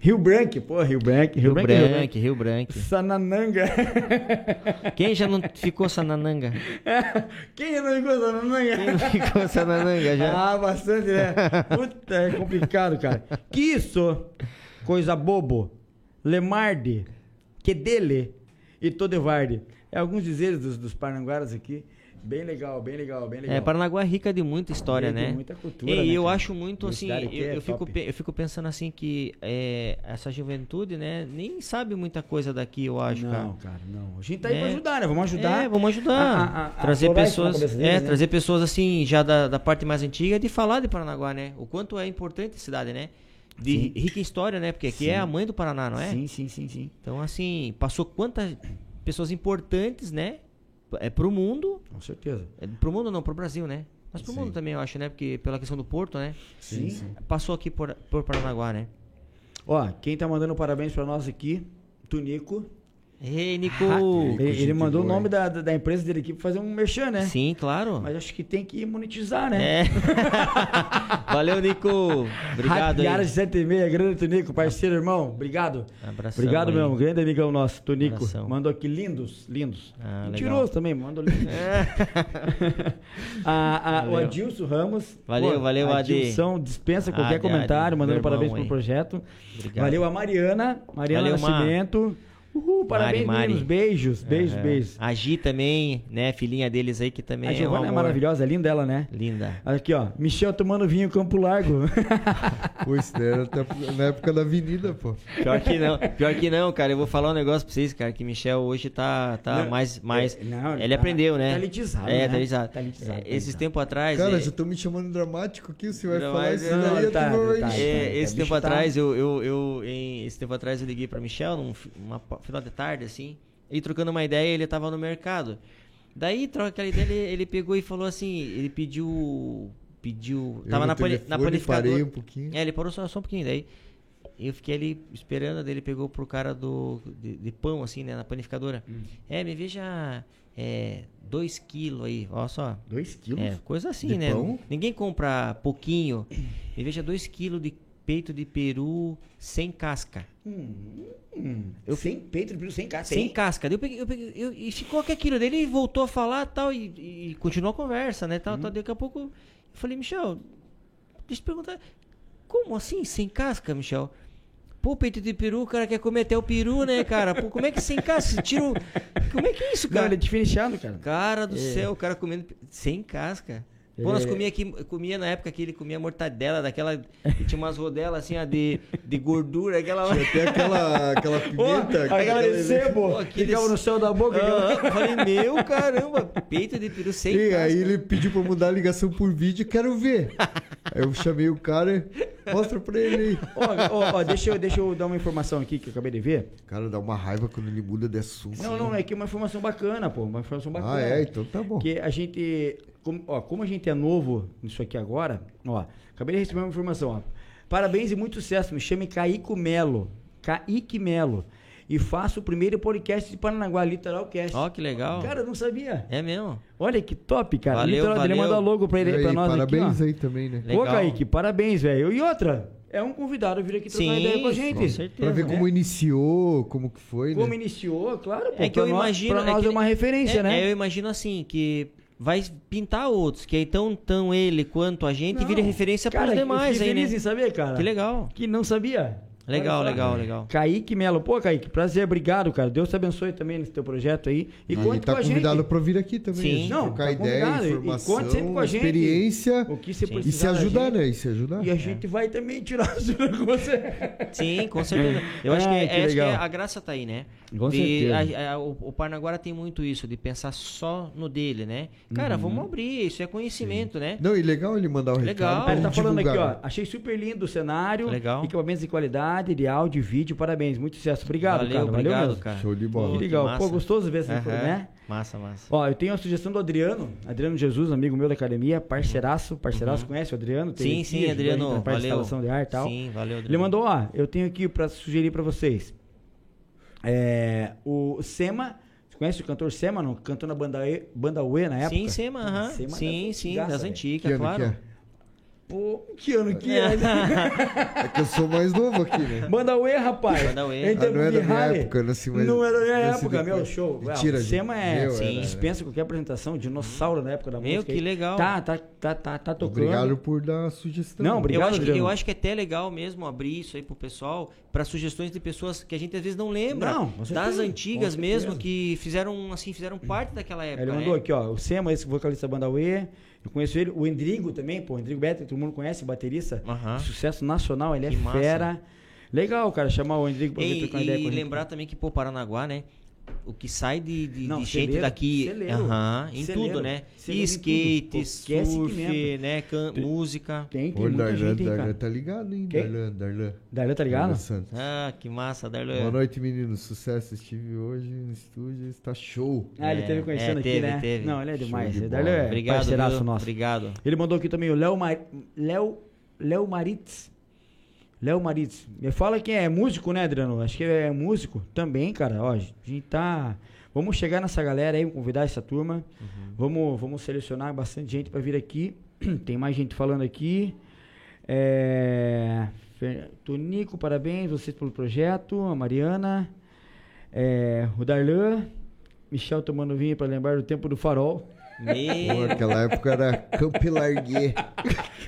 A: Rio Branco, pô, Rio Branco.
B: Rio,
A: é Rio
B: Branco, Rio Branco.
A: Sanananga.
B: Quem já não ficou sanananga?
A: Quem já não ligou
B: Quem
A: Sanananga?
B: não ficou sanananga já?
A: Ah, bastante, né? Puta, é complicado, cara. Que isso? Coisa bobo. Lemarde. Que dele. E Todevarde. É alguns dizeres dos, dos Parnanguaras aqui. Bem legal, bem legal, bem legal.
B: É, Paranaguá é rica de muita história,
A: Tem
B: né?
A: muita cultura,
B: E
A: né,
B: eu
A: cara?
B: acho muito,
A: Minha
B: assim,
A: cidade
B: eu,
A: aqui é
B: eu fico,
A: top.
B: pe- eu fico pensando assim que é, essa juventude, né, nem sabe muita coisa daqui, eu acho,
A: Não,
B: cara.
A: cara, não. A gente tá aí pra
B: É.
A: ajudar, né? Vamos ajudar.
B: É, vamos ajudar.
A: a- a- a
B: trazer
A: aflorar isso na
B: pessoas.
A: cabeça
B: É,
A: deles, né?
B: trazer pessoas assim, já da, da parte mais antiga, de falar de Paranaguá, né? O quanto é importante a cidade, né? De
A: Sim.
B: rica em história, né? Porque aqui
A: Sim.
B: é a mãe do Paraná, não é?
A: Sim, sim, sim, sim.
B: Então, assim, passou quantas pessoas importantes, né? É pro mundo.
A: Com certeza.
B: É, pro mundo não, pro Brasil, né? Mas pro
C: Sim.
B: mundo também, eu acho, né? Porque pela questão do Porto, né?
A: Sim.
B: Passou aqui por, por Paranaguá, né?
A: Ó, quem tá mandando parabéns pra nós aqui, Tunico.
B: Ei, Nico!
A: Ele, ele
C: gente
A: mandou o
C: boa,
A: nome
C: hein?
A: da, da- da empresa dele aqui pra fazer um merchan, né?
B: é. Sim, claro.
A: Mas acho que tem que monetizar, né?
B: É. Valeu, Nico! Obrigado
A: Rapiara de
B: aí. Ah.
A: 76, grande Tunico, parceiro, irmão. Obrigado.
B: Abração
A: Obrigado
B: aí.
A: mesmo, grande amigão nosso, Tunico.
B: Abração.
A: Mandou aqui lindos, lindos.
B: Ah,
A: Mentiroso
B: legal. É.
A: também, mandou lindos. A- a- o
B: Valeu.
A: Adilson Ramos.
B: Valeu, valeu, Adi.
A: Adilson, dispensa qualquer
B: Adi, Adi,
A: comentário,
B: meu
A: mandando
B: irmão
A: parabéns
B: aí.
A: pelo projeto.
B: Obrigado.
A: Valeu a Mariana, Mariana
B: Valeu, Mar.
A: Nascimento. Uhul, parabéns,
B: Mari. É.
A: meninos. Beijos, beijos,
B: Aham.
A: beijos.
B: A Gi também, né? Filhinha deles aí, que também
A: A
B: é um
A: Giovana é
B: amor.
A: maravilhosa, é linda ela, né?
B: Linda.
A: Aqui, ó. Michel tomando vinho Campo Largo.
C: Pô, isso daí né? era até na época da avenida, pô.
B: Pior que não, pior que não, cara. Eu vou falar um negócio pra vocês, cara, que Michel hoje tá, tá
A: Não,
B: mais. mais
A: é, não,
B: ele
A: tá-
B: aprendeu, né?
A: talentizado,
B: É,
A: né?
B: talentizado.
A: Talentizado,
B: É, Esses
A: talentizado.
B: tempos atrás.
C: Cara,
B: é-
C: já tô me chamando dramático aqui, você vai
B: Não,
C: falar
B: mas é-
C: isso
B: não,
C: daí, eu
A: tá,
C: tô
A: tá,
C: vai-
A: tá.
B: É, esse
A: o
B: tempo
A: bicho tá-
B: atrás, eu, eu, eu em- esse tempo atrás eu liguei pra Michel, num fi- uma pa- final de tarde, assim, e trocando uma ideia, ele tava no mercado. Daí, troca aquela ideia, ele, ele pegou e falou assim, ele pediu. Pediu.
C: Eu
B: Tava
C: no
B: na, pani- na
C: telefone,
B: panificadora.
C: parei um pouquinho.
B: É, ele parou só, só um pouquinho daí. Eu fiquei ali esperando, daí ele pegou pro cara do, de, de pão, assim, né, na panificadora.
C: Hum.
B: É, me veja 2 quilos aí, ó só.
A: 2 quilos?
B: É, coisa assim,
C: De
B: né?
C: pão?
B: Ninguém compra pouquinho. Me veja 2 quilos de peito de peru sem casca.
A: Hum, eu sem peito de peru, sem casca.
B: Sem
A: hein?
B: casca. Daí Eu peguei, eu peguei, eu- e ficou aqui aquilo. Daí ele voltou a falar tal, e, e continuou a conversa, né? Tal,
A: Hum.
B: tal. Daqui a pouco eu falei, Michel, deixa eu te perguntar. Como assim sem casca, Michel? Pô, peito de peru, o cara quer comer até o peru, né, cara? Pô, como é que sem casca? Você Tira o... Como é que é isso,
A: Não, ele
B: cara?
A: é diferenciado, cara.
B: Cara
A: É.
B: do céu, o cara comendo pe- sem casca. Pô, nós comia aqui, comia na época que ele comia mortadela, daquela. que Tinha umas rodelas assim, ó, de, de gordura, aquela.
C: Até aquela, aquela pimenta. aquela-
B: Pô, aquele
A: Ficava no céu da boca. aquela-
B: Ah, eu falei, meu caramba, peito de peru sem
C: E
B: casca.
C: aí ele pediu pra mudar a ligação por vídeo, quero ver. Aí eu chamei o cara, mostra pra ele aí.
A: Ó, ó, ó, deixa, eu, deixa eu dar uma informação aqui que eu acabei de ver.
C: Cara, dá uma raiva quando ele muda de assunto. né?
A: Não, não, é que é uma informação bacana, pô. Uma informação bacana.
C: Ah, é? Então tá bom.
A: Porque a gente. Como, ó, como a gente é novo nisso aqui agora, ó, acabei de receber uma informação, ó. Parabéns e muito sucesso. Me chame Caíco Melo. Caíque Melo. E faço o primeiro podcast de Paranaguá, Litoralcast.
B: Ó, que legal.
A: Cara, eu não sabia.
B: É mesmo.
A: Olha que top, cara.
B: Valeu,
A: Litoral dele
B: valeu.
A: manda logo pra,
C: E
A: ele,
C: aí,
A: pra nós
C: parabéns
A: aqui, ó.
C: aí também, né?
B: Legal.
A: Ô, Kaique, parabéns, velho. E outra, é um convidado vir aqui trocar
B: Sim,
A: ideia com a
B: com
A: gente.
B: certeza. né?
C: Pra ver como iniciou, como que foi,
A: né? Como
C: né?
A: iniciou, claro, pô,
B: É que
A: pra
B: eu
A: nós-
B: imagino.
A: Pra nós é,
B: que-
A: uma referência,
B: é,
A: né?
B: É, eu imagino assim, que vai pintar outros, que aí tão, tão ele quanto a gente vira referência para
A: Cara,
B: os
A: eu
B: demais
A: fiquei
B: aí, né?
A: feliz em saber, cara.
B: Que legal.
A: Que não sabia.
B: Legal,
A: Olha só.
B: legal, legal.
A: Kaique Melo. Pô, Kaique, prazer, obrigado, cara. Deus te abençoe também nesse teu projeto aí. E,
C: E
A: conte
C: tá
A: com a
C: convidado
A: gente.
C: pra vir aqui também.
B: Sim.
C: a gente
A: Não,
C: trocar
A: tá
C: ideia,
A: convidado. E- e
C: informação,
A: conte sempre com a gente.
C: experiência.
A: O que você
B: Sim.
C: E se
A: precisar da
C: ajudar,
A: gente.
C: né? E se ajudar.
A: E a gente vai também tirar o seu com você.
B: Sim, com certeza. Eu acho, que, é,
A: Ai, que
B: acho que
A: legal.
B: a graça tá aí, né?
A: Com
B: De-
A: certeza.
B: a- a- o, o Parnaguara tem muito isso, de pensar só no dele, né? Cara,
A: Uhum.
B: vamos abrir, isso é conhecimento, né?
C: Não, e legal ele mandar o
B: Legal.
C: recado. pra
A: Ele tá
C: gente
A: falando aqui,
C: divulgar,
A: ó. Achei super lindo o cenário.
B: Legal.
A: Equipamentos de qualidade, de áudio e vídeo. Parabéns. Muito sucesso. Obrigado,
B: Valeu,
A: cara.
B: obrigado,
A: mesmo.
B: cara.
C: Show de bola.
B: Pô,
A: Que
C: que
A: legal.
B: massa.
A: Pô, gostoso ver essa
B: Aham.
A: coisa, né?
B: Massa, massa.
A: Ó, eu tenho a sugestão do Adriano. Adriano Jesus, amigo meu da academia, parceiraço, parceiraço, conhece o Adriano? Teve
B: Uhum. Sim,
A: aqui,
B: sim,
A: ajudou a gente
B: Adriano,
A: na parte de
B: valeu.
A: instalação de ar e tal.
B: Sim, valeu, Adriano.
A: Ele mandou, ó, eu tenho aqui pra sugerir pra vocês. É, o Sema, você conhece o cantor Sema, não? Cantou na banda, e, banda UE na época?
B: Sim, Sema, aham.
A: Sema
B: Sim,
A: das
B: sim,
A: antigaças,
B: das
A: velho.
B: antigas,
C: ano
B: claro.
C: que
A: Pô, que ano que é?
C: é? É que eu sou mais novo aqui, né?
A: Banda UE, um rapaz.
B: Banda UE.
A: Em
B: Ah,
A: tempo
C: não é
A: de
C: da minha
A: rally.
C: época, eu nasci mais-
A: Não era da minha
C: nasci
A: época,
C: depois.
A: meu, show.
C: é Mentira,
A: Ah, o Sema é,
C: meu,
A: sim,
C: era-
A: dispensa qualquer apresentação, dinossauro na época da
B: Meu,
A: música.
B: que
A: aí.
B: legal.
A: Tá, tá, tá, tá, tá tocando.
C: Obrigado por dar a sugestão.
A: Não, obrigado.
B: eu, acho que,
A: Adriano.
B: eu acho que é até legal mesmo abrir isso aí pro pessoal, para sugestões de pessoas que a gente às vezes não lembra,
A: Não, com certeza,
B: das antigas
A: com
B: mesmo,
A: certeza.
B: que fizeram assim, fizeram parte daquela época,
A: Ele
B: né?
A: mandou aqui, ó. O Sema, esse vocalista da banda UE. Eu conheço ele. O Endrigo também, pô. O Endrigo Beto, todo mundo conhece, baterista.
B: Aham.
A: de Sucesso nacional, ele
B: Que
A: é
B: massa.
A: fera. Legal, cara, chamar o Endrigo pra vir
B: E,
A: trocar ideia
B: e
A: com a gente.
B: lembrar também que, pô, Paranaguá, né? O que sai de, de,
A: Não,
B: de gente
A: celeiro,
B: daqui.
A: celeiro,
B: Aham, em
A: celeiro,
B: tudo, né?
A: celeiro em tudo. Pô,
B: Skate,
A: esquece que
B: surf,
A: mesmo.
B: né? can- música.
A: Tem, tem
C: Pô,
A: muita
C: Darlan,
A: gente, hein,
C: Darlan
A: cara.
C: tá ligado, hein?
A: Quem?
C: Darlan, Darlan.
A: Darlan, tá ligado?
C: Darlan Santos.
B: Ah, que massa,
A: É.
B: Darlan.
C: Boa noite, meninos. Sucesso. Estive hoje no estúdio. Está show.
A: Ah, ele
B: É,
A: teve conhecendo
B: é,
A: aqui,
B: teve,
A: né?
B: teve.
A: Não, ele é
C: Show
A: demais.
C: de
A: Darlan
C: bola.
A: é
B: Obrigado,
A: parceiraço
B: viu?
A: nosso.
B: Obrigado.
A: Ele mandou aqui também o Léo Mar... Léo... Léo Maritz. Léo Maritz. Me fala quem é músico, né, Adriano? Acho que é músico também, cara. Ó, a gente tá... Vamos chegar nessa galera aí, convidar essa turma. Vamos, vamos selecionar bastante gente pra vir aqui. Tem mais gente falando aqui. É... Fer- Tonico, parabéns vocês pelo projeto. A Mariana. É... O Darlan. Michel tomando vinho pra lembrar do tempo do farol.
C: Pô,
B: Meu,
C: aquela época era Camp Larguer.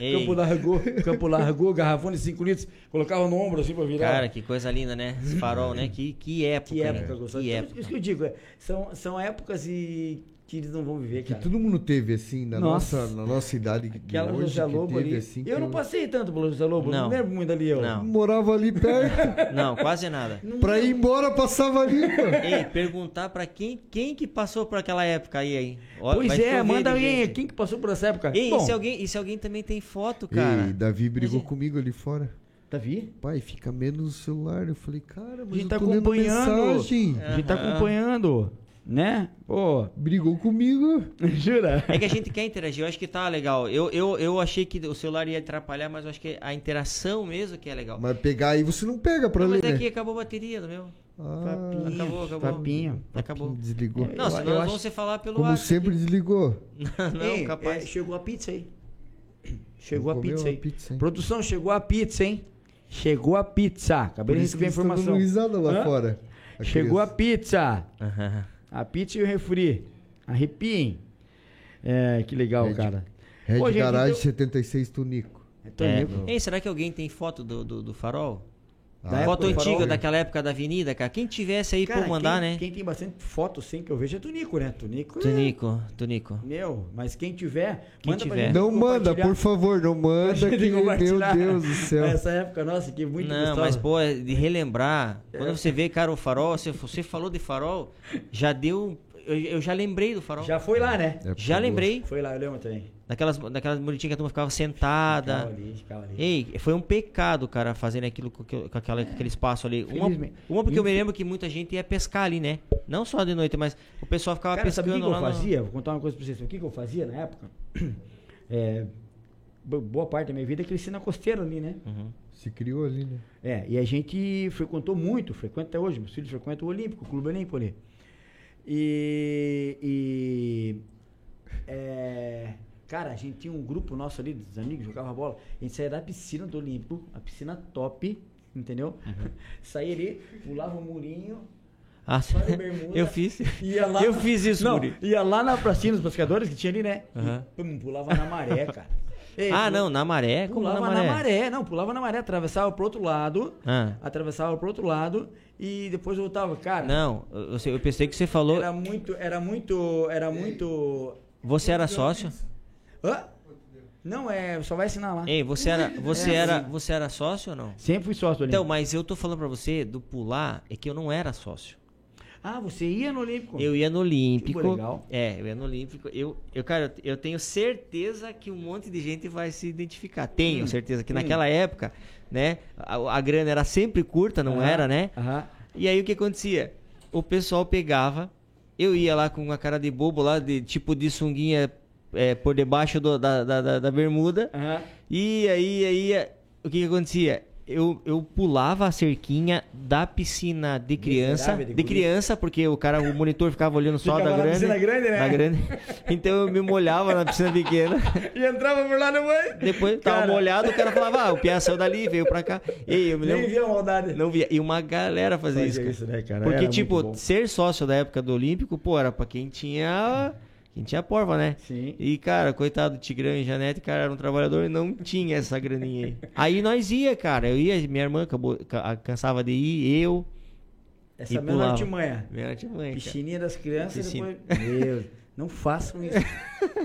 B: ei,
A: Campo largou, campo largou, garrafão de 5 litros, colocava no ombro assim pra virar.
B: cara, que coisa linda, né? Esse farol, né? Que, que época,
A: que época
B: né?
A: gostosa.
B: Que
A: Então,
B: época.
A: Isso que eu digo, é, são, são épocas e que eles não vão viver,
C: Que
A: cara.
C: todo mundo teve, assim, na
A: Nossa.
C: nossa, na nossa idade. de
A: Aquela
C: hoje,
A: José
C: que
A: Lobo
C: teve,
A: ali.
C: assim, que
A: eu não passei tanto pelo José Lobo, não,
B: Não.
A: lembro muito ali, eu.
B: Não.
C: Morava ali perto.
B: Não, quase nada.
C: pra ir embora, passava ali, pô.
B: Ei, perguntar pra quem, quem que passou por aquela época aí, aí. Olha,
A: Pois
B: vai
A: é,
B: chover
A: manda
B: de
A: alguém,
B: gente.
A: quem que passou por essa época?
B: Ei,
A: Bom,
B: e se alguém, e se alguém também tem foto, cara?
C: Ei, Davi brigou
B: Mas é-
C: comigo ali fora.
A: Davi?
C: Pai, fica menos no celular. Eu falei, cara, mas
A: A gente
C: eu
A: tá
C: tô lendo
A: acompanhando. É.
C: mensagem.
A: A gente tá acompanhando. Né? Pô,
C: Brigou comigo.
A: jura?
B: É que a gente quer interagir, eu acho que tá legal. Eu, eu, eu achei que o celular ia atrapalhar, mas eu acho que a interação mesmo que é legal.
C: Mas pegar aí você não pega pra
B: Não,
C: ler,
B: mas
A: é
C: né?
B: aqui acabou a bateria do meu.
C: Ah,
A: Tá,
B: Acabou, acabou.
A: Papinho.
B: Acabou.
C: desligou.
B: Não,
A: Tá Eu-
B: senão
A: eu
B: nós
A: acho-
B: vamos se falar pelo
C: Como
B: ar.
C: sempre, desligou.
B: Não,
A: Ei,
B: capaz.
A: é, chegou a pizza aí. Chegou a
C: Comeu
A: pizza
C: a
A: aí.
C: pizza, hein?
A: Produção, chegou a pizza, hein? Chegou a pizza. Acabei
C: Por
A: de
C: isso que
A: receber a
C: eles estão dando
A: informação.
C: risada lá
A: Hã?
C: fora.
A: Chegou a pizza.
B: Aham.
A: A pizza e o refri. Arrepiem. É, que legal,
C: Red-
A: cara.
C: Red
A: Pô, gente,
C: Garage
A: então-
C: 76 Tunico.
A: Então,
B: É.
A: nego,
B: Ei, será que alguém tem foto do, do, do farol?
A: Da época
B: foto
A: do
B: antiga
A: farol? né?
B: daquela época da avenida, cara. Quem tivesse aí
A: cara,
B: por mandar,
A: quem,
B: né?
A: Quem tem bastante foto sem que eu veja é Tunico, né? Tunico. é
B: Tunico, Tunico.
A: Meu, mas quem tiver,
B: Quem
A: manda pra
B: tiver.
A: gente
C: Não manda,
A: É. compartilhar.
C: por favor, não
A: Pra
C: manda.
A: gente
C: Que, meu
A: compartilhar.
C: Deus do céu.
A: Essa época nossa que muito
B: Não,
A: gostosa. É.
B: mas pô, é de relembrar. Quando você vê, cara, o farol, você, você falou de farol, já deu. Eu, eu já lembrei do farol. Já,
A: Já foi lá, né?
C: É, por favor.
B: lembrei.
A: Foi lá, eu lembro também.
B: Daquelas, daquelas bonitinhas que a turma ficava sentada.
A: Ficava ali, ficava ali.
B: Ei, foi um pecado, cara, fazendo aquilo com, aquele- com aquela- aquele espaço ali. Uma,
A: Felizmente.
B: uma porque eu me lembro que muita gente ia pescar ali, né? Não só de noite, mas o pessoal ficava
A: Cara, sabe
B: pescando
A: o que, que
B: lá.
A: eu
B: no-
A: fazia? Vou contar uma coisa pra vocês. O que, que eu fazia na época? É, bo- boa parte da minha vida eu cresci na costeira ali, né?
B: Uhum.
C: Se criou ali, né?
A: É, e a gente frequentou muito, frequenta até hoje. Meus filhos frequentam o Olímpico, o Clube Olímpico ali. E. e é, cara, a gente tinha um grupo nosso ali, dos amigos, jogava bola. A gente saía da piscina do Olímpico, a piscina top, entendeu?
B: Uhum.
A: Saía ali, pulava o murinho,
B: Ah,
A: Só de bermuda.
B: eu fiz.
A: Ia lá
B: eu fiz isso,
A: não,
B: Guri.
A: Ia lá na pracinha dos pescadores que tinha ali, né? E,
B: Aham.
A: pum, pulava na maré, cara. Ei,
B: ah,
A: pula-
B: não, na maré? Como
A: Pulava
B: na maré?
A: na maré, não, pulava na maré, atravessava pro outro lado,
B: Ah.
A: atravessava pro outro lado e depois voltava. Cara,
B: Não, eu, eu- eu pensei que você falou.
A: era muito, era muito, era muito...
B: Você era sócio?
A: Hã? Não, é, só vai assinar lá.
B: Ei, você era, você
A: É,
B: era,
A: assim.
B: você era sócio ou não?
A: Sempre fui sócio ali.
B: Então, mas eu tô falando pra você do pular, é que eu não era sócio.
A: ah, você ia no Olímpico?
B: Eu ia no Olímpico.
A: Que legal.
B: É, eu ia no Olímpico. Eu, eu, cara, eu tenho certeza que um monte de gente vai se identificar. Tenho
A: Hum,
B: certeza que
A: hum.
B: naquela época, né, a, a grana era sempre curta, não
A: Aham,
B: era, né?
A: Aham.
B: E aí o que acontecia? O pessoal pegava, eu ia lá com uma cara de bobo lá, de tipo de sunguinha é, por debaixo do- da, da, da- da bermuda.
A: Aham.
B: E aí, aí, é, o que, que acontecia? Eu, eu pulava a cerquinha da piscina de criança.
A: Miserável de
B: De,
A: guri.
B: criança, porque o cara, o monitor ficava olhando só
A: Ficava
B: da
A: na
B: grande.
A: piscina grande, né?
B: Da grande. Então eu me molhava na piscina pequena.
A: E entrava por lá no banho.
B: Depois tava
A: Cara.
B: molhado, o cara falava, ah, o Pia saiu dali, veio pra cá. Ei, eu me
A: Nem
B: lembro.
A: via maldade.
B: Não via. E uma galera fazia,
A: Fazia
B: isso, cara.
A: isso, né, cara?
B: Porque,
A: Era muito bom.
B: tipo, ser sócio da época do Olímpico, pô, era pra quem tinha. Quem tinha porva, né?
A: Sim.
B: E, cara, coitado, Tigrão e Janete, cara, era um trabalhador e não tinha essa graninha aí. aí nós ia, cara. Eu ia, minha irmã acabou, ca- cansava de ir, eu.
A: Essa
B: e
A: mesma
B: pulava.
A: artimanha.
B: Minha artimanha, cara.
A: Piscininha das crianças
B: Piscina.
A: depois. Meu, não façam isso.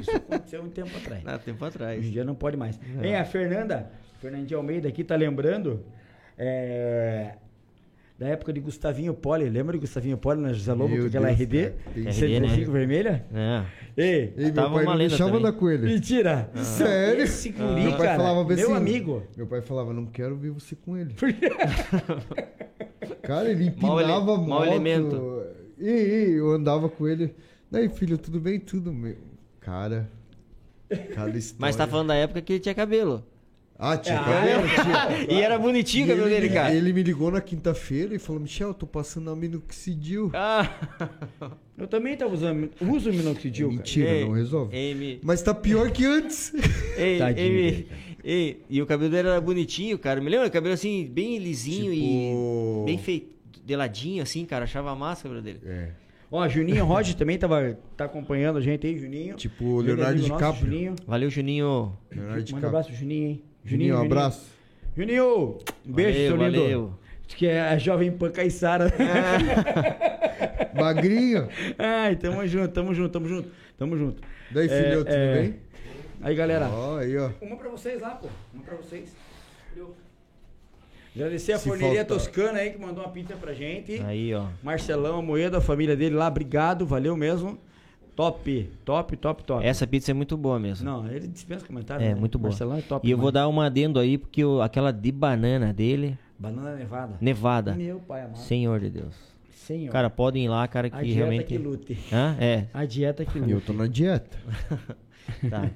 A: Isso aconteceu um tempo atrás.
B: Há Ah, tempo
A: Hoje em
B: atrás.
A: Um dia não pode mais.
B: é.
A: Hein, a Fernanda, Fernandinha Almeida aqui tá lembrando é, da época de Gustavinho Poli. Lembra de Gustavinho Poli na José Lobo
C: Meu
A: com aquela
C: Deus,
A: RD?
C: cara. Tem-
B: né?
A: 105 vermelha?
B: É.
A: Ei,
C: Ei, meu
B: Tava
C: pai
B: uma
C: não
B: lenda
C: deixava
B: também.
C: andar com ele.
A: mentira!
C: Ah. Sério?
A: Esse guri,
C: Meu pai
A: cara,
C: falava
A: meu
C: assim,
A: amigo.
C: Meu pai falava, não quero ver você com ele. Cara, ele
B: Mau ele-
C: empinava
B: mau
C: moto.
B: elemento.
C: E, e eu andava com ele. Daí, filho, tudo bem? Tudo, meu. Cara. Cada história.
B: Mas tá falando da época que ele tinha cabelo.
C: Ah, tinha
A: Ah,
C: cabelo,
B: e era bonitinho o cabelo dele, cara.
C: Ele me ligou na quinta-feira e falou: Michel, eu tô passando aminoxidil.
B: Ah.
A: Eu também tava usando. Uso minoxidil, cara.
C: Mentira,
B: Ei,
C: não resolve.
B: ei, me-
C: Mas tá pior que antes.
B: Ei,
A: Tadinho
B: ei,
A: dele,
B: ei, e o cabelo dele era bonitinho, cara. Me lembra? Cabelo assim, bem lisinho
C: Tipo-
B: e bem feito, de ladinho, assim, cara. Achava massa o cabelo dele.
C: É.
A: Ó, Juninho Roger também tava, tá acompanhando a gente aí, Juninho.
C: Tipo
A: Grande
C: Leonardo
A: amigo nosso,
C: DiCaprio.
A: Juninho.
B: Valeu, Juninho.
C: Leonardo
A: Manda um
C: DiCaprio.
A: abraço pro Juninho, hein?
C: Juninho, um abraço.
A: Juninho, um beijo, seu
B: Valeu,
A: lindo.
B: valeu.
A: Diz que é a jovem Pan Caissara.
C: É. Magrinho.
A: Ai, tamo junto, tamo junto, tamo junto, tamo junto.
C: Daí,
A: É,
C: filhão, tudo
A: é.
C: bem?
A: Aí, galera.
C: Tá. Ó, aí, ó.
A: Uma pra vocês lá, pô. Uma pra vocês. Agradecer a
C: Se
A: forneria
C: faltar.
A: toscana aí, que mandou uma pizza pra gente.
B: Aí, ó.
A: Marcelão, a moeda, a família dele lá, obrigado, valeu mesmo. Top, top, top, top.
B: Essa pizza é muito boa mesmo.
A: Não, ele dispensa comentário.
B: é,
A: né?
B: muito boa.
A: Marcelão é top.
B: e eu vou
A: mano.
B: dar um adendo aí, porque eu- aquela de banana dele,
A: Banana nevada.
B: nevada.
A: Meu pai amado.
B: Senhor de Deus.
D: Senhor.
B: Cara, podem ir lá, cara, que
D: a dieta
B: realmente.
A: que lute.
B: Hã? É,
D: a dieta que
C: Eu tô na dieta,
B: tá.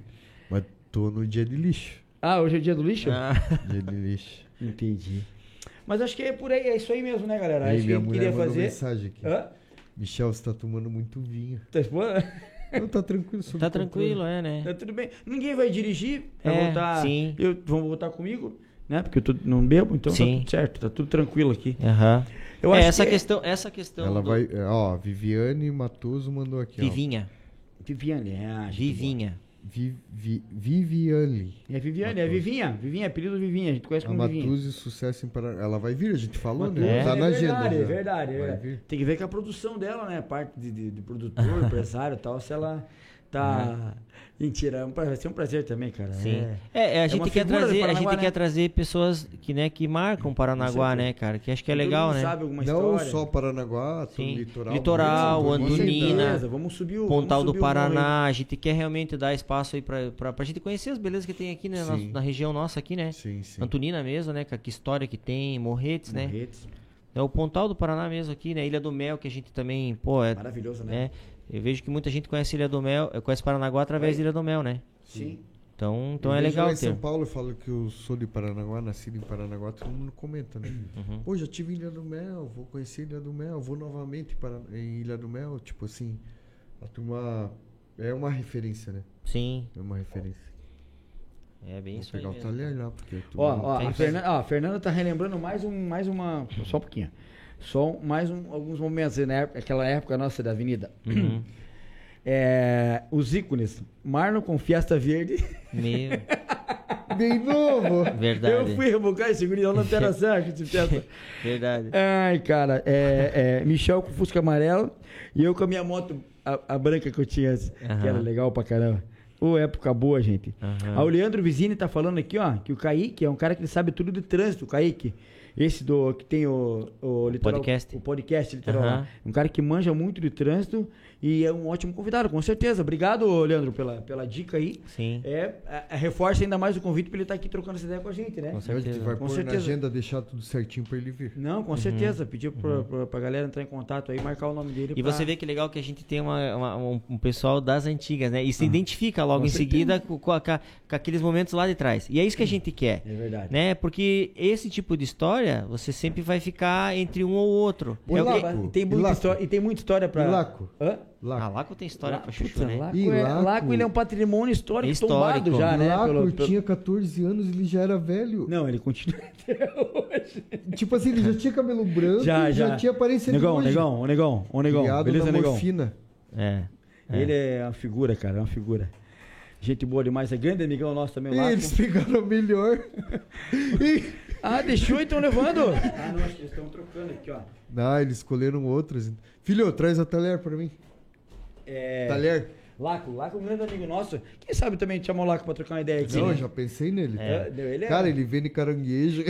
C: mas tô no dia de lixo.
D: Ah, hoje é o dia do lixo?
B: Ah,
C: Dia de lixo.
D: Entendi.
A: Mas acho que é por aí, é isso aí mesmo, né, galera?
C: Aí
A: acho que
C: minha
A: eu queria
C: mulher mandou
A: fazer.
C: mensagem aqui.
A: Hã?
C: Michel, você tá tomando muito vinho.
A: Tá expondo?
C: Não, tá tranquilo. sob
B: tá
C: controle.
B: tranquilo, é, né?
A: Tá tudo bem. Ninguém vai dirigir, vai
B: É,
A: voltar.
B: sim.
A: Eu, vão voltar comigo, né? Porque eu tô- não bebo, então
B: Sim.
A: tá tudo certo, tá tudo tranquilo aqui.
B: Aham.
A: Eu
B: É,
A: acho
B: essa
A: que é-
B: questão, essa questão
C: Ela
B: do-
C: vai... é, Ó, Viviane Matoso mandou aqui,
B: Vivinha.
A: Viviane, é. acho que
B: Vivinha.
C: ó. Vi, vi, Viviane.
A: bom. É Viviane, é Vivinha. Vivinha, apelido Vivinha, a gente conhece
C: A
A: como Vivinha.
C: Matuso e sucesso em Paraná. Ela vai vir, a gente falou, né?
B: Matuso,
C: Tá na
A: é
C: agenda.
A: verdade,
C: já.
A: é verdade, é
C: Vai
A: verdade.
C: vir.
A: Tem que ver com a produção dela, né? Parte de, de- de produtor, empresário e tal, se ela tá. Mentira, é um pra- vai ser um prazer também, cara.
B: Né? Sim.
A: É.
B: É, é, a
A: É
B: gente
A: uma
B: quer
A: figura do
B: trazer, a
A: Paranaguá,
B: gente
A: né?
B: quer trazer pessoas que, né, que marcam Paranaguá, né, cara? Que acho que é
A: Todo
B: legal,
A: mundo
B: né?
A: sabe alguma
C: Não
A: história.
C: só Paranaguá, todo
B: Sim.
C: litoral. um
B: Litoral,
C: Bonito,
A: Com
C: Bonito.
B: Antonina.
A: certeza, Vamos subir o vamos
B: Pontal do
A: subir o morro aí.
B: Paraná, a gente quer realmente dar espaço aí pra, pra, pra gente conhecer as belezas que tem aqui, né? Na,
C: Sim.
B: na região nossa aqui, né?
C: Sim, sim.
B: Antonina mesmo, né? cara? Que história que tem, Morretes, né?
A: Morretes,
B: É o Pontal do Paraná mesmo aqui, né? Ilha do Mel, que a gente também, pô, é,
A: Maravilhoso, né?
B: né? Eu vejo que muita gente conhece Ilha do Mel, eh, conhece Paranaguá através da Ilha do Mel, né?
A: Sim.
B: Então, então
C: Eu
B: é
C: vejo lá
B: legal
C: em
B: ter.
C: São Paulo eu falo que eu sou de Paranaguá, nascido em Paranaguá, todo mundo comenta, né?
B: Uhum.
C: Pô, já tive em Ilha do Mel, vou conhecer Ilha do Mel, vou novamente para, em Ilha do Mel. Tipo assim, a turma é uma referência, né?
B: Sim,
C: É uma referência.
B: é bem
C: Vou
B: isso aí.
C: pegar o
B: mesmo.
C: talher lá, porque a
A: Ó,
C: turma não
A: ó,
B: tem
A: a
B: que-
A: Fernanda, ó, a Fernanda tá relembrando mais um, mais uma, só um pouquinho. Só um- mais um- alguns momentos aí na época, aquela época nossa da Avenida.
B: Uhum.
A: É, os ícones, Marlon com Fiesta Verde.
B: Meu,
C: tem. Bem novo!
B: verdade.
A: Eu fui rebocar esse guridão na Terra Sangue, de Fiesta.
B: Verdade.
A: Ai, cara, é, é, Michel com Fusca Amarelo e eu com a minha moto, a, a branca que eu tinha, que era
B: Aham.
A: legal pra caramba. Ô, época boa, gente.
B: Aham.
A: Ah, o Leandro Vizini tá falando aqui, ó, que o Kaique é um cara que ele sabe tudo de trânsito, o Kaique. Esse do que tem o, o litoral-
B: podcast.
A: O podcast literal.
B: Aham.
A: lá. Um cara que manja muito de trânsito e é um ótimo convidado, com certeza. Obrigado, Leandro, pela, pela dica aí.
B: Sim.
A: É, a- a- reforça ainda mais o convite pra ele estar aqui trocando essa ideia com a gente, né?
B: Com
C: A gente
B: certeza.
C: vai
A: Com
C: pôr na
A: certeza.
C: agenda, deixar tudo certinho pra ele vir.
A: Não,
B: Uhum.
A: com certeza. Pedir pra, pra, pra galera entrar em contato aí, marcar o nome dele.
B: E
A: pra-
B: você vê que legal que a gente tem uma- uma- um, um pessoal das antigas, né? E se identifica logo em seguida com, com a- com a- com aqueles momentos lá de trás. E é isso que a gente quer.
A: É verdade.
B: Né? Porque esse tipo de história, você sempre vai ficar entre um ou outro.
A: E
B: é o
A: lá-
B: que...
A: e tem muita
C: Ilaco.
A: história, e tem muita história pra.
C: E Laco?
A: Hã?
B: Ah,
C: Lá,
B: lá que eu tenho história pra chuchu,
A: Puta,
B: né?
A: Laco,
C: E
A: é,
C: Laco-
A: Laco, ele é um patrimônio histórico,
B: Histórico.
A: tombado já, né?
C: Laco
A: Pelo- Né? pelo-
C: tinha 14 anos e ele já era velho.
A: Não, ele continua até hoje.
C: Tipo assim, ele já tinha cabelo branco,
A: Já,
C: e
A: já.
C: já tinha aparência
A: negão,
C: de hoje.
A: negão, ô negão, ô negão.
C: Criado
A: Beleza,
C: na
A: negão.
C: morfina.
B: É. É.
A: Ele é uma figura, cara, é uma figura. Gente boa demais, é grande amigão nosso também, o
C: E
A: Laco.
C: eles pegaram a melhor. E-
A: Ah, deixou então levando? ah, não, acho que eles estão trocando aqui, ó.
C: Não, eles escolheram outras. Filho, traz a talher pra mim.
A: É.
C: Talher.
A: Laco, Laco é um grande amigo nosso. Quem sabe também chamar o Laco pra trocar uma ideia aqui. né?
C: Não, eu já pensei nele.
A: É, não, ele é-
C: Cara, ele vende caranguejo.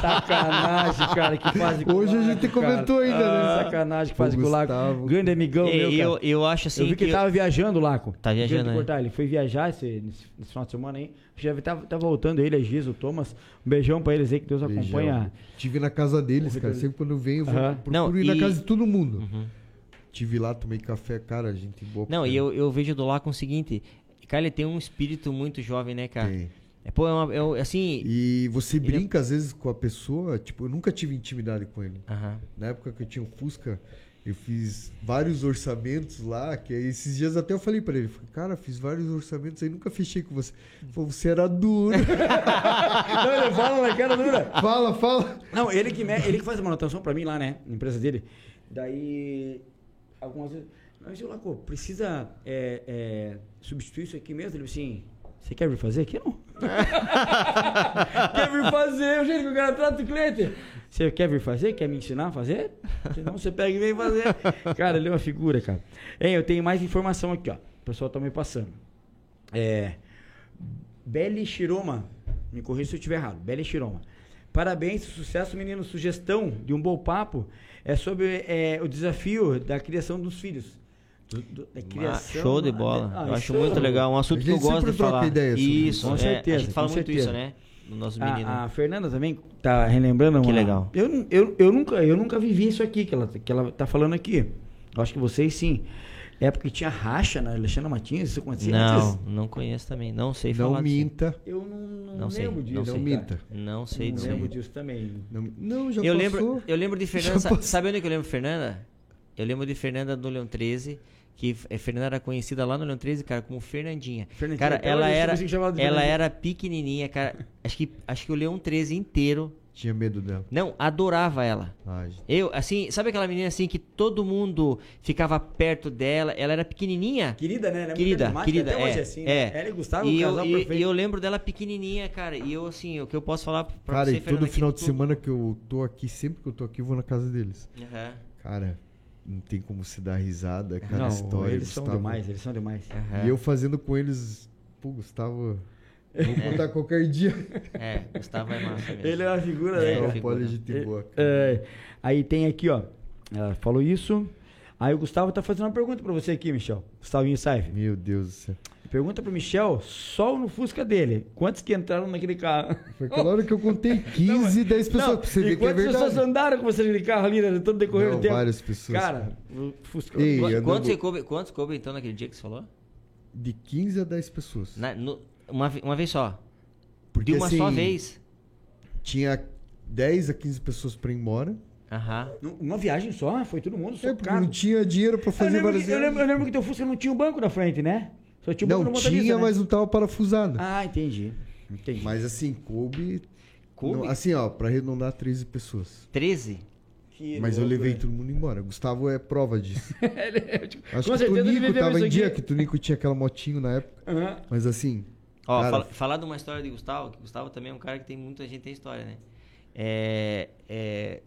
A: Sacanagem, cara, que faz com o
C: Hoje a
A: Laco,
C: gente
A: cara. Ah,
C: comentou ainda, né?
A: Sacanagem que
C: Pô,
A: faz com o Laco.
C: Gustavo.
A: Grande amigão
B: E
A: meu, cara.
B: eu, eu acho assim
A: eu vi que
B: que
A: ele tava viajando, Laco.
B: Tá
A: Deixa eu
B: viajando,
A: te
B: né?
A: cortar, Ele foi viajar esse, nesse, nesse final de semana aí. Já tá, tá voltando ele, a Giz, o Thomas. Um beijão pra eles aí, que Deus acompanha.
C: Tive na casa deles, cara. Sempre quando eu venho, eu vou,
A: Aham. Uhum.
C: procuro
B: Não,
C: ir na
B: e-
C: casa de todo mundo. Tive lá, tomei café, cara, gente boa.
B: Não,
C: pra
B: e eu, eu vejo do Laco o seguinte, cara, ele tem um espírito muito jovem, né, cara?
C: Tem.
B: É, pô, é, uma, é um- assim...
C: E você
B: Ele é-
C: brinca às vezes com a pessoa, tipo, eu nunca tive intimidade com ele.
B: Aham.
C: Na época que eu tinha um Fusca, eu fiz vários orçamentos lá, que aí esses dias até eu falei pra ele, falei, cara, fiz vários orçamentos aí, nunca fechei com você. Ele falou, você era duro.
A: Não, ele fala na cara dura.
C: fala, fala.
A: Não, ele que, me- ele que faz a manutenção pra mim lá, né? Na empresa dele. Daí, algumas vezes. Mas eu, Laco, precisa é, é, substituir isso aqui mesmo? Ele disse assim: Você quer vir fazer aqui? Não. quer vir fazer? O jeito que o cara trata o cliente. Você quer vir fazer? Quer me ensinar a fazer? Senão você pega e vem fazer. Cara, ele é uma figura, cara. Hein, eu tenho mais informação aqui, ó. O pessoal tá me passando. É. Beli Shiroma. Me corrija se eu estiver errado. Beli Shiroma. Parabéns, sucesso, menino. Sugestão de um bom papo é sobre é, o desafio da criação dos filhos. Do- do- da criação,
B: show de bola.
A: Ah,
B: eu acho
A: isso-
B: muito legal. Um
C: A
B: assunto que eu
C: gente
B: gosto
C: sempre
B: de
C: troca
B: falar.
C: ideia sobre
B: isso,
A: isso. Com
B: é,
A: certeza,
B: A gente fala
A: com
B: muito
A: certeza. Ah,
B: isso, né? do nosso menino.
A: A, a Fernanda também tá relembrando.
B: Que
A: uma-
B: legal.
A: Eu, nu- eu, eu, nunca, eu nunca vivi isso aqui que ela, que ela tá falando aqui. Eu acho que vocês sim. É porque tinha racha na Alexandra Martins, isso acontecia
B: não,
A: antes?
B: não conheço também. Não sei falar
C: Não
B: disso.
C: minta.
A: Eu não, não,
B: Não sei,
A: lembro disso.
B: não
C: sei.
A: cara.
C: Minta.
B: Não sei
A: Eu Não
B: disso.
A: lembro
B: aí.
A: disso também.
C: Não, não já
B: eu
C: passou.
B: lembro, eu lembro de Fernanda.
C: Já
B: sa-
C: passou.
B: Sabe onde que eu lembro de Fernanda? Eu lembro de Fernanda do Leão 13, que F- eh, Fernanda era conhecida lá no Leão 13, cara, como Fernandinha.
A: Fernandinha,
B: cara,
A: até
B: ela
A: hoje eu
B: era
A: consigo chamar ela de
B: ela
A: Fernandinha.
B: era pequenininha, cara. Acho que acho que o Leão 13 inteiro
C: Tinha medo dela.
B: não adorava ela.
C: Ah, gente.
B: Eu, assim, sabe aquela menina assim que todo mundo ficava perto dela? Ela era pequenininha.
A: Querida, né? Ela é muito
B: querida,
A: carismática,
B: querida.
A: Até hoje
B: é,
A: é assim.
B: é.
A: né? Ela e Gustavo,
B: e
A: um
B: eu,
A: casal
B: e-
A: perfeito.
B: e eu lembro dela pequenininha, cara. E eu, assim, o que eu posso falar pra
C: Cara,
B: você,
C: e todo
B: Fernanda, é que
C: final de
B: tu-
C: semana que eu tô aqui, sempre que eu tô aqui, eu vou na casa deles.
B: Aham,
C: Cara, não tem como se dar risada, cada
A: não,
C: história.
A: eles são
C: Gustavo.
A: demais, eles são demais.
B: aham.
C: E eu fazendo com eles. Pô, Gustavo. Vou contar qualquer dia.
B: É, Gustavo é massa mesmo.
A: Ele é uma figura,
B: É,
A: né, cara?
C: Gustavo pode
B: figura.
C: gente boa. cara.
A: É, aí tem aqui, ó. Ela falou isso. Aí o Gustavo tá fazendo uma pergunta pra você aqui, Michel. Gustavinho Saife.
C: Meu Deus do céu.
A: Pergunta pro Michel, sol no Fusca dele. Quantos que entraram naquele carro?
C: Foi aquela hora que eu contei 15, 10 pessoas.
A: Não,
C: pra você
A: e
C: ver que é
A: quantas
C: verdade.
A: pessoas andaram com você naquele carro ali, né? Todo decorrer
C: Não,
A: do tempo.
C: várias pessoas.
A: Cara, o Fusca.
C: Ei,
B: Qu-
C: eu não
B: quantos,
C: vou-
B: coube, quantos coube, então, naquele dia que você falou?
C: De 15 a 10 pessoas.
B: Na- no- uma, ve- uma vez só.
C: Porque,
B: de uma só
C: assim,
B: vez.
C: Tinha 10 a 15 pessoas pra ir embora.
B: Aham.
A: Uma viagem só, né? foi todo mundo
C: É,
A: só
C: porque
A: carro.
C: não tinha dinheiro pra
A: Eu
C: fazer
A: lembro,
C: várias
A: que, eu, lembro, eu
C: viagens.
A: lembro que teu Fusca não tinha o banco na frente, né? Só tinha o banco
C: Não,
A: no motorista,
C: tinha,
A: né?
C: mas não tava parafusado.
A: Ah, entendi. Entendi.
C: Mas assim, coube.
B: Coube?
C: não, assim, ó, pra arredondar 13 pessoas.
B: 13?
A: Que né?
C: Mas eu
A: loucura.
C: levei todo mundo embora. Gustavo é prova disso. Acho
A: Com
C: que o
A: certeza ele
C: Tonico
A: viveu
C: tava
A: isso
C: em dia,
A: aqui.
C: que o Tonico tinha aquela motinho na época.
A: Aham.
C: Mas assim.
B: Ó,
C: cara,
B: fala- falar de uma história de Gustavo, que Gustavo também é um cara que tem muita gente tem história, né? É, é,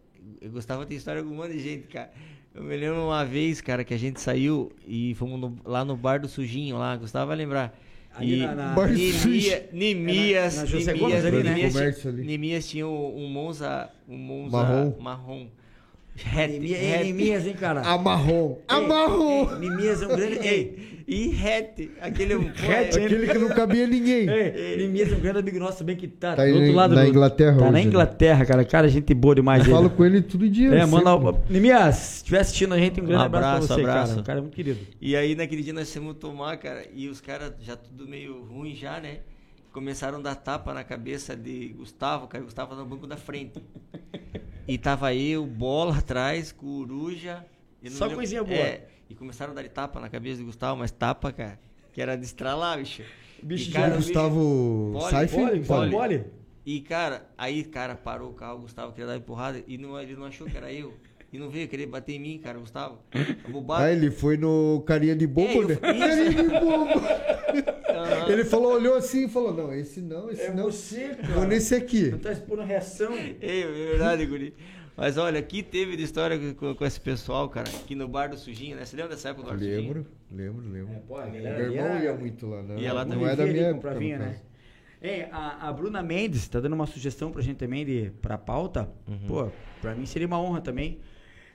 B: Gustavo tem história com um monte de gente, cara. Eu me lembro uma vez, cara, que a gente saiu e fomos no- lá no bar do Sujinho, lá, Gustavo vai lembrar.
A: Ali
B: E
A: na- na-
C: Bar do Sujinho.
B: Nemia- Nemias,
A: É na- na José
B: Nemias,
A: Gomes ali, né?
B: Nemias,
C: Comércio
B: tinha-
C: ali.
B: Nemias tinha um um Monza, um Monza
C: Marrom.
B: marrom. Hatch-
A: Nemia-
B: hatch.
A: Ei, Nemias, hein, cara?
C: Amarrou! Amarrou!
A: Ei, Nemias é um grande. Ei,
B: E Rete, aquele
A: Hatch, hein?
C: Aquele que não cabia ninguém.
A: ei, Nemias é um grande amigo nosso bem que tá,
C: Tá
A: do outro
C: em-
A: lado
C: na
A: do-
C: Inglaterra
A: Tá na
C: hoje, né?
A: Inglaterra, cara. Cara, gente boa demais.
C: Eu
A: ele.
C: falo com ele todo dia.
A: É, manda.
C: sempre.
A: Nemias, se estiver assistindo a gente, um grande
B: Um
A: abraço,
B: abraço,
A: pra você,
B: abraço.
A: cara. O cara é muito querido.
B: E aí naquele dia nós fomos tomar, cara, e os caras já tudo meio ruim já, né? Começaram a dar tapa na cabeça de Gustavo, cara, o Gustavo tava no banco da frente. E tava eu, bola atrás, coruja. eu não
A: Só
B: lembro-
A: coisinha boa.
B: É, e começaram a dar tapa na cabeça de Gustavo, mas tapa, cara, que era de estralar, bicho.
A: Bicho
B: e,
A: de
B: cara,
A: olho,
B: o bicho-
C: Gustavo
B: Pole,
C: Saif?
A: Pole, Gustavo
B: Pole.
A: Pole?
B: E, cara, aí, cara, parou o carro, o Gustavo queria dar empurrada, e não, ele não achou que era eu. E não veio querer bater em mim, cara, o Gustavo. Eu vou
C: Ah, ele foi no carinha de bobo,
B: É, eu
C: né?
B: fiz.
C: Carinha de bobo. ele falou, olhou assim e falou, não, esse não, esse
A: É
C: não.
A: você, cara.
C: Vou nesse aqui.
A: Não tá expondo reação.
B: Ei, é verdade, guri. Mas olha, que teve de história com- com, com esse pessoal, cara, aqui no bar do Sujinho, né? Você lembra dessa época do bar do Sujinho?
C: Lembro, lembro, lembro. Meu
A: ali
C: irmão
A: era-
C: ia muito lá, né?
B: Ia lá
C: não
B: também.
C: é da
A: Viver
C: minha
A: ali
C: época,
A: comprar
C: no
A: vinho, né?
C: caso.
A: É, a, a Bruna Mendes tá dando uma sugestão pra gente também de, pra pauta. Pô, pra mim seria uma honra também.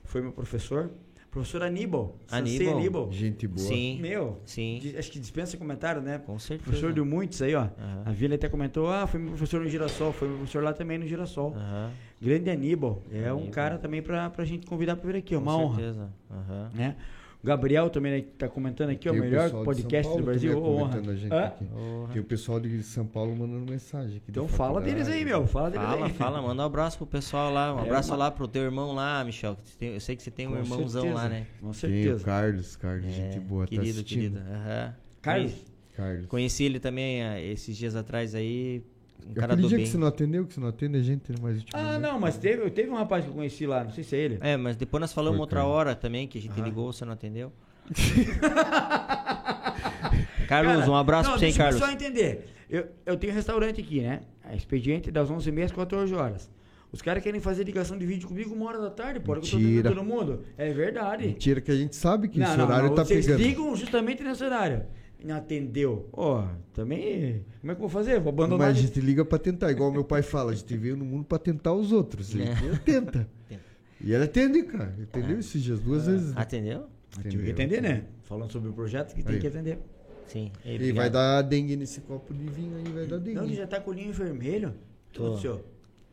A: Foi meu professor. Professor Aníbal. Sensei
B: Aníbal.
A: Aníbal.
C: Gente boa.
B: Sim.
A: Meu,
B: Sim.
A: di- acho que dispensa comentário, né?
B: Com certeza.
A: Professor de muitos aí, ó.
B: Aham.
A: A Vila até comentou, ah, foi meu professor no Girassol, foi meu professor lá também no Girassol.
B: Aham.
A: Grande Aníbal. É um
B: Aníbal.
A: cara também pra, pra gente convidar pra vir aqui, é
B: Com
A: uma honra.
B: certeza. Aham.
A: Né? O Gabriel também né, que tá comentando aqui, é o
C: Tem
A: melhor
C: pessoal de
A: podcast
C: São Paulo
A: do Brasil.
C: também tá
A: Ô, honra.
C: comentando a gente
A: Hã?
C: aqui.
B: Honra.
C: Tem o pessoal de São Paulo mandando mensagem. aqui da
A: Então fala
C: faculdade.
A: deles aí, meu. Fala deles
B: Fala,
A: aí.
B: fala, manda um abraço pro pessoal lá. Um
A: É,
B: abraço
A: uma-
B: lá pro teu irmão lá, Michel. que você tem- eu sei que você tem um
A: Com
B: irmãozão
A: certeza,
B: lá, né?
A: Com
C: Tem o
A: certeza.
C: Carlos, Carlos, gente
B: É,
C: boa. tá
B: Querido, querido.
C: assistindo?
B: Aham.
A: Carlos,
C: tipo,
B: Conheci-
C: Carlos.
B: Conheci ele também ah, esses dias atrás aí. Um cara
C: Aquele
B: do
C: dia
B: bem.
C: que você não atendeu, que você não atende a gente, né, mas
A: ah,
C: ultimamente-
A: não, mas teve, teve um rapaz que eu conheci lá, não sei se é ele.
B: É, mas depois nós falamos
C: Foi,
B: outra
C: cara.
B: hora também, que a gente ligou, você não atendeu. Carlos, um abraço
A: não,
B: pra você, hein,
A: deixa eu
B: Carlos.
A: só entender. Eu, eu tenho restaurante aqui, né? É Expediente das 11h30 às 14 horas. Os caras querem fazer ligação de vídeo comigo uma hora da tarde, porra, que eu tô atendendo
C: Mentira.
A: todo mundo. É verdade.
C: Mentira, que a gente sabe que
A: Não,
C: esse
A: não,
C: horário
A: não,
C: tá
A: vocês
C: pegando.
A: ligam justamente nesse horário. Não atendeu. Ó, também. Como é que eu vou fazer? Vou abandonar.
C: Mas a
A: de-
C: gente liga pra tentar, igual meu pai fala, a gente veio no mundo pra tentar os outros.
A: É.
C: Ele tenta. E ele atende, cara. Entendeu esses dias
A: Ah,
C: duas vezes.
B: Atendeu?
A: Tive que atender, né? Falando sobre o projeto que tem
C: Aí.
A: que atender.
B: Sim.
C: E vai dar dengue nesse copo de vinho aí, vai dar
A: Não, ele
C: dengue.
A: já tá com o olhinho vermelho. Tudo
B: Tô.
A: seu.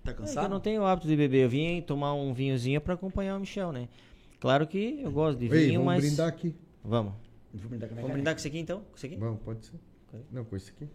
A: Tá
B: É que
A: cansado?
B: eu não tenho o hábito de beber. Eu vim tomar um vinhozinho pra acompanhar o Michel, né? Claro que eu gosto de
C: Ei,
B: vinho,
C: vamos
B: mas.
C: brindar aqui.
B: Vamos.
A: Vou brindar com a minha
B: Vamos brindar com isso aqui então? Com isso aqui?
C: Vamos, pode ser.
B: Ok.
C: Não, com isso aqui.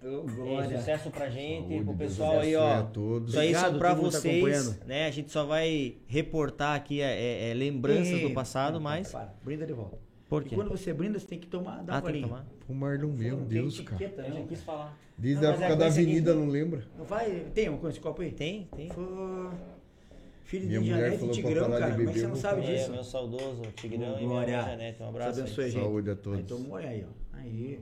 B: Ei, sucesso pra gente,
C: Saúde,
B: pro
C: Deus
B: pessoal aí, ó.
C: abençoe a todos.
B: Isso aí são
A: Obrigado,
B: pra
A: todo mundo tá
B: vocês,
A: acompanhando.
B: né? A gente só vai reportar aqui é, é, é, lembranças
A: Ei,
B: do passado,
A: não,
B: mas...
A: então, para, Brinda de volta.
B: Por
A: E
B: quê?
A: quando você brinda, você tem que tomar, dá Então,
B: Ah,
A: um
B: tem que
A: golinho.
B: tomar?
C: O Marlon, meu
A: Tem
C: Deus, cara.
A: etiqueta, não, cara.
B: falar.
C: Desde
B: Não,
C: a
B: mas é
C: época da
B: com esse aqui.
C: avenida, não lembra?
A: Não vai? Tem uma coisa, esse copo aí?
B: Tem, tem.
A: Pô, Filho
C: Minha
A: de
C: mulher
A: Janete e
C: falou pra
A: Tigrão,
C: parar de
A: cara. Como é que
C: beber,
A: você
C: eu
A: não
C: vou
A: sabe
C: parar.
B: É,
A: disso?
B: o meu saudoso, Tigrão e minha
A: Glória.
B: irmã Janete. Um abraço.
A: Deus abençoe,
B: aí.
A: gente.
C: Saúde a
A: Aí
C: todos.
A: tomou olha aí, ó. Aí.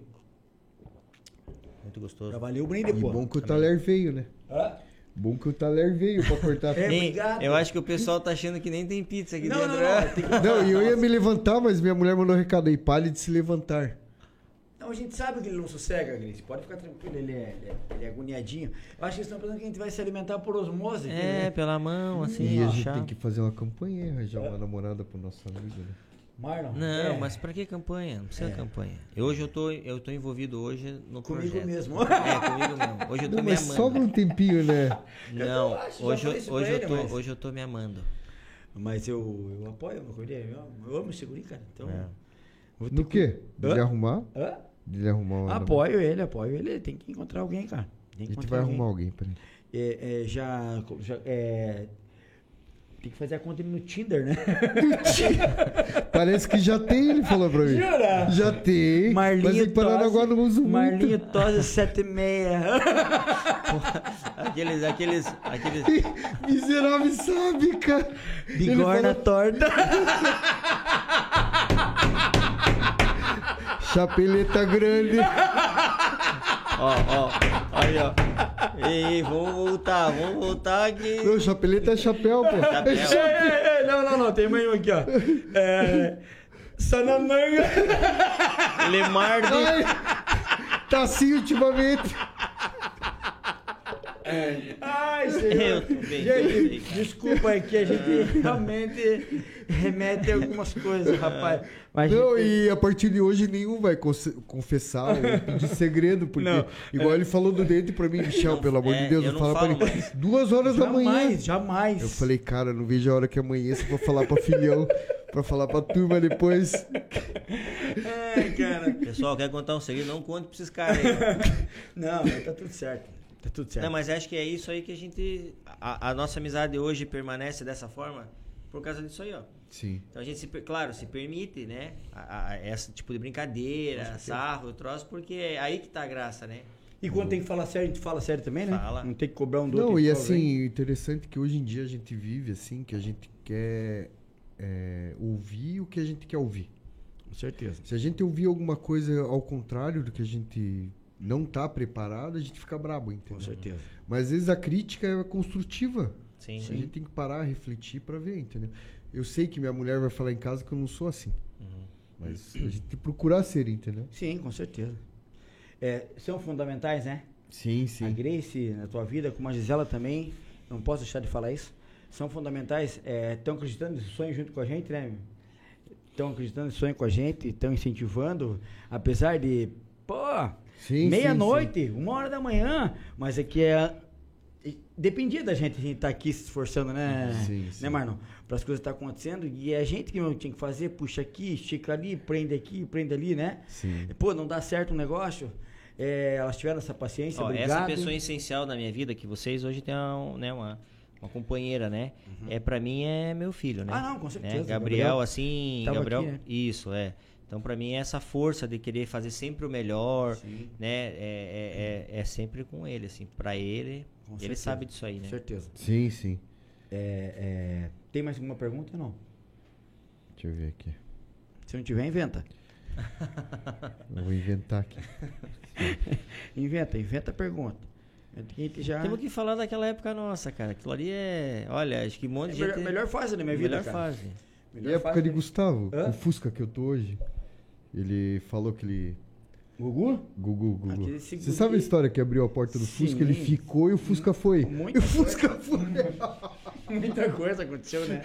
B: Muito
A: Já
B: gostoso.
A: valeu o brinde,
C: E
A: pô.
C: bom que o Taler veio, né?
A: Hã?
C: Bom que o Taler veio pra cortar a
A: É,
B: Nem-
A: obrigado.
B: eu acho que o pessoal tá achando que nem tem pizza aqui
A: Não, não,
B: dentro. né?
A: não. Tem que...
C: Não, e eu ia me levantar, mas minha mulher mandou um recado aí, pare de se levantar.
A: Não, a gente sabe que ele não sossega, Gris. Pode ficar tranquilo, ele é, ele é, ele é agoniadinho. Eu acho que eles estão pensando que a gente vai se alimentar por osmose.
B: É,
A: né?
B: pela mão, assim,
C: e a gente
B: achar.
C: tem que fazer uma campanha e arranjar uma namorada pro nosso amigo, né?
A: Marlon.
B: Não,
A: é,
B: mas pra que campanha? Não precisa campanha. Eu, hoje eu tô, eu tô envolvido hoje no
A: Comigo
B: projeto.
A: mesmo.
B: É, comigo mesmo. Hoje eu tô
C: Não,
B: me
C: mas sobra um
B: amando.
C: tempinho, né?
B: Não,
A: Eu acho, já
B: hoje,
A: falei
B: eu,
A: isso
B: hoje,
A: pra
B: eu
A: ele,
B: tô,
A: mas-
B: hoje eu tô me amando.
A: Mas eu, eu apoio, eu, eu, eu amo esse guri, cara. Então. Vou ter
C: No quê? De
A: Hã? Ah,
C: ele arrumar?
A: Hã?
C: De ele arrumar uma namorada.
A: Apoio ele, apoio ele. Ele Tem que encontrar alguém, cara. Tem
C: A
A: que
C: gente
A: encontrar
C: vai
A: alguém.
C: arrumar um. alguém, peraí.
A: É, é, já. já é, tem que fazer a conta no Tinder, né?
C: Parece que já tem, ele falou pra mim.
A: Jura?
C: Já tem. mas em Paranaguá não uso muito.
A: Marlinho Tosa 76.
B: Aqueles, aqueles, aqueles.
C: Miserável sabe, cara. Ele
A: Bigorna
C: fala,
A: torta.
C: Chapeleta grande.
B: Ó, ó, aí, ó. Ei, ei, vamos voltar, vamos voltar aqui.
C: Não, chapeleta é chapéu, pô.
B: Chapéu.
C: É
A: É,
C: chapéu.
A: é, é, não, não, não. Tem mais um aqui, ó. É, Sanamanga.
B: Lemardo.
C: Ai, tá assim ultimamente.
A: Ai,
B: Eu
A: senhor.
B: também. Ah.
A: Gente, desculpa aí que a gente realmente remete a algumas coisas, rapaz. Mas
C: Não,
A: a gente-
C: e a partir de hoje nenhum vai conse- confessar ou pedir segredo, porque
A: Não.
C: igual ele falou do dente pra mim, Michel, pelo amor de
B: é,
C: Deus,
B: eu
C: não
B: não
C: fala pra
B: falo
C: ninguém.
B: mais.
C: Duas horas da manhã.
A: jamais, jamais.
C: Eu falei, cara, não vejo a hora que amanheça pra falar pra filhão, pra falar pra turma depois.
A: É, cara.
B: Pessoal, quer contar um segredo? Não conte pra esses caras aí.
A: Não, mas tá tudo certo. Tá tudo certo.
B: Não, mas acho que é isso aí que a gente. A, a nossa amizade hoje permanece dessa forma por causa disso aí, ó.
C: Sim.
B: Então a gente, se, per- claro, se permite, né? A, a- esse tipo de brincadeira, sarro, troço, porque é aí que tá a graça, né?
A: E quando tem que falar sério, a gente fala sério também, né?
B: Fala.
A: Não tem que cobrar um do outro.
C: Não,
A: tem que
C: e
A: falar, "Vem".
C: assim, o interessante é que hoje em dia a gente vive assim, que a gente quer é, ouvir o que a gente quer ouvir.
A: Com certeza.
C: Se a gente ouvir alguma coisa ao contrário do que a gente não tá preparado, a gente fica brabo,
A: Com
C: entendeu?
A: certeza.
C: Mas às vezes a crítica é construtiva.
B: Sim.
C: A gente tem que parar, refletir pra ver, entendeu? Eu sei que minha mulher vai falar em casa que eu não sou assim.
A: Uhum.
C: Mas a gente tem que procurar ser, entendeu?
A: Sim, com certeza. É, são fundamentais, né?
C: Sim,
A: A Grace na tua vida, como a Gisela também, não posso deixar de falar isso. São fundamentais. Estão acreditando nesse sonho junto com a gente, né? Estão acreditando nesse sonho com a gente, estão incentivando, apesar de. Pô!
C: Sim, sim,
A: Meia-noite, uma hora da manhã, mas aqui é. e Dependia da gente, a gente tá aqui se esforçando, né?
C: Sim,
A: Né,
C: sim.
A: Marlon? Para as coisas estar acontecendo e é a gente que tinha que fazer, puxa aqui, estica ali, prende aqui, prende ali, né?
C: Sim.
A: Pô, não dá certo o negócio. É, elas tiveram essa paciência,
B: Ó,
A: obrigado.
B: essa pessoa essencial na minha vida, que vocês hoje têm uma, né, uma, uma companheira, né? É, pra mim é meu filho, né?
A: Uhum. Ah, não, com certeza,
B: Né? Gabriel,
A: Gabriel
B: assim,
A: tava
B: Gabriel.
A: aqui, né?
B: Isso, é. Então, pra mim, é essa força de querer fazer sempre o melhor,
A: Sim.
B: né? É, é, é- é sempre com ele, assim. Pra ele,
A: Com
B: ele
A: certeza.
B: sabe disso aí,
A: Com
B: né?
A: certeza.
C: Sim, sim.
A: É, é, tem mais alguma pergunta ou não?
C: Deixa eu ver aqui.
A: Se não tiver, inventa.
C: Eu vou inventar aqui.
A: Inventa, inventa a pergunta. É que a gente já...
B: Temos que falar daquela época nossa, cara. Aquilo ali é... Olha, acho que um monte
A: É
B: de
A: melhor,
B: gente...
A: melhor fase da minha vida,
B: Melhor
A: cara.
B: fase.
C: E a época
A: fase
C: de
A: da-
C: Gustavo,
A: Hã?
C: o Fusca que eu tô hoje, ele falou que ele.
A: Gugu?
C: Gugu, Gugu.
A: Aquele
C: Você
A: segundo
C: sabe a
A: que-
C: história que abriu a porta do Fusca? Ele
A: Sim. Hum,
C: ficou e o Fusca foi.
A: Muita
C: e o Fusca foi.
A: Muita coisa aconteceu, né?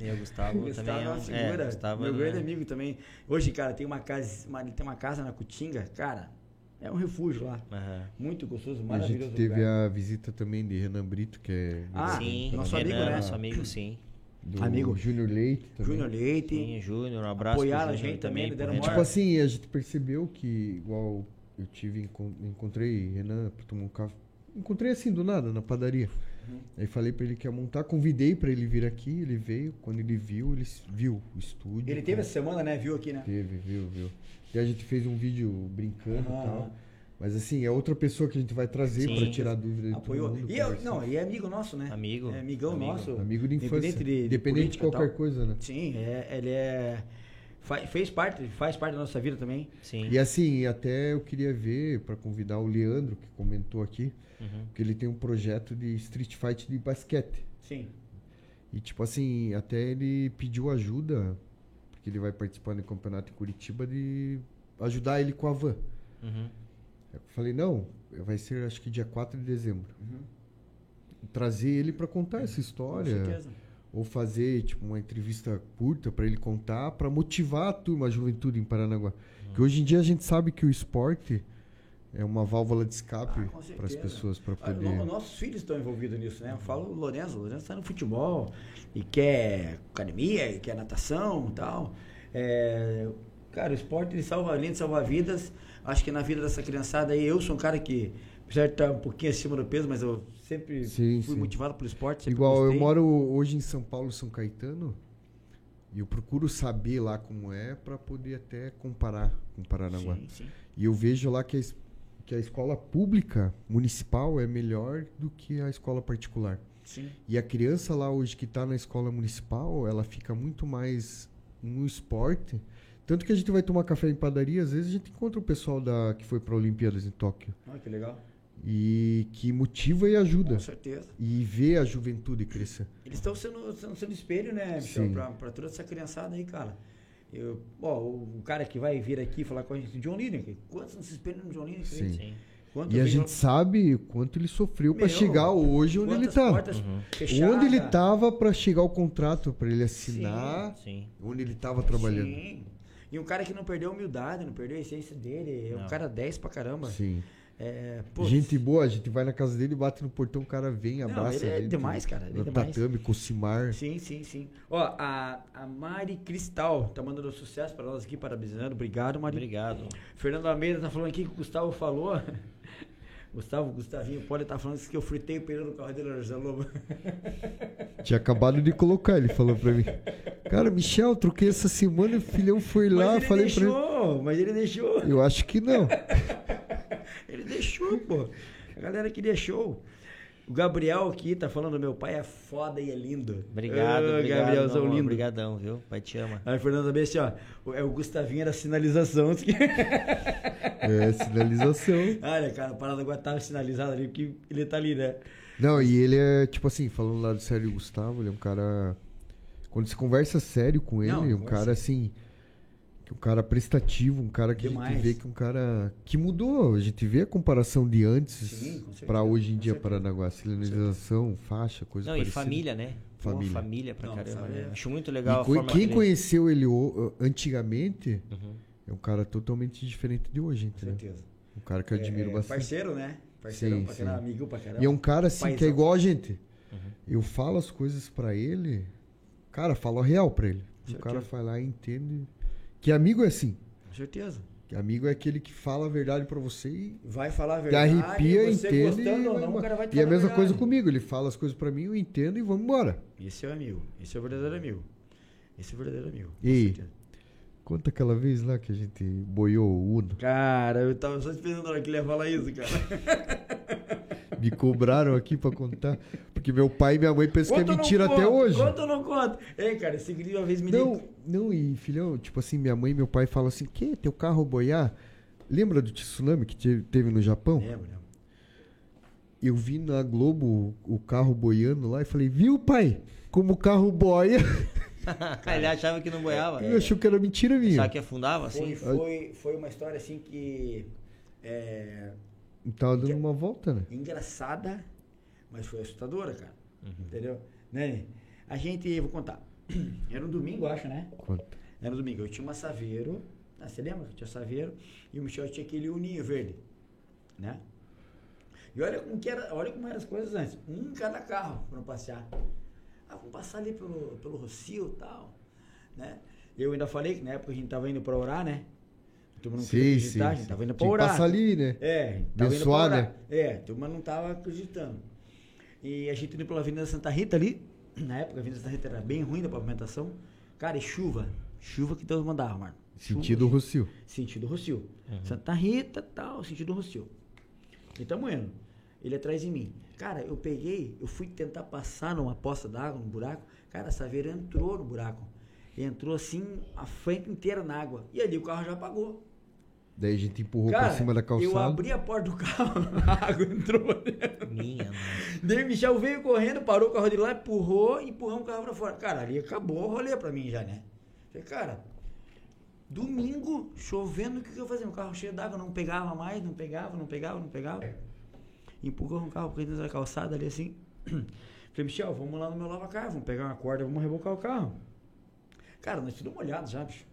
B: E o Gustavo, também
A: Gustavo
B: é um...
A: é
B: é,
A: uma figura,
B: Gustavo,
A: meu
B: né?
A: grande amigo também. Hoje, cara, tem uma casa, uma- ele tem uma casa na Cutinga, cara, É um refúgio lá.
B: Aham.
A: Muito gostoso,
C: A
A: maravilhoso.
C: gente teve
A: lugar.
C: a visita também de Renan Brito, que é
A: Ah,
B: sim,
A: nosso
B: Renan,
A: amigo, né?
B: nosso amigo, sim.
C: do
A: amigo.
C: Júnior Leite. também.
A: Júnior Leite.
B: Sim, Júnior, um abraço. pro
A: Apoiaram a
B: Júnior
A: gente também,
B: por
A: deram
B: Renan.
A: maior-
C: Tipo assim, a gente percebeu que, igual eu tive, encon- encontrei Renan pra tomar um café. Encontrei assim do nada, na padaria.
A: Uhum.
C: Aí falei pra ele que ia montar, convidei pra ele vir aqui, ele veio. Quando ele viu, ele s- viu o estúdio.
A: Ele teve essa semana, né? Viu aqui, né?
C: Teve, viu, viu. E a gente fez um vídeo brincando
A: Aham,
C: e tal.
A: aham.
C: Mas assim, é outra pessoa que a gente vai trazer
B: Sim.
C: pra tirar dúvida de
A: Apoiou.
C: todo mundo.
A: E é,
C: conversar.
A: não, e é amigo nosso, né?
B: Amigo,
A: É amigão
B: amigo.
A: nosso.
C: Amigo de infância.
A: Independente de, de
C: Independente de
A: política e
C: qualquer
A: tal.
C: coisa, né?
A: Sim, é, ele é. fa- fez parte, faz parte da nossa vida também.
B: Sim.
C: E assim, até eu queria ver pra convidar o Leandro, que comentou aqui,
B: Uhum.
C: porque ele tem um projeto de street fight de basquete.
A: Sim.
C: E tipo assim, até ele pediu ajuda, porque ele vai participar do campeonato em Curitiba, de ajudar ele com a van.
B: Uhum.
C: Eu falei, não, vai ser acho que dia 4 de dezembro.
A: Uhum.
C: Trazer ele pra contar essa história.
A: Com certeza.
C: ou fazer tipo uma entrevista curta para ele contar, para motivar a turma, a juventude em Paranaguá.
A: Uhum.
C: Que hoje em dia a gente sabe que o esporte é uma válvula de escape
A: Ah, com
C: para as
A: certeza.
C: pessoas para
A: Ah,
C: poder.
A: no- nossos filhos estão envolvidos nisso, né? Eu falo o Lourenço, o Lourenço está no futebol e quer academia, e quer natação e tal. É, cara, o esporte ele salva, além de salvar vidas, acho que na vida dessa criançada aí, eu sou um cara que, apesar de estar um pouquinho acima do peso, mas eu sempre
C: Sim,
A: fui
C: sim.
A: motivado pelo esporte. sempre
C: Igual eu
A: gostei.
C: moro hoje em São Paulo, São Caetano, e eu procuro saber lá como é para poder até comparar com Paranaguá.
A: Sim, sim.
C: E eu vejo lá que a, es- que a escola pública municipal é melhor do que a escola particular.
A: sim.
C: E a criança lá hoje que está na escola municipal, ela fica muito mais no esporte. Tanto que a gente vai tomar café em padaria, às vezes a gente encontra o pessoal da, que foi para Olimpíadas em Tóquio.
A: Olha que legal.
C: E que motiva e ajuda.
A: Com certeza.
C: E vê a juventude crescer.
A: Eles estão sendo, sendo, sendo espelho, né, Michel,
C: Sim.
A: pra, pra toda essa criançada aí, cara. Eu, ó, o, o cara que vai vir aqui falar com a gente, John Lineker, quantos não se espelham no John Lineker?
C: Sim.
B: Sim.
A: Quanto
C: E a
A: vem-
C: gente sabe o quanto ele sofreu para
A: Meu,
C: chegar hoje onde ele
A: quantas
C: está.
A: portas fechadas.
C: tá? Onde ele tá estava para chegar o contrato, para ele
A: Sim,
C: assinar,
B: Sim.
C: onde ele estava trabalhando. Sim.
A: Sim. E um cara que não perdeu a humildade, não perdeu a essência dele. É um
B: Não.
A: cara 10 pra caramba. É, pô,
C: gente boa, a gente vai na casa dele, bate no portão, o cara vem,
A: Não,
C: abraça.
A: ele é
C: a gente,
A: demais, cara, ele é
C: no
A: demais.
C: Tatame, Cocimar.
A: Sim, sim, sim. Ó, a, a Mari Cristal tá mandando sucesso pra nós aqui, parabenizando. Obrigado, Mari.
B: Obrigado.
A: Fernando Almeida tá falando aqui que o Gustavo falou. Gustavo, Gustavinho, pode tá falando que eu fritei o pneu no carro dele, José Lobo.
C: Tinha acabado de colocar, ele falou pra mim. Cara, Michel, troquei essa semana, o filhão foi lá,
A: mas ele
C: falei pra
A: deixou, mas ele deixou.
C: ele. Eu acho que não.
A: Ele deixou, pô. A galera que deixou. O Gabriel aqui tá falando, meu pai é foda e é lindo.
B: Obrigado,
A: Ô,
B: obrigado.
A: Gabrielzão
B: meu amor,
A: lindo.
B: Obrigadão, viu? Pai te ama.
A: Aí o Fernando também assim, ó. o- É o Gustavinho da sinalização.
C: É, sinalização.
A: Olha, cara, a parada agora tá sinalizada ali, porque ele tá ali, né?
C: Não, e ele é, tipo assim, falando lá do Sérgio Gustavo, ele é um cara. Quando se conversa sério com ele,
A: Não,
C: é um
A: conversa.
C: cara assim. que é Um cara prestativo, um cara que a
A: Demais.
C: gente vê que é um cara que mudou. A gente vê a comparação de
A: Sim,
C: antes
A: com certeza,
C: pra hoje em
A: com
C: dia
A: certeza.
C: Paranaguá. Sinalização, faixa, coisa
B: Não, e
C: parecida.
B: família, né?
C: Família.
B: Uma família pra
A: Não,
B: caramba.
A: família. é
B: né? Acho muito
C: E
B: legal a
C: co-
B: forma
C: quem
B: que ele...
C: conheceu ele o- antigamente
B: Uhum.
C: é um cara totalmente diferente de hoje,
A: Com
C: entendeu?
A: certeza.
C: Um cara que eu admiro
A: É,
C: bastante.
A: Parceiro, né? Parceirão
C: Sim,
A: pra
C: sim.
A: caramba, amigo pra caramba.
C: E é um cara assim que
A: Paizão.
C: é igual a gente.
A: Uhum.
C: Eu falo as coisas pra ele, cara, falo a real pra ele. O
A: Certeza.
C: cara vai lá e entende. Que amigo é assim.
A: Com certeza.
C: Que amigo é aquele que fala a verdade pra você e,
A: Vai falar a
C: e
A: verdade.
C: arrepia,
A: você
C: entende.
A: gostando
C: e
A: ou
C: vai
A: não, o
C: embora.
A: cara vai te
C: e é a
A: falar
C: mesma coisa
A: verdade.
C: comigo. Ele fala as coisas pra mim, eu entendo e vamos embora.
A: Esse é o amigo. Esse é o verdadeiro amigo. Esse é o verdadeiro amigo. com
C: E aí?
A: certeza.
C: Conta aquela vez lá que a gente boiou o Uno.
A: Cara, eu tava só esperando a hora que ele ia falar isso, cara.
C: Me cobraram aqui pra contar. Porque meu pai e minha mãe pensam que
A: Conta
C: é
A: ou não
C: mentira até
A: conta?
C: hoje.
A: Conta ou não conta? Ei, cara, esse gringo uma vez me
C: Não,
A: deu. um
C: não, e filhão, tipo assim, minha mãe e meu pai falam assim, que teu carro boiar? Lembra do tsunami que te- teve no Japão?
A: É, mulher.
C: Eu vi na Globo o carro boiando lá e falei, viu pai? Como o carro boia?
B: Ah, ele achava que não boiava.
A: É.
C: Ele achou que era mentira minha.
B: Sabe que afundava
A: Foi,
B: assim?
A: foi, foi uma história assim que. É,
C: Tava dando uma volta, né?
A: engraçada, mas foi assustadora, cara. Entendeu? Né? A gente, vou contar. Era um domingo, acho, né?
C: Conta.
A: Era um domingo. Eu tinha uma Saveiro Ah, você lembra? Tinha Saveiro e o Michel tinha aquele uninho verde, né? E olha como, que era, olha como eram as coisas antes. Um em cada carro para passear. Ah, vamos passar ali pelo, pelo Rocio e tal, né? Eu ainda falei que na época a gente tava indo para orar, né? A turma não
C: Sim,
A: queria
C: sim.
A: acreditar, a gente tava indo para
C: Tinha que
A: orar.
C: passar ali, né?
A: É, tava indo pra
C: Abençoar,
A: orar.
C: né?
A: É, a turma não tava acreditando. E a gente indo pela Avenida Santa Rita ali, na época a Avenida Santa Rita era bem ruim da pavimentação. Cara, e chuva. Chuva que Deus mandava, mano. Chuva,
C: Sentido
A: chuva.
C: Rocio.
A: Sentido Rocio. Santa Rita, tal, sentido Rocio. E tamo indo. Ele é atrás de mim. Cara, eu peguei, eu fui tentar passar numa poça d'água, num buraco. Cara, a Saveira entrou no buraco. Entrou assim, a frente inteira na água. E ali o carro já apagou.
C: Daí a gente empurrou
A: Cara,
C: pra cima da calçada.
A: eu abri a porta do carro, a água entrou. né?
B: Minha, nossa.
A: Daí o Michel veio correndo, parou o carro de lá, empurrou, empurrou o carro pra fora. Cara, ali acabou o rolê pra mim já, né? Falei, cara, domingo, chovendo, o que, que eu fazia? O carro cheio d'água, não pegava mais, não pegava, não pegava, não pegava. Empurrou um carro por dentro da calçada ali assim. Falei, Michel, vamos lá no meu lava-carro, vamos pegar uma corda, vamos rebocar o carro. Cara, nós tudo molhado já, bicho.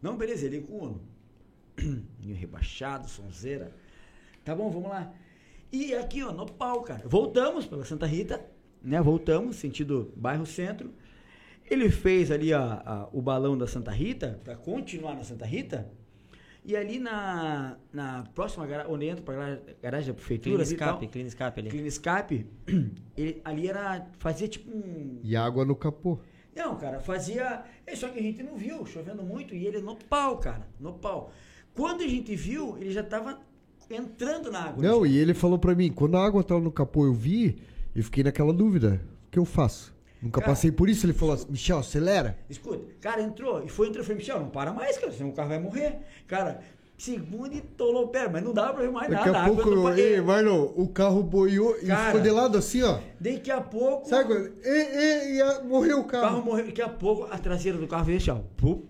A: Não, beleza, ele com o Uno. Ninho rebaixado, sonzeira. Tá bom, vamos lá. E aqui, ó, no pau, cara. Voltamos pela Santa Rita, né? Voltamos, sentido bairro centro. Ele fez ali a, a- o balão da Santa Rita, pra continuar na Santa Rita. E ali na, na próxima garagem, onde entra pra gara- garagem da prefeitura.
B: Clean
A: ali e tal,
B: escape, clean escape ali.
A: então. Clean escape, ele, ali era. Fazia tipo um.
C: E água no capô.
A: Não, cara, fazia. É só que a gente não viu, chovendo muito, e ele no pau, cara, no pau. Quando a gente viu, ele já tava entrando na água.
C: Não,
A: né?
C: e ele falou pra mim, quando a água tava no capô eu vi, eu fiquei naquela dúvida. O que eu faço? Nunca
A: Cara,
C: passei por isso. Ele falou assim, Michel, acelera.
A: Escuta, cara, entrou e foi entrou. Eu falei, Michel, não para mais, cara, senão o carro vai morrer. Cara, segunda e tolou o pé, mas não dava pra ver mais
C: Daqui
A: nada.
C: a
A: água
C: pouco,
A: no
C: eu,
A: pa- é,
C: ei, Marlon, o carro boiou e
A: Cara.
C: ficou de lado assim, ó.
A: Daqui a pouco.
C: Sabe quando? E, e, e, a- morreu o
A: o carro
C: carro.
A: morreu. Daqui a pouco a traseira do carro veio, Michel. Pum.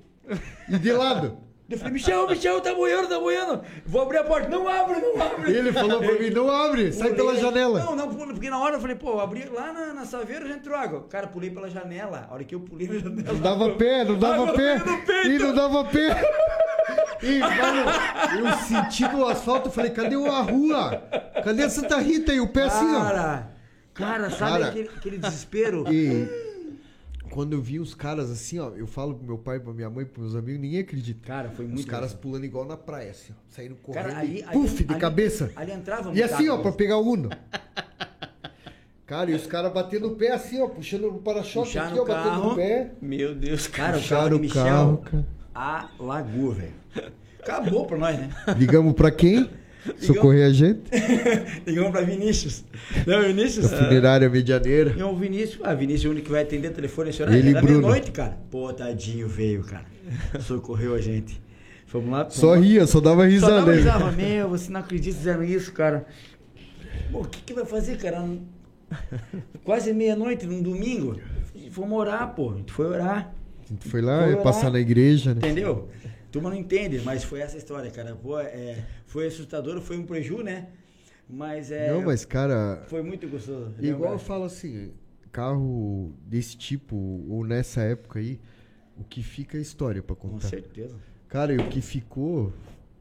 C: E de lado.
A: Eu falei, Michel, Michel, tá boiando, tá boiando. Vou abrir a porta. Não abre, não abre.
C: Ele falou pra mim, não abre, sai pela
A: Pulei.
C: janela.
A: Não, não, pula, porque na hora eu falei, pô, eu abri lá na, na Saveiro já entrou água. Cara, pulei pela janela. A hora que eu pulei pela janela.
C: Não dava pé, não dava
A: Água
C: pé.
A: veio no peito.
C: E não dava pé. E, mano, eu senti no asfalto, eu falei, cadê a rua? Cadê a Santa Rita e o pé assim, ó?
A: Cara, cara, sabe
C: Cara.
A: Aquele, aquele desespero?
C: E quando eu vi os caras assim, ó, eu falo pro meu pai, pra minha mãe, pros meus amigos, ninguém acredita.
A: Cara, foi
C: Os
A: muito
C: caras
A: legal.
C: pulando igual na praia, assim, ó, saindo correndo.
A: Cara, ali,
C: e
A: ali-
C: puff, de
A: ali-
C: cabeça.
A: Ali entrava
C: E
A: muita
C: assim, ó,
A: água.
C: pra pegar o Uno. Cara, e os caras batendo o pé assim, ó, puxando o para-choque
A: Puxaram
C: aqui, ó,
A: o
C: batendo
A: carro.
C: o pé.
B: Meu Deus, cara.
A: Cara, o
C: Puxaram
A: carro do
C: o
A: Michel.
C: carro, cara.
A: A lagoa, velho. Acabou pra nós, né?
C: Ligamos pra quem? Socorrer a gente?
A: Ligamos pra Vinícius. Não, Vinícius?
C: Da funerária medianeira.
A: E o Vinícius, ah, Vinícius é o único que vai atender telefone esse horário.
C: Ele e
A: Era
C: Bruno.
A: meia-noite, cara. Pô, tadinho veio, cara. Socorreu a gente. Fomos lá.
C: Só
A: fomos lá.
C: ria, só dava
A: Só
C: risada.
A: dava
C: né?
A: risada, meu, você não acredita dizendo isso, cara. Pô, o que, que vai fazer, cara? Um- Quase meia-noite, num domingo. Fomos orar, pô. A gente foi orar.
C: A gente foi lá,
A: Foi
C: é,
A: lá.
C: passar na igreja, né?
A: Entendeu? Turma não entende, mas foi essa história, cara. Pô, é, foi assustador, foi um preju, né? Mas é.
C: Não, mas cara,
A: Foi muito gostoso.
C: Igual eu
A: lembra?
C: falo assim, carro desse tipo, ou nessa época aí, o que fica é história pra
A: Com
C: contar.
A: certeza.
C: Cara, e o que ficou,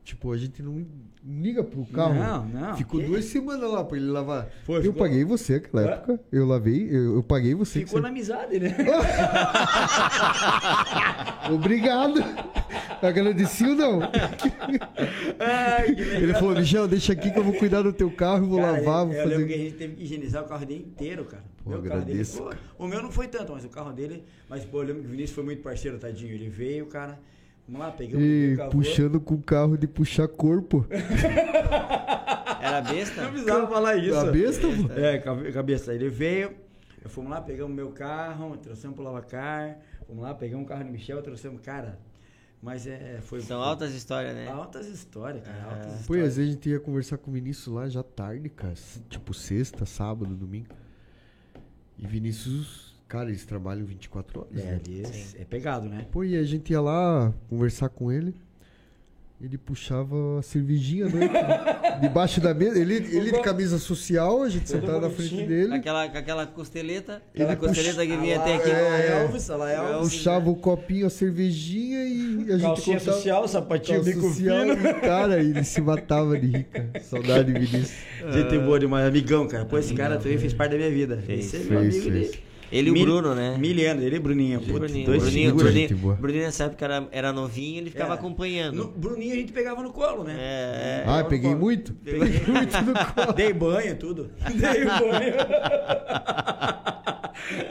C: tipo, a gente não liga pro carro.
A: Não, não,
C: Ficou
A: que-
C: duas semanas lá pra ele lavar.
A: Foi,
C: eu
A: ficou-
C: paguei você naquela
A: Hã?
C: época, eu lavei, eu, eu paguei você. que
A: Ficou na
C: você-
A: amizade, né?
C: Obrigado! Agradeci ou não?
A: Ai, que legal.
C: Ele falou, Michel, deixa aqui que eu vou cuidar do teu carro, vou
A: Cara,
C: lavar,
A: eu
C: vou
A: lembro que a
C: fazer.
A: gente teve que higienizar o carro dele inteiro, cara.
C: Pô,
A: Meu carro dele,
C: agradeço,
A: pô,
C: cara.
A: o meu não foi tanto, mas o carro dele. Mas, pô, eu lembro que o Vinícius foi muito parceiro, tadinho. Ele veio, cara. Vamos lá, pegamos
C: E
A: o carro.
C: puxando com o carro de puxar corpo.
B: Era besta?
A: Não precisava falar isso.
C: A besta, pô.
A: É, cabe- cabeça. Ele veio, eu fomos lá, pegamos meu carro, trouxemos pro Lavacar, fomos lá, pegamos o carro do Michel, trouxemos, cara. Mas é, foi.
B: São altas histórias, né?
A: Altas histórias, cara. Altas
C: Pô, e
A: histórias.
C: às vezes a gente ia conversar com o Vinícius lá já tarde, cara. s- Tipo sexta, sábado, domingo. E Vinícius, cara, eles trabalham 24 horas.
A: É,
C: né?
A: ali é, é pegado, né?
C: Pô, e a gente ia lá conversar com ele. Ele puxava a cervejinha, né? Debaixo da mesa. Ele, ele de camisa social, a gente sentado na frente
A: bonitinho.
C: dele.
B: Aquela, com aquela costeleta,
C: Ele
B: aquela
C: puxa-
B: costeleta que vinha
A: Ah,
B: até aqui. né?
A: lá,
C: É.
A: Elvis, olha lá, Elvis.
C: Puxava o copinho, a cervejinha e a gente
A: né? Calcinha
C: contava.
A: social, né? sapatinho,
C: Calça
A: bico
C: social,
A: fino.
C: e, Cara, ele se matava de rica. Saudade, Vinícius.
A: É. Gente boa demais, amigão, cara. Pô, esse cara também fez parte da minha vida.
B: Fez,
A: Esse é
B: fez,
A: meu amigo
C: fez.
A: dele.
B: Ele e o
A: Mil-
B: Bruno, né?
A: Miliano, ele e Bruninho.
B: Ele e o
A: Putz,
B: Bruninho.
A: dois É.
B: Bruninho,
A: figuras.
B: Bruninho,
C: gente boa.
B: Bruninho nessa época era, era novinho, ele ficava
A: Era.
B: acompanhando.
A: No- Bruninho a gente pegava no colo, né?
B: É,
C: Ah, peguei muito. Peguei muito no colo.
A: Dei banho, tudo. Dei banho.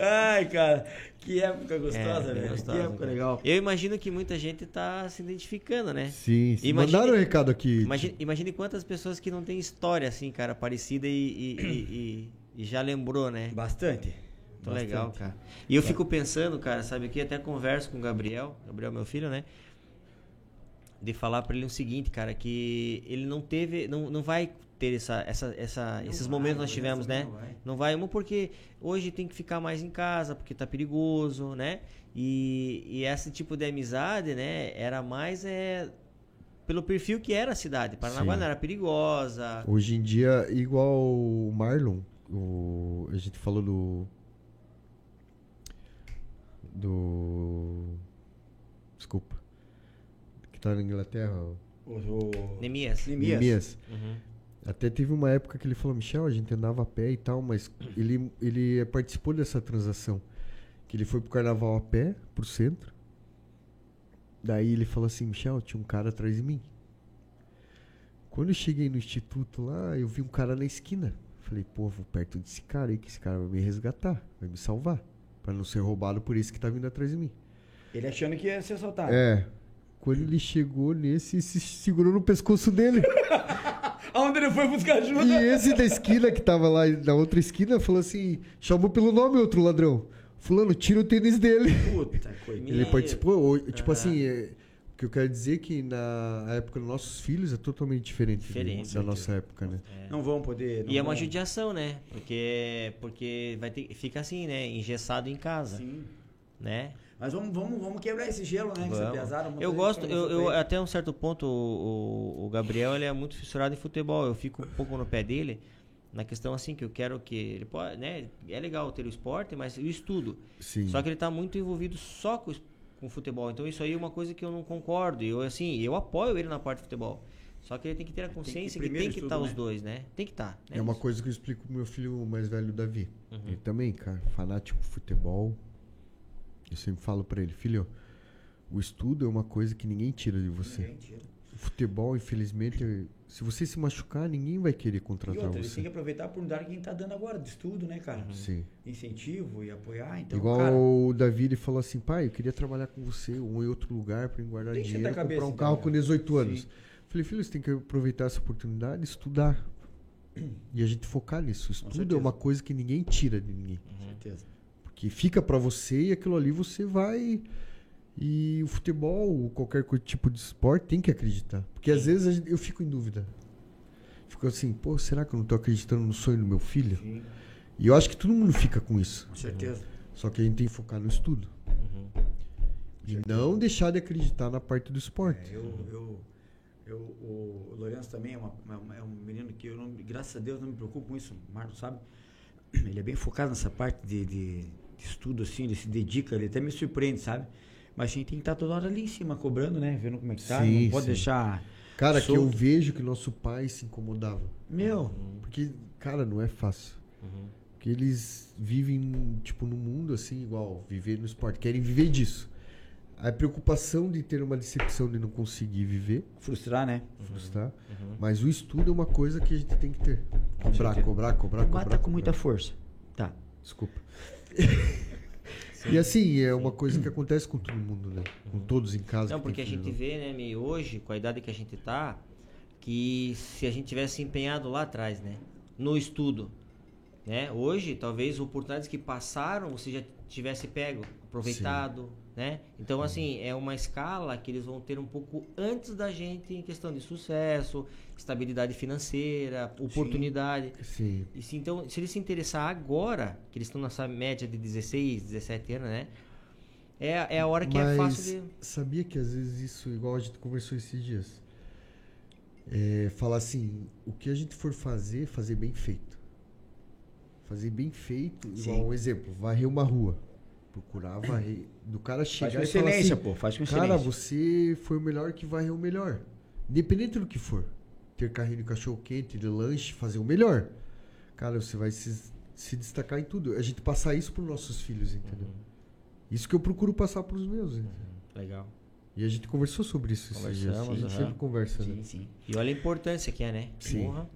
A: Ai, cara, que época gostosa,
B: é,
A: velho.
B: gostosa,
A: que época
B: cara.
A: legal.
B: Eu imagino que muita gente tá se identificando, né?
C: Sim, sim.
B: Imagine-
C: Mandaram um recado aqui.
B: Imagine, imagine quantas pessoas que não têm história assim, cara, parecida e, e- e- e- e já lembrou, né?
A: Bastante.
B: Muito
A: Bastante.
B: legal, cara. E eu fico pensando, cara, sabe aqui, até converso com o Gabriel, Gabriel meu filho, né? De falar pra ele o seguinte, cara, que ele não teve, não, não vai ter essa, essa, essa,
A: Não
B: esses
A: vai,
B: momentos que nós
A: né?
B: tivemos, né?
A: Não vai.
B: Não vai, uma porque hoje tem que ficar mais em casa, porque tá perigoso, né? E, e esse tipo de amizade, né, era mais é, pelo perfil que era a cidade. Paranaguá
C: Sim.
B: não era perigosa.
C: Hoje em dia, igual o Marlon, o- a gente falou do. Do. Desculpa. Que tá na Inglaterra. o-
A: O, o...
B: Nemias.
A: Nemias.
C: Nemias.
B: Uhum.
C: Até teve uma época que ele falou, Michel, a gente andava a pé e tal, mas ele, ele participou dessa transação. Que ele foi pro carnaval a pé, pro centro. Daí ele falou assim, Michel, tinha um cara atrás de mim. Quando eu cheguei no instituto lá, eu vi um cara na esquina. Falei, pô, vou perto desse cara aí, que esse cara vai me resgatar, vai me salvar. Pra não ser roubado por esse que tá vindo atrás de mim.
A: Ele achando que ia ser soltado.
C: É. Quando ele chegou nesse, se segurou no pescoço dele.
A: Aonde ele foi buscar
C: E
A: ajuda?
C: esse da esquina que tava lá na outra esquina falou assim: chamou pelo nome outro ladrão. Fulano, tira o tênis dele.
A: Puta, coitado.
C: Ele participou. ou- Tipo assim, é, o que eu quero dizer é que na época dos nossos filhos é totalmente diferente, né,
B: Diferente,
C: da
B: com
C: nossa época, né?
A: Não vão poder. não
B: E é
A: vão-
B: uma judiação, né? Porque, porque vai ter, fica assim, né? Engessado em casa,
A: Sim.
B: né?
A: Mas vamos, vamos, vamos quebrar esse gelo, né? Que
B: Vamos.
A: você pesaram. muita
B: Eu
A: gente
B: gosto,
A: falou
B: eu, eu-
A: sobre ele.
B: até um certo ponto, o, o- o Gabriel ele é muito fissurado em futebol. Eu fico um pouco no pé dele na questão assim que eu quero que ele pode, né? É legal ter o esporte, mas o estudo.
C: Sim.
B: Só que ele tá muito envolvido só com, o es- com o futebol. Então isso aí é uma coisa que eu não concordo. E Eu assim, eu apoio ele na parte de futebol. Só que ele tem que ter a consciência que,
A: primeiro
B: tem que
A: estudo,
B: estar os
A: né?
B: dois, né? Tem que estar.
C: É uma coisa que eu explico pro meu filho mais velho, Davi. Ele também, cara, fanático de futebol. Eu sempre falo pra ele, filho, o estudo é uma coisa que ninguém tira de você.
A: Gente,
C: O futebol, infelizmente, se você se machucar, ninguém vai querer
A: E
C: contratar
A: outra, eles
C: você.
A: têm que aproveitar a oportunidade que a gente tá dando agora, de estudo, né, cara?
C: Sim.
A: Incentivo e apoiar, então,
C: Igual
A: cara...
C: o Davi, ele falou assim, pai, eu queria trabalhar com você ou em outro lugar pra me guardar
A: Tem que
C: dinheiro,
A: sentar a
C: comprar
A: cabeça,
C: um
A: então,
C: carro
A: né?
C: com 18 anos.
A: Sim.
C: Falei, filho, você tem que aproveitar essa oportunidade e estudar. E a gente focar nisso. O Estudo é
A: certeza.
C: uma coisa que ninguém tira de ninguém.
A: Com certeza.
C: Porque fica pra você e aquilo ali você vai... E o futebol, ou qualquer co- tipo de esporte, tem que acreditar. Porque às vezes a gente- eu fico em dúvida. Fico assim, pô, será que eu não tô acreditando no sonho do meu filho?
A: Sim,
C: E eu acho que todo mundo fica com isso.
A: com certeza.
C: Só que a gente tem que focar no estudo.
A: Uhum.
C: E não deixar de acreditar na parte
A: É,
C: do esporte.
A: eu, eu, eu, o Lourenço também é, uma- é um- é um menino que eu, não, graças a Deus, não me preocupo com isso, o Marcos sabe? Ele é bem focado nessa parte de, de- de estudo, assim, ele se dedica, ele até me surpreende, sabe? Mas a gente tem que estar toda hora ali em cima, cobrando, né? Vendo como é que tá,
C: Sim,
A: não pode
C: sim.
A: deixar...
C: Cara, que eu
A: solto.
C: vejo que nosso pai se incomodava.
A: Meu,
C: Porque, cara, não é fácil.
B: Uhum.
C: Porque eles vivem, tipo, no mundo assim, igual, viver no esporte, querem viver disso. A preocupação de ter uma decepção de não conseguir viver,
A: frustrar, né?
B: Uhum.
C: frustrar. Mas o estudo é uma coisa que a gente tem que ter. Cobrar,
A: certeza.
C: cobrar, cobrar,
A: O
C: cobrar.
A: tá com muita
C: cobrar.
A: força. Tá.
C: Desculpa. E assim, é uma coisa que acontece com todo mundo, né? Com todos em casa.
B: Uhum. Não,
C: que
B: porque
C: tem
B: a gente
C: filho,
B: vê, né, Mi, hoje, com a idade que a gente tá, que se a gente tivesse empenhado lá atrás, né, no estudo, né, hoje, talvez oportunidades que passaram você já tivesse pego, aproveitado, né? Então, assim, é uma escala que eles vão ter um pouco antes da gente em questão de sucesso, estabilidade financeira, oportunidade.
C: né? Sim.
B: E se, então, se eles se interessar agora, que eles estão nessa média de 16, 17 anos, né? É, é a hora que
C: Mas
B: é fácil de...
C: sabia que às vezes isso, igual a gente conversou esses dias, É, falar assim, o que a gente for fazer, fazer bem feito. Fazer bem feito, igual
B: Sim.
C: um exemplo, varrer uma rua. Procurar varrer. Do cara
A: Faz com
C: chegar e falar
A: excelência,
C: assim,
A: pô. Faz com excelência.
C: Cara, você foi o melhor que varreu o melhor. Independente do que for. Ter carrinho de cachorro quente, de lanche, fazer o melhor. Cara, você vai se, se destacar em tudo. A gente passar isso pros nossos filhos, entendeu?
A: Uhum.
C: Isso que eu procuro passar pros meus. né? entendeu?
B: Legal.
C: E a gente conversou sobre isso esses dias. A
B: Conversamos,
C: gente
B: aham.
C: sempre conversa, né?
A: Sim, sim.
B: E olha a importância que é, né?
C: Sim.
B: Porra.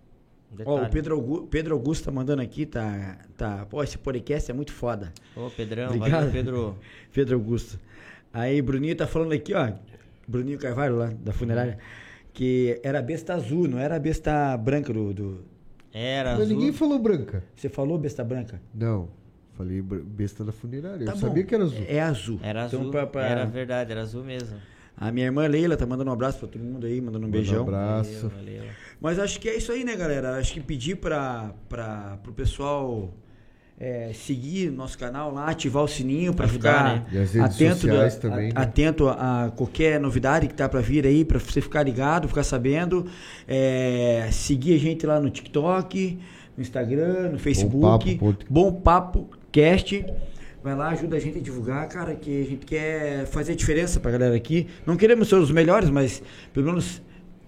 B: Um
A: Ó,
B: detalhe.
A: o Pedro Augusto, Pedro Augusto tá mandando aqui, tá, tá. Pô, esse podcast é muito foda.
B: Ô, Pedrão,
A: Obrigado.
B: valeu, Pedro.
A: Pedro Augusto. Aí, Bruninho tá falando aqui, ó. Bruninho Carvalho, lá da funerária, que era besta azul, não era besta branca do. do-
B: Era
C: Mas
B: azul.
C: ninguém falou branca.
A: Você falou besta branca?
C: Não. Falei br- besta da funerária.
A: Tá
C: eu
A: bom.
C: sabia que era azul.
A: É azul.
B: Era azul.
A: Então, pra- pra-
B: Era verdade, era azul mesmo.
A: A minha irmã Leila tá mandando um abraço pra todo mundo aí, mandando um beijão.
C: Um abraço.
B: Valeu, valeu.
A: Mas acho que é isso aí, né, galera? Acho que pedir para pro pessoal é, seguir nosso canal lá, ativar o sininho para
B: Ajudar,
A: ficar
C: né? E as redes
A: atento, da-
C: sociais
A: a-
C: também, né?
A: atento a, a qualquer novidade que tá para vir aí, para você ficar ligado, ficar sabendo. É, seguir a gente lá no TikTok, no Instagram, no Facebook.
C: Papo Pod-
A: Bom Papo Cast. Vai lá, ajuda a gente a divulgar, cara, que a gente quer fazer a diferença pra galera aqui. Não queremos ser os melhores, mas pelo menos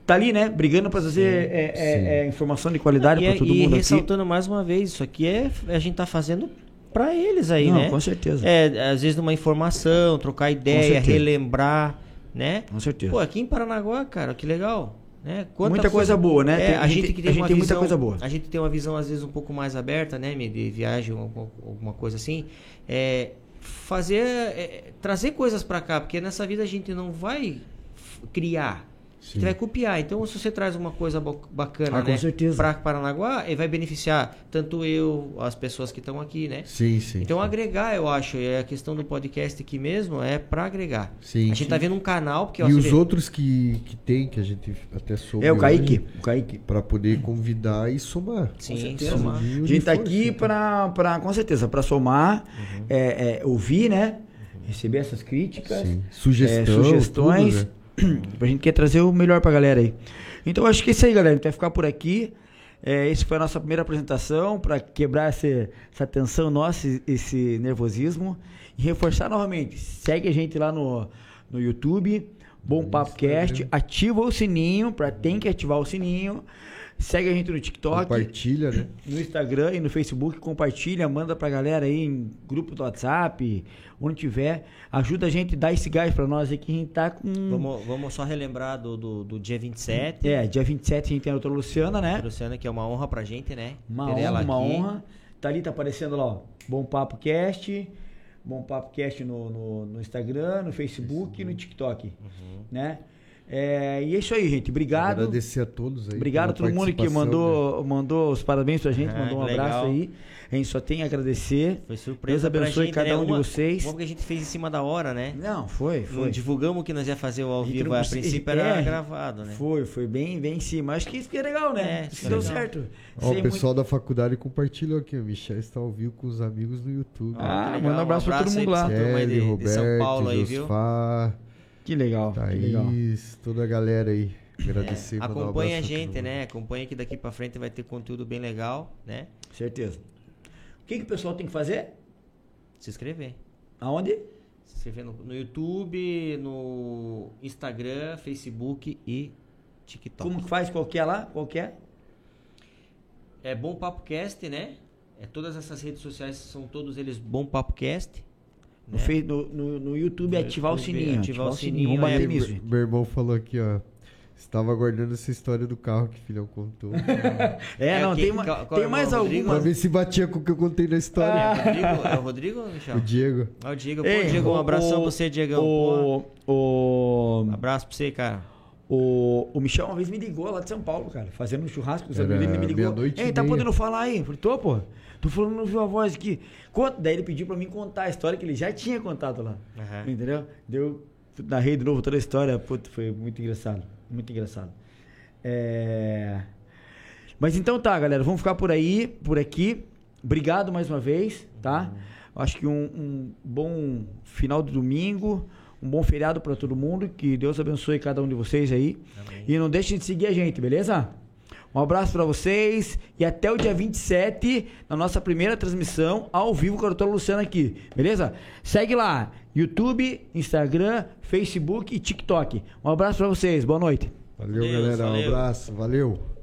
A: tá ali, né? Brigando pra trazer é, é, é, informação de qualidade
B: E,
A: pra
B: é-
A: todo
B: e
A: mundo aqui.
B: ressaltando mais uma vez, isso aqui é a gente tá fazendo pra eles aí,
A: Não,
B: né?
A: com certeza.
B: É, às vezes numa informação, trocar ideia,
A: certeza.
B: relembrar, né?
A: Com certeza.
B: Pô, aqui em Paranaguá, cara, que legal. Né? Quanta
A: Muita coisa boa, né?
B: É,
A: Tem-
B: a gente, que tem,
A: a gente
B: uma
A: tem muita
B: visão-
A: coisa boa.
B: A gente tem uma visão, às vezes, um pouco mais aberta, né? Mi, De viagem, alguma, alguma coisa assim. É, fazer. é, trazer coisas pra cá, porque nessa vida a gente não vai f- criar. A
C: Sim.
B: gente vai copiar. Então, se você traz uma coisa bo- bacana,
A: Ah, com
B: né?
A: certeza.
B: Pra Paranaguá, ele vai beneficiar tanto eu, as pessoas que estão aqui, né?
C: Sim, sim.
B: Então agregar, eu acho, é a questão do podcast aqui mesmo é pra agregar.
C: Sim,
B: a gente
C: sim.
B: tá vendo um canal porque ó,
C: e
B: você
C: os
B: vê,
C: outros que, que tem, que a gente até soube.
A: É, o Kaique.
C: hoje,
A: O Kaique.
C: Pra poder convidar e somar.
B: sim,
A: certeza.
B: somar.
C: E
A: A
C: unir
A: gente tá
C: forças,
A: aqui
C: então.
A: pra, pra, com certeza, pra somar,
C: Uhum.
A: é, é, ouvir, né? Receber essas críticas,
C: Sim.
A: é,
C: Sugestão,
A: sugestões.
C: tudo, né?
A: A gente quer trazer o melhor pra galera aí. Então acho que é isso aí, galera. A gente vai ficar por aqui. É, essa foi a nossa primeira apresentação para quebrar essa, essa tensão nossa, e- esse nervosismo. E reforçar novamente. Segue a gente lá no, no YouTube, Bom Papo Cast. Ativa o sininho, pra, tem que ativar o sininho. Segue a gente no TikTok
C: Compartilha, né?
A: no Instagram e no Facebook, compartilha, manda pra galera aí em grupo do WhatsApp, onde tiver, ajuda a gente, dá esse gás pra nós aí que a gente tá com...
B: Vamos, vamos só relembrar do, do, do dia 27.
A: É, dia 27 a gente tem a doutora Luciana, né?
B: Luciana, que é uma honra pra gente, né?
A: Uma
B: Ter
A: honra,
B: ela
A: uma
B: aqui.
A: honra. Tá ali, tá aparecendo lá, ó, Bom Papo Cast, Bom Papo Cast no, no, no Instagram, no Facebook e no TikTok,
C: Uhum.
A: né? É, e é isso aí, gente. Obrigado.
C: Agradecer a todos aí.
A: Obrigado a
C: pela
A: todo mundo que
C: participação, né? É,
A: mandou, mandou os parabéns pra gente,
B: Ah,
A: mandou um
B: que
A: abraço
B: legal.
A: aí. A gente só tem a agradecer.
B: Foi surpresa
A: Deus abençoe
B: pra gente,
A: cada
B: né?
A: um de
B: Uma-
A: vocês.
B: Uma que a gente fez em cima da hora, né?
A: Não, foi,
B: Não
A: foi.
B: divulgamos o que nós ia fazer ao
A: A gente
B: vivo.
A: não
B: A
A: precisa-
B: princípio era
A: é,
B: gravado, né?
A: Foi, foi bem, bem em cima. Acho que isso que é legal, né?
B: É,
A: isso
B: isso é
A: deu
B: legal.
A: certo.
C: Ó,
A: Sei
C: o pessoal da faculdade compartilhou aqui. O Michel está ao vivo com os amigos no YouTube.
B: Ó,
A: Ah,
B: que legal.
A: manda um abraço pra todo
B: aí
A: mundo lá.
B: essa turma aí
C: Kelly,
B: de, de São Paulo aí,
C: Roberto,
B: viu?
C: Josfá,
A: muito- Que legal,
C: tá
A: que legal.
C: Thaís, toda a galera aí. Agradecer. mandar um
B: Acompanha a
C: abraço pra todo
B: gente,
C: mundo.
B: né? Acompanha que daqui pra frente vai ter conteúdo bem legal, né?
A: Certeza. O que, que o pessoal tem que fazer?
B: Se inscrever.
A: Aonde?
B: Se inscrever no, no YouTube, no Instagram, Facebook e
C: Tá.
B: TikTok.
A: Como que faz? Qual que é lá? Qual que
B: Né?
A: é?
B: É Bom Papo Cast, né? É, todas essas redes sociais são todos eles Bom Papo Cast.
A: No, Face- no, no, no YouTube,
B: No
A: ativar o
B: YouTube,
A: sininho.
B: ativar o sininho,
A: Vamos bater
B: é,
A: nisso,
C: Meu-
A: gente.
C: Meu irmão falou aqui, ó. Estava aguardando essa história do carro que o filhão contou.
A: É,
B: É,
A: não,
B: quem-
A: tem, uma-
B: qual- qual
A: tem
B: é o
A: mais
B: nome, Rodrigo?
A: alguma.
C: pra ver se batia com o que eu contei na
B: É
C: história.
B: o Rodrigo, é o Rodrigo ou o Michel?
C: O Diego.
B: É o Diego. Pô,
A: Ei,
B: Diego, um
A: o-
B: abração
A: o-
B: pra você, Diegão. Pô,
A: O, o,
B: um abraço pra você, cara.
A: o, o Michel uma vez me ligou lá de São Paulo, cara, fazendo um churrasco com os
C: Era
A: amigos dele, ele me ligou.
C: É meia-noite e
A: Ei, tá
C: meia.
A: podendo falar aí? Eu Falei, tô, pô. Tô falando, não viu a voz aqui. Conta. Daí ele pediu pra mim contar a história que ele já tinha contado lá.
B: Aham.
A: Entendeu? Deu, narrei de novo toda a história. Puta, foi muito engraçado. Muito engraçado. É... Mas então tá, galera. Vamos ficar por aí, por aqui. Obrigado mais uma vez, tá? Acho que um, um bom final de domingo, um bom feriado para todo mundo, que Deus abençoe cada um de vocês aí. E não deixem de seguir a gente, beleza? Um abraço para vocês e até o dia 27 na nossa primeira transmissão ao vivo com a doutora Luciana aqui, beleza? Segue lá, YouTube, Instagram, Facebook e TikTok. Um abraço para vocês, boa noite.
C: Valeu,
B: Deus,
C: galera.
B: valeu.
C: Um abraço. Valeu.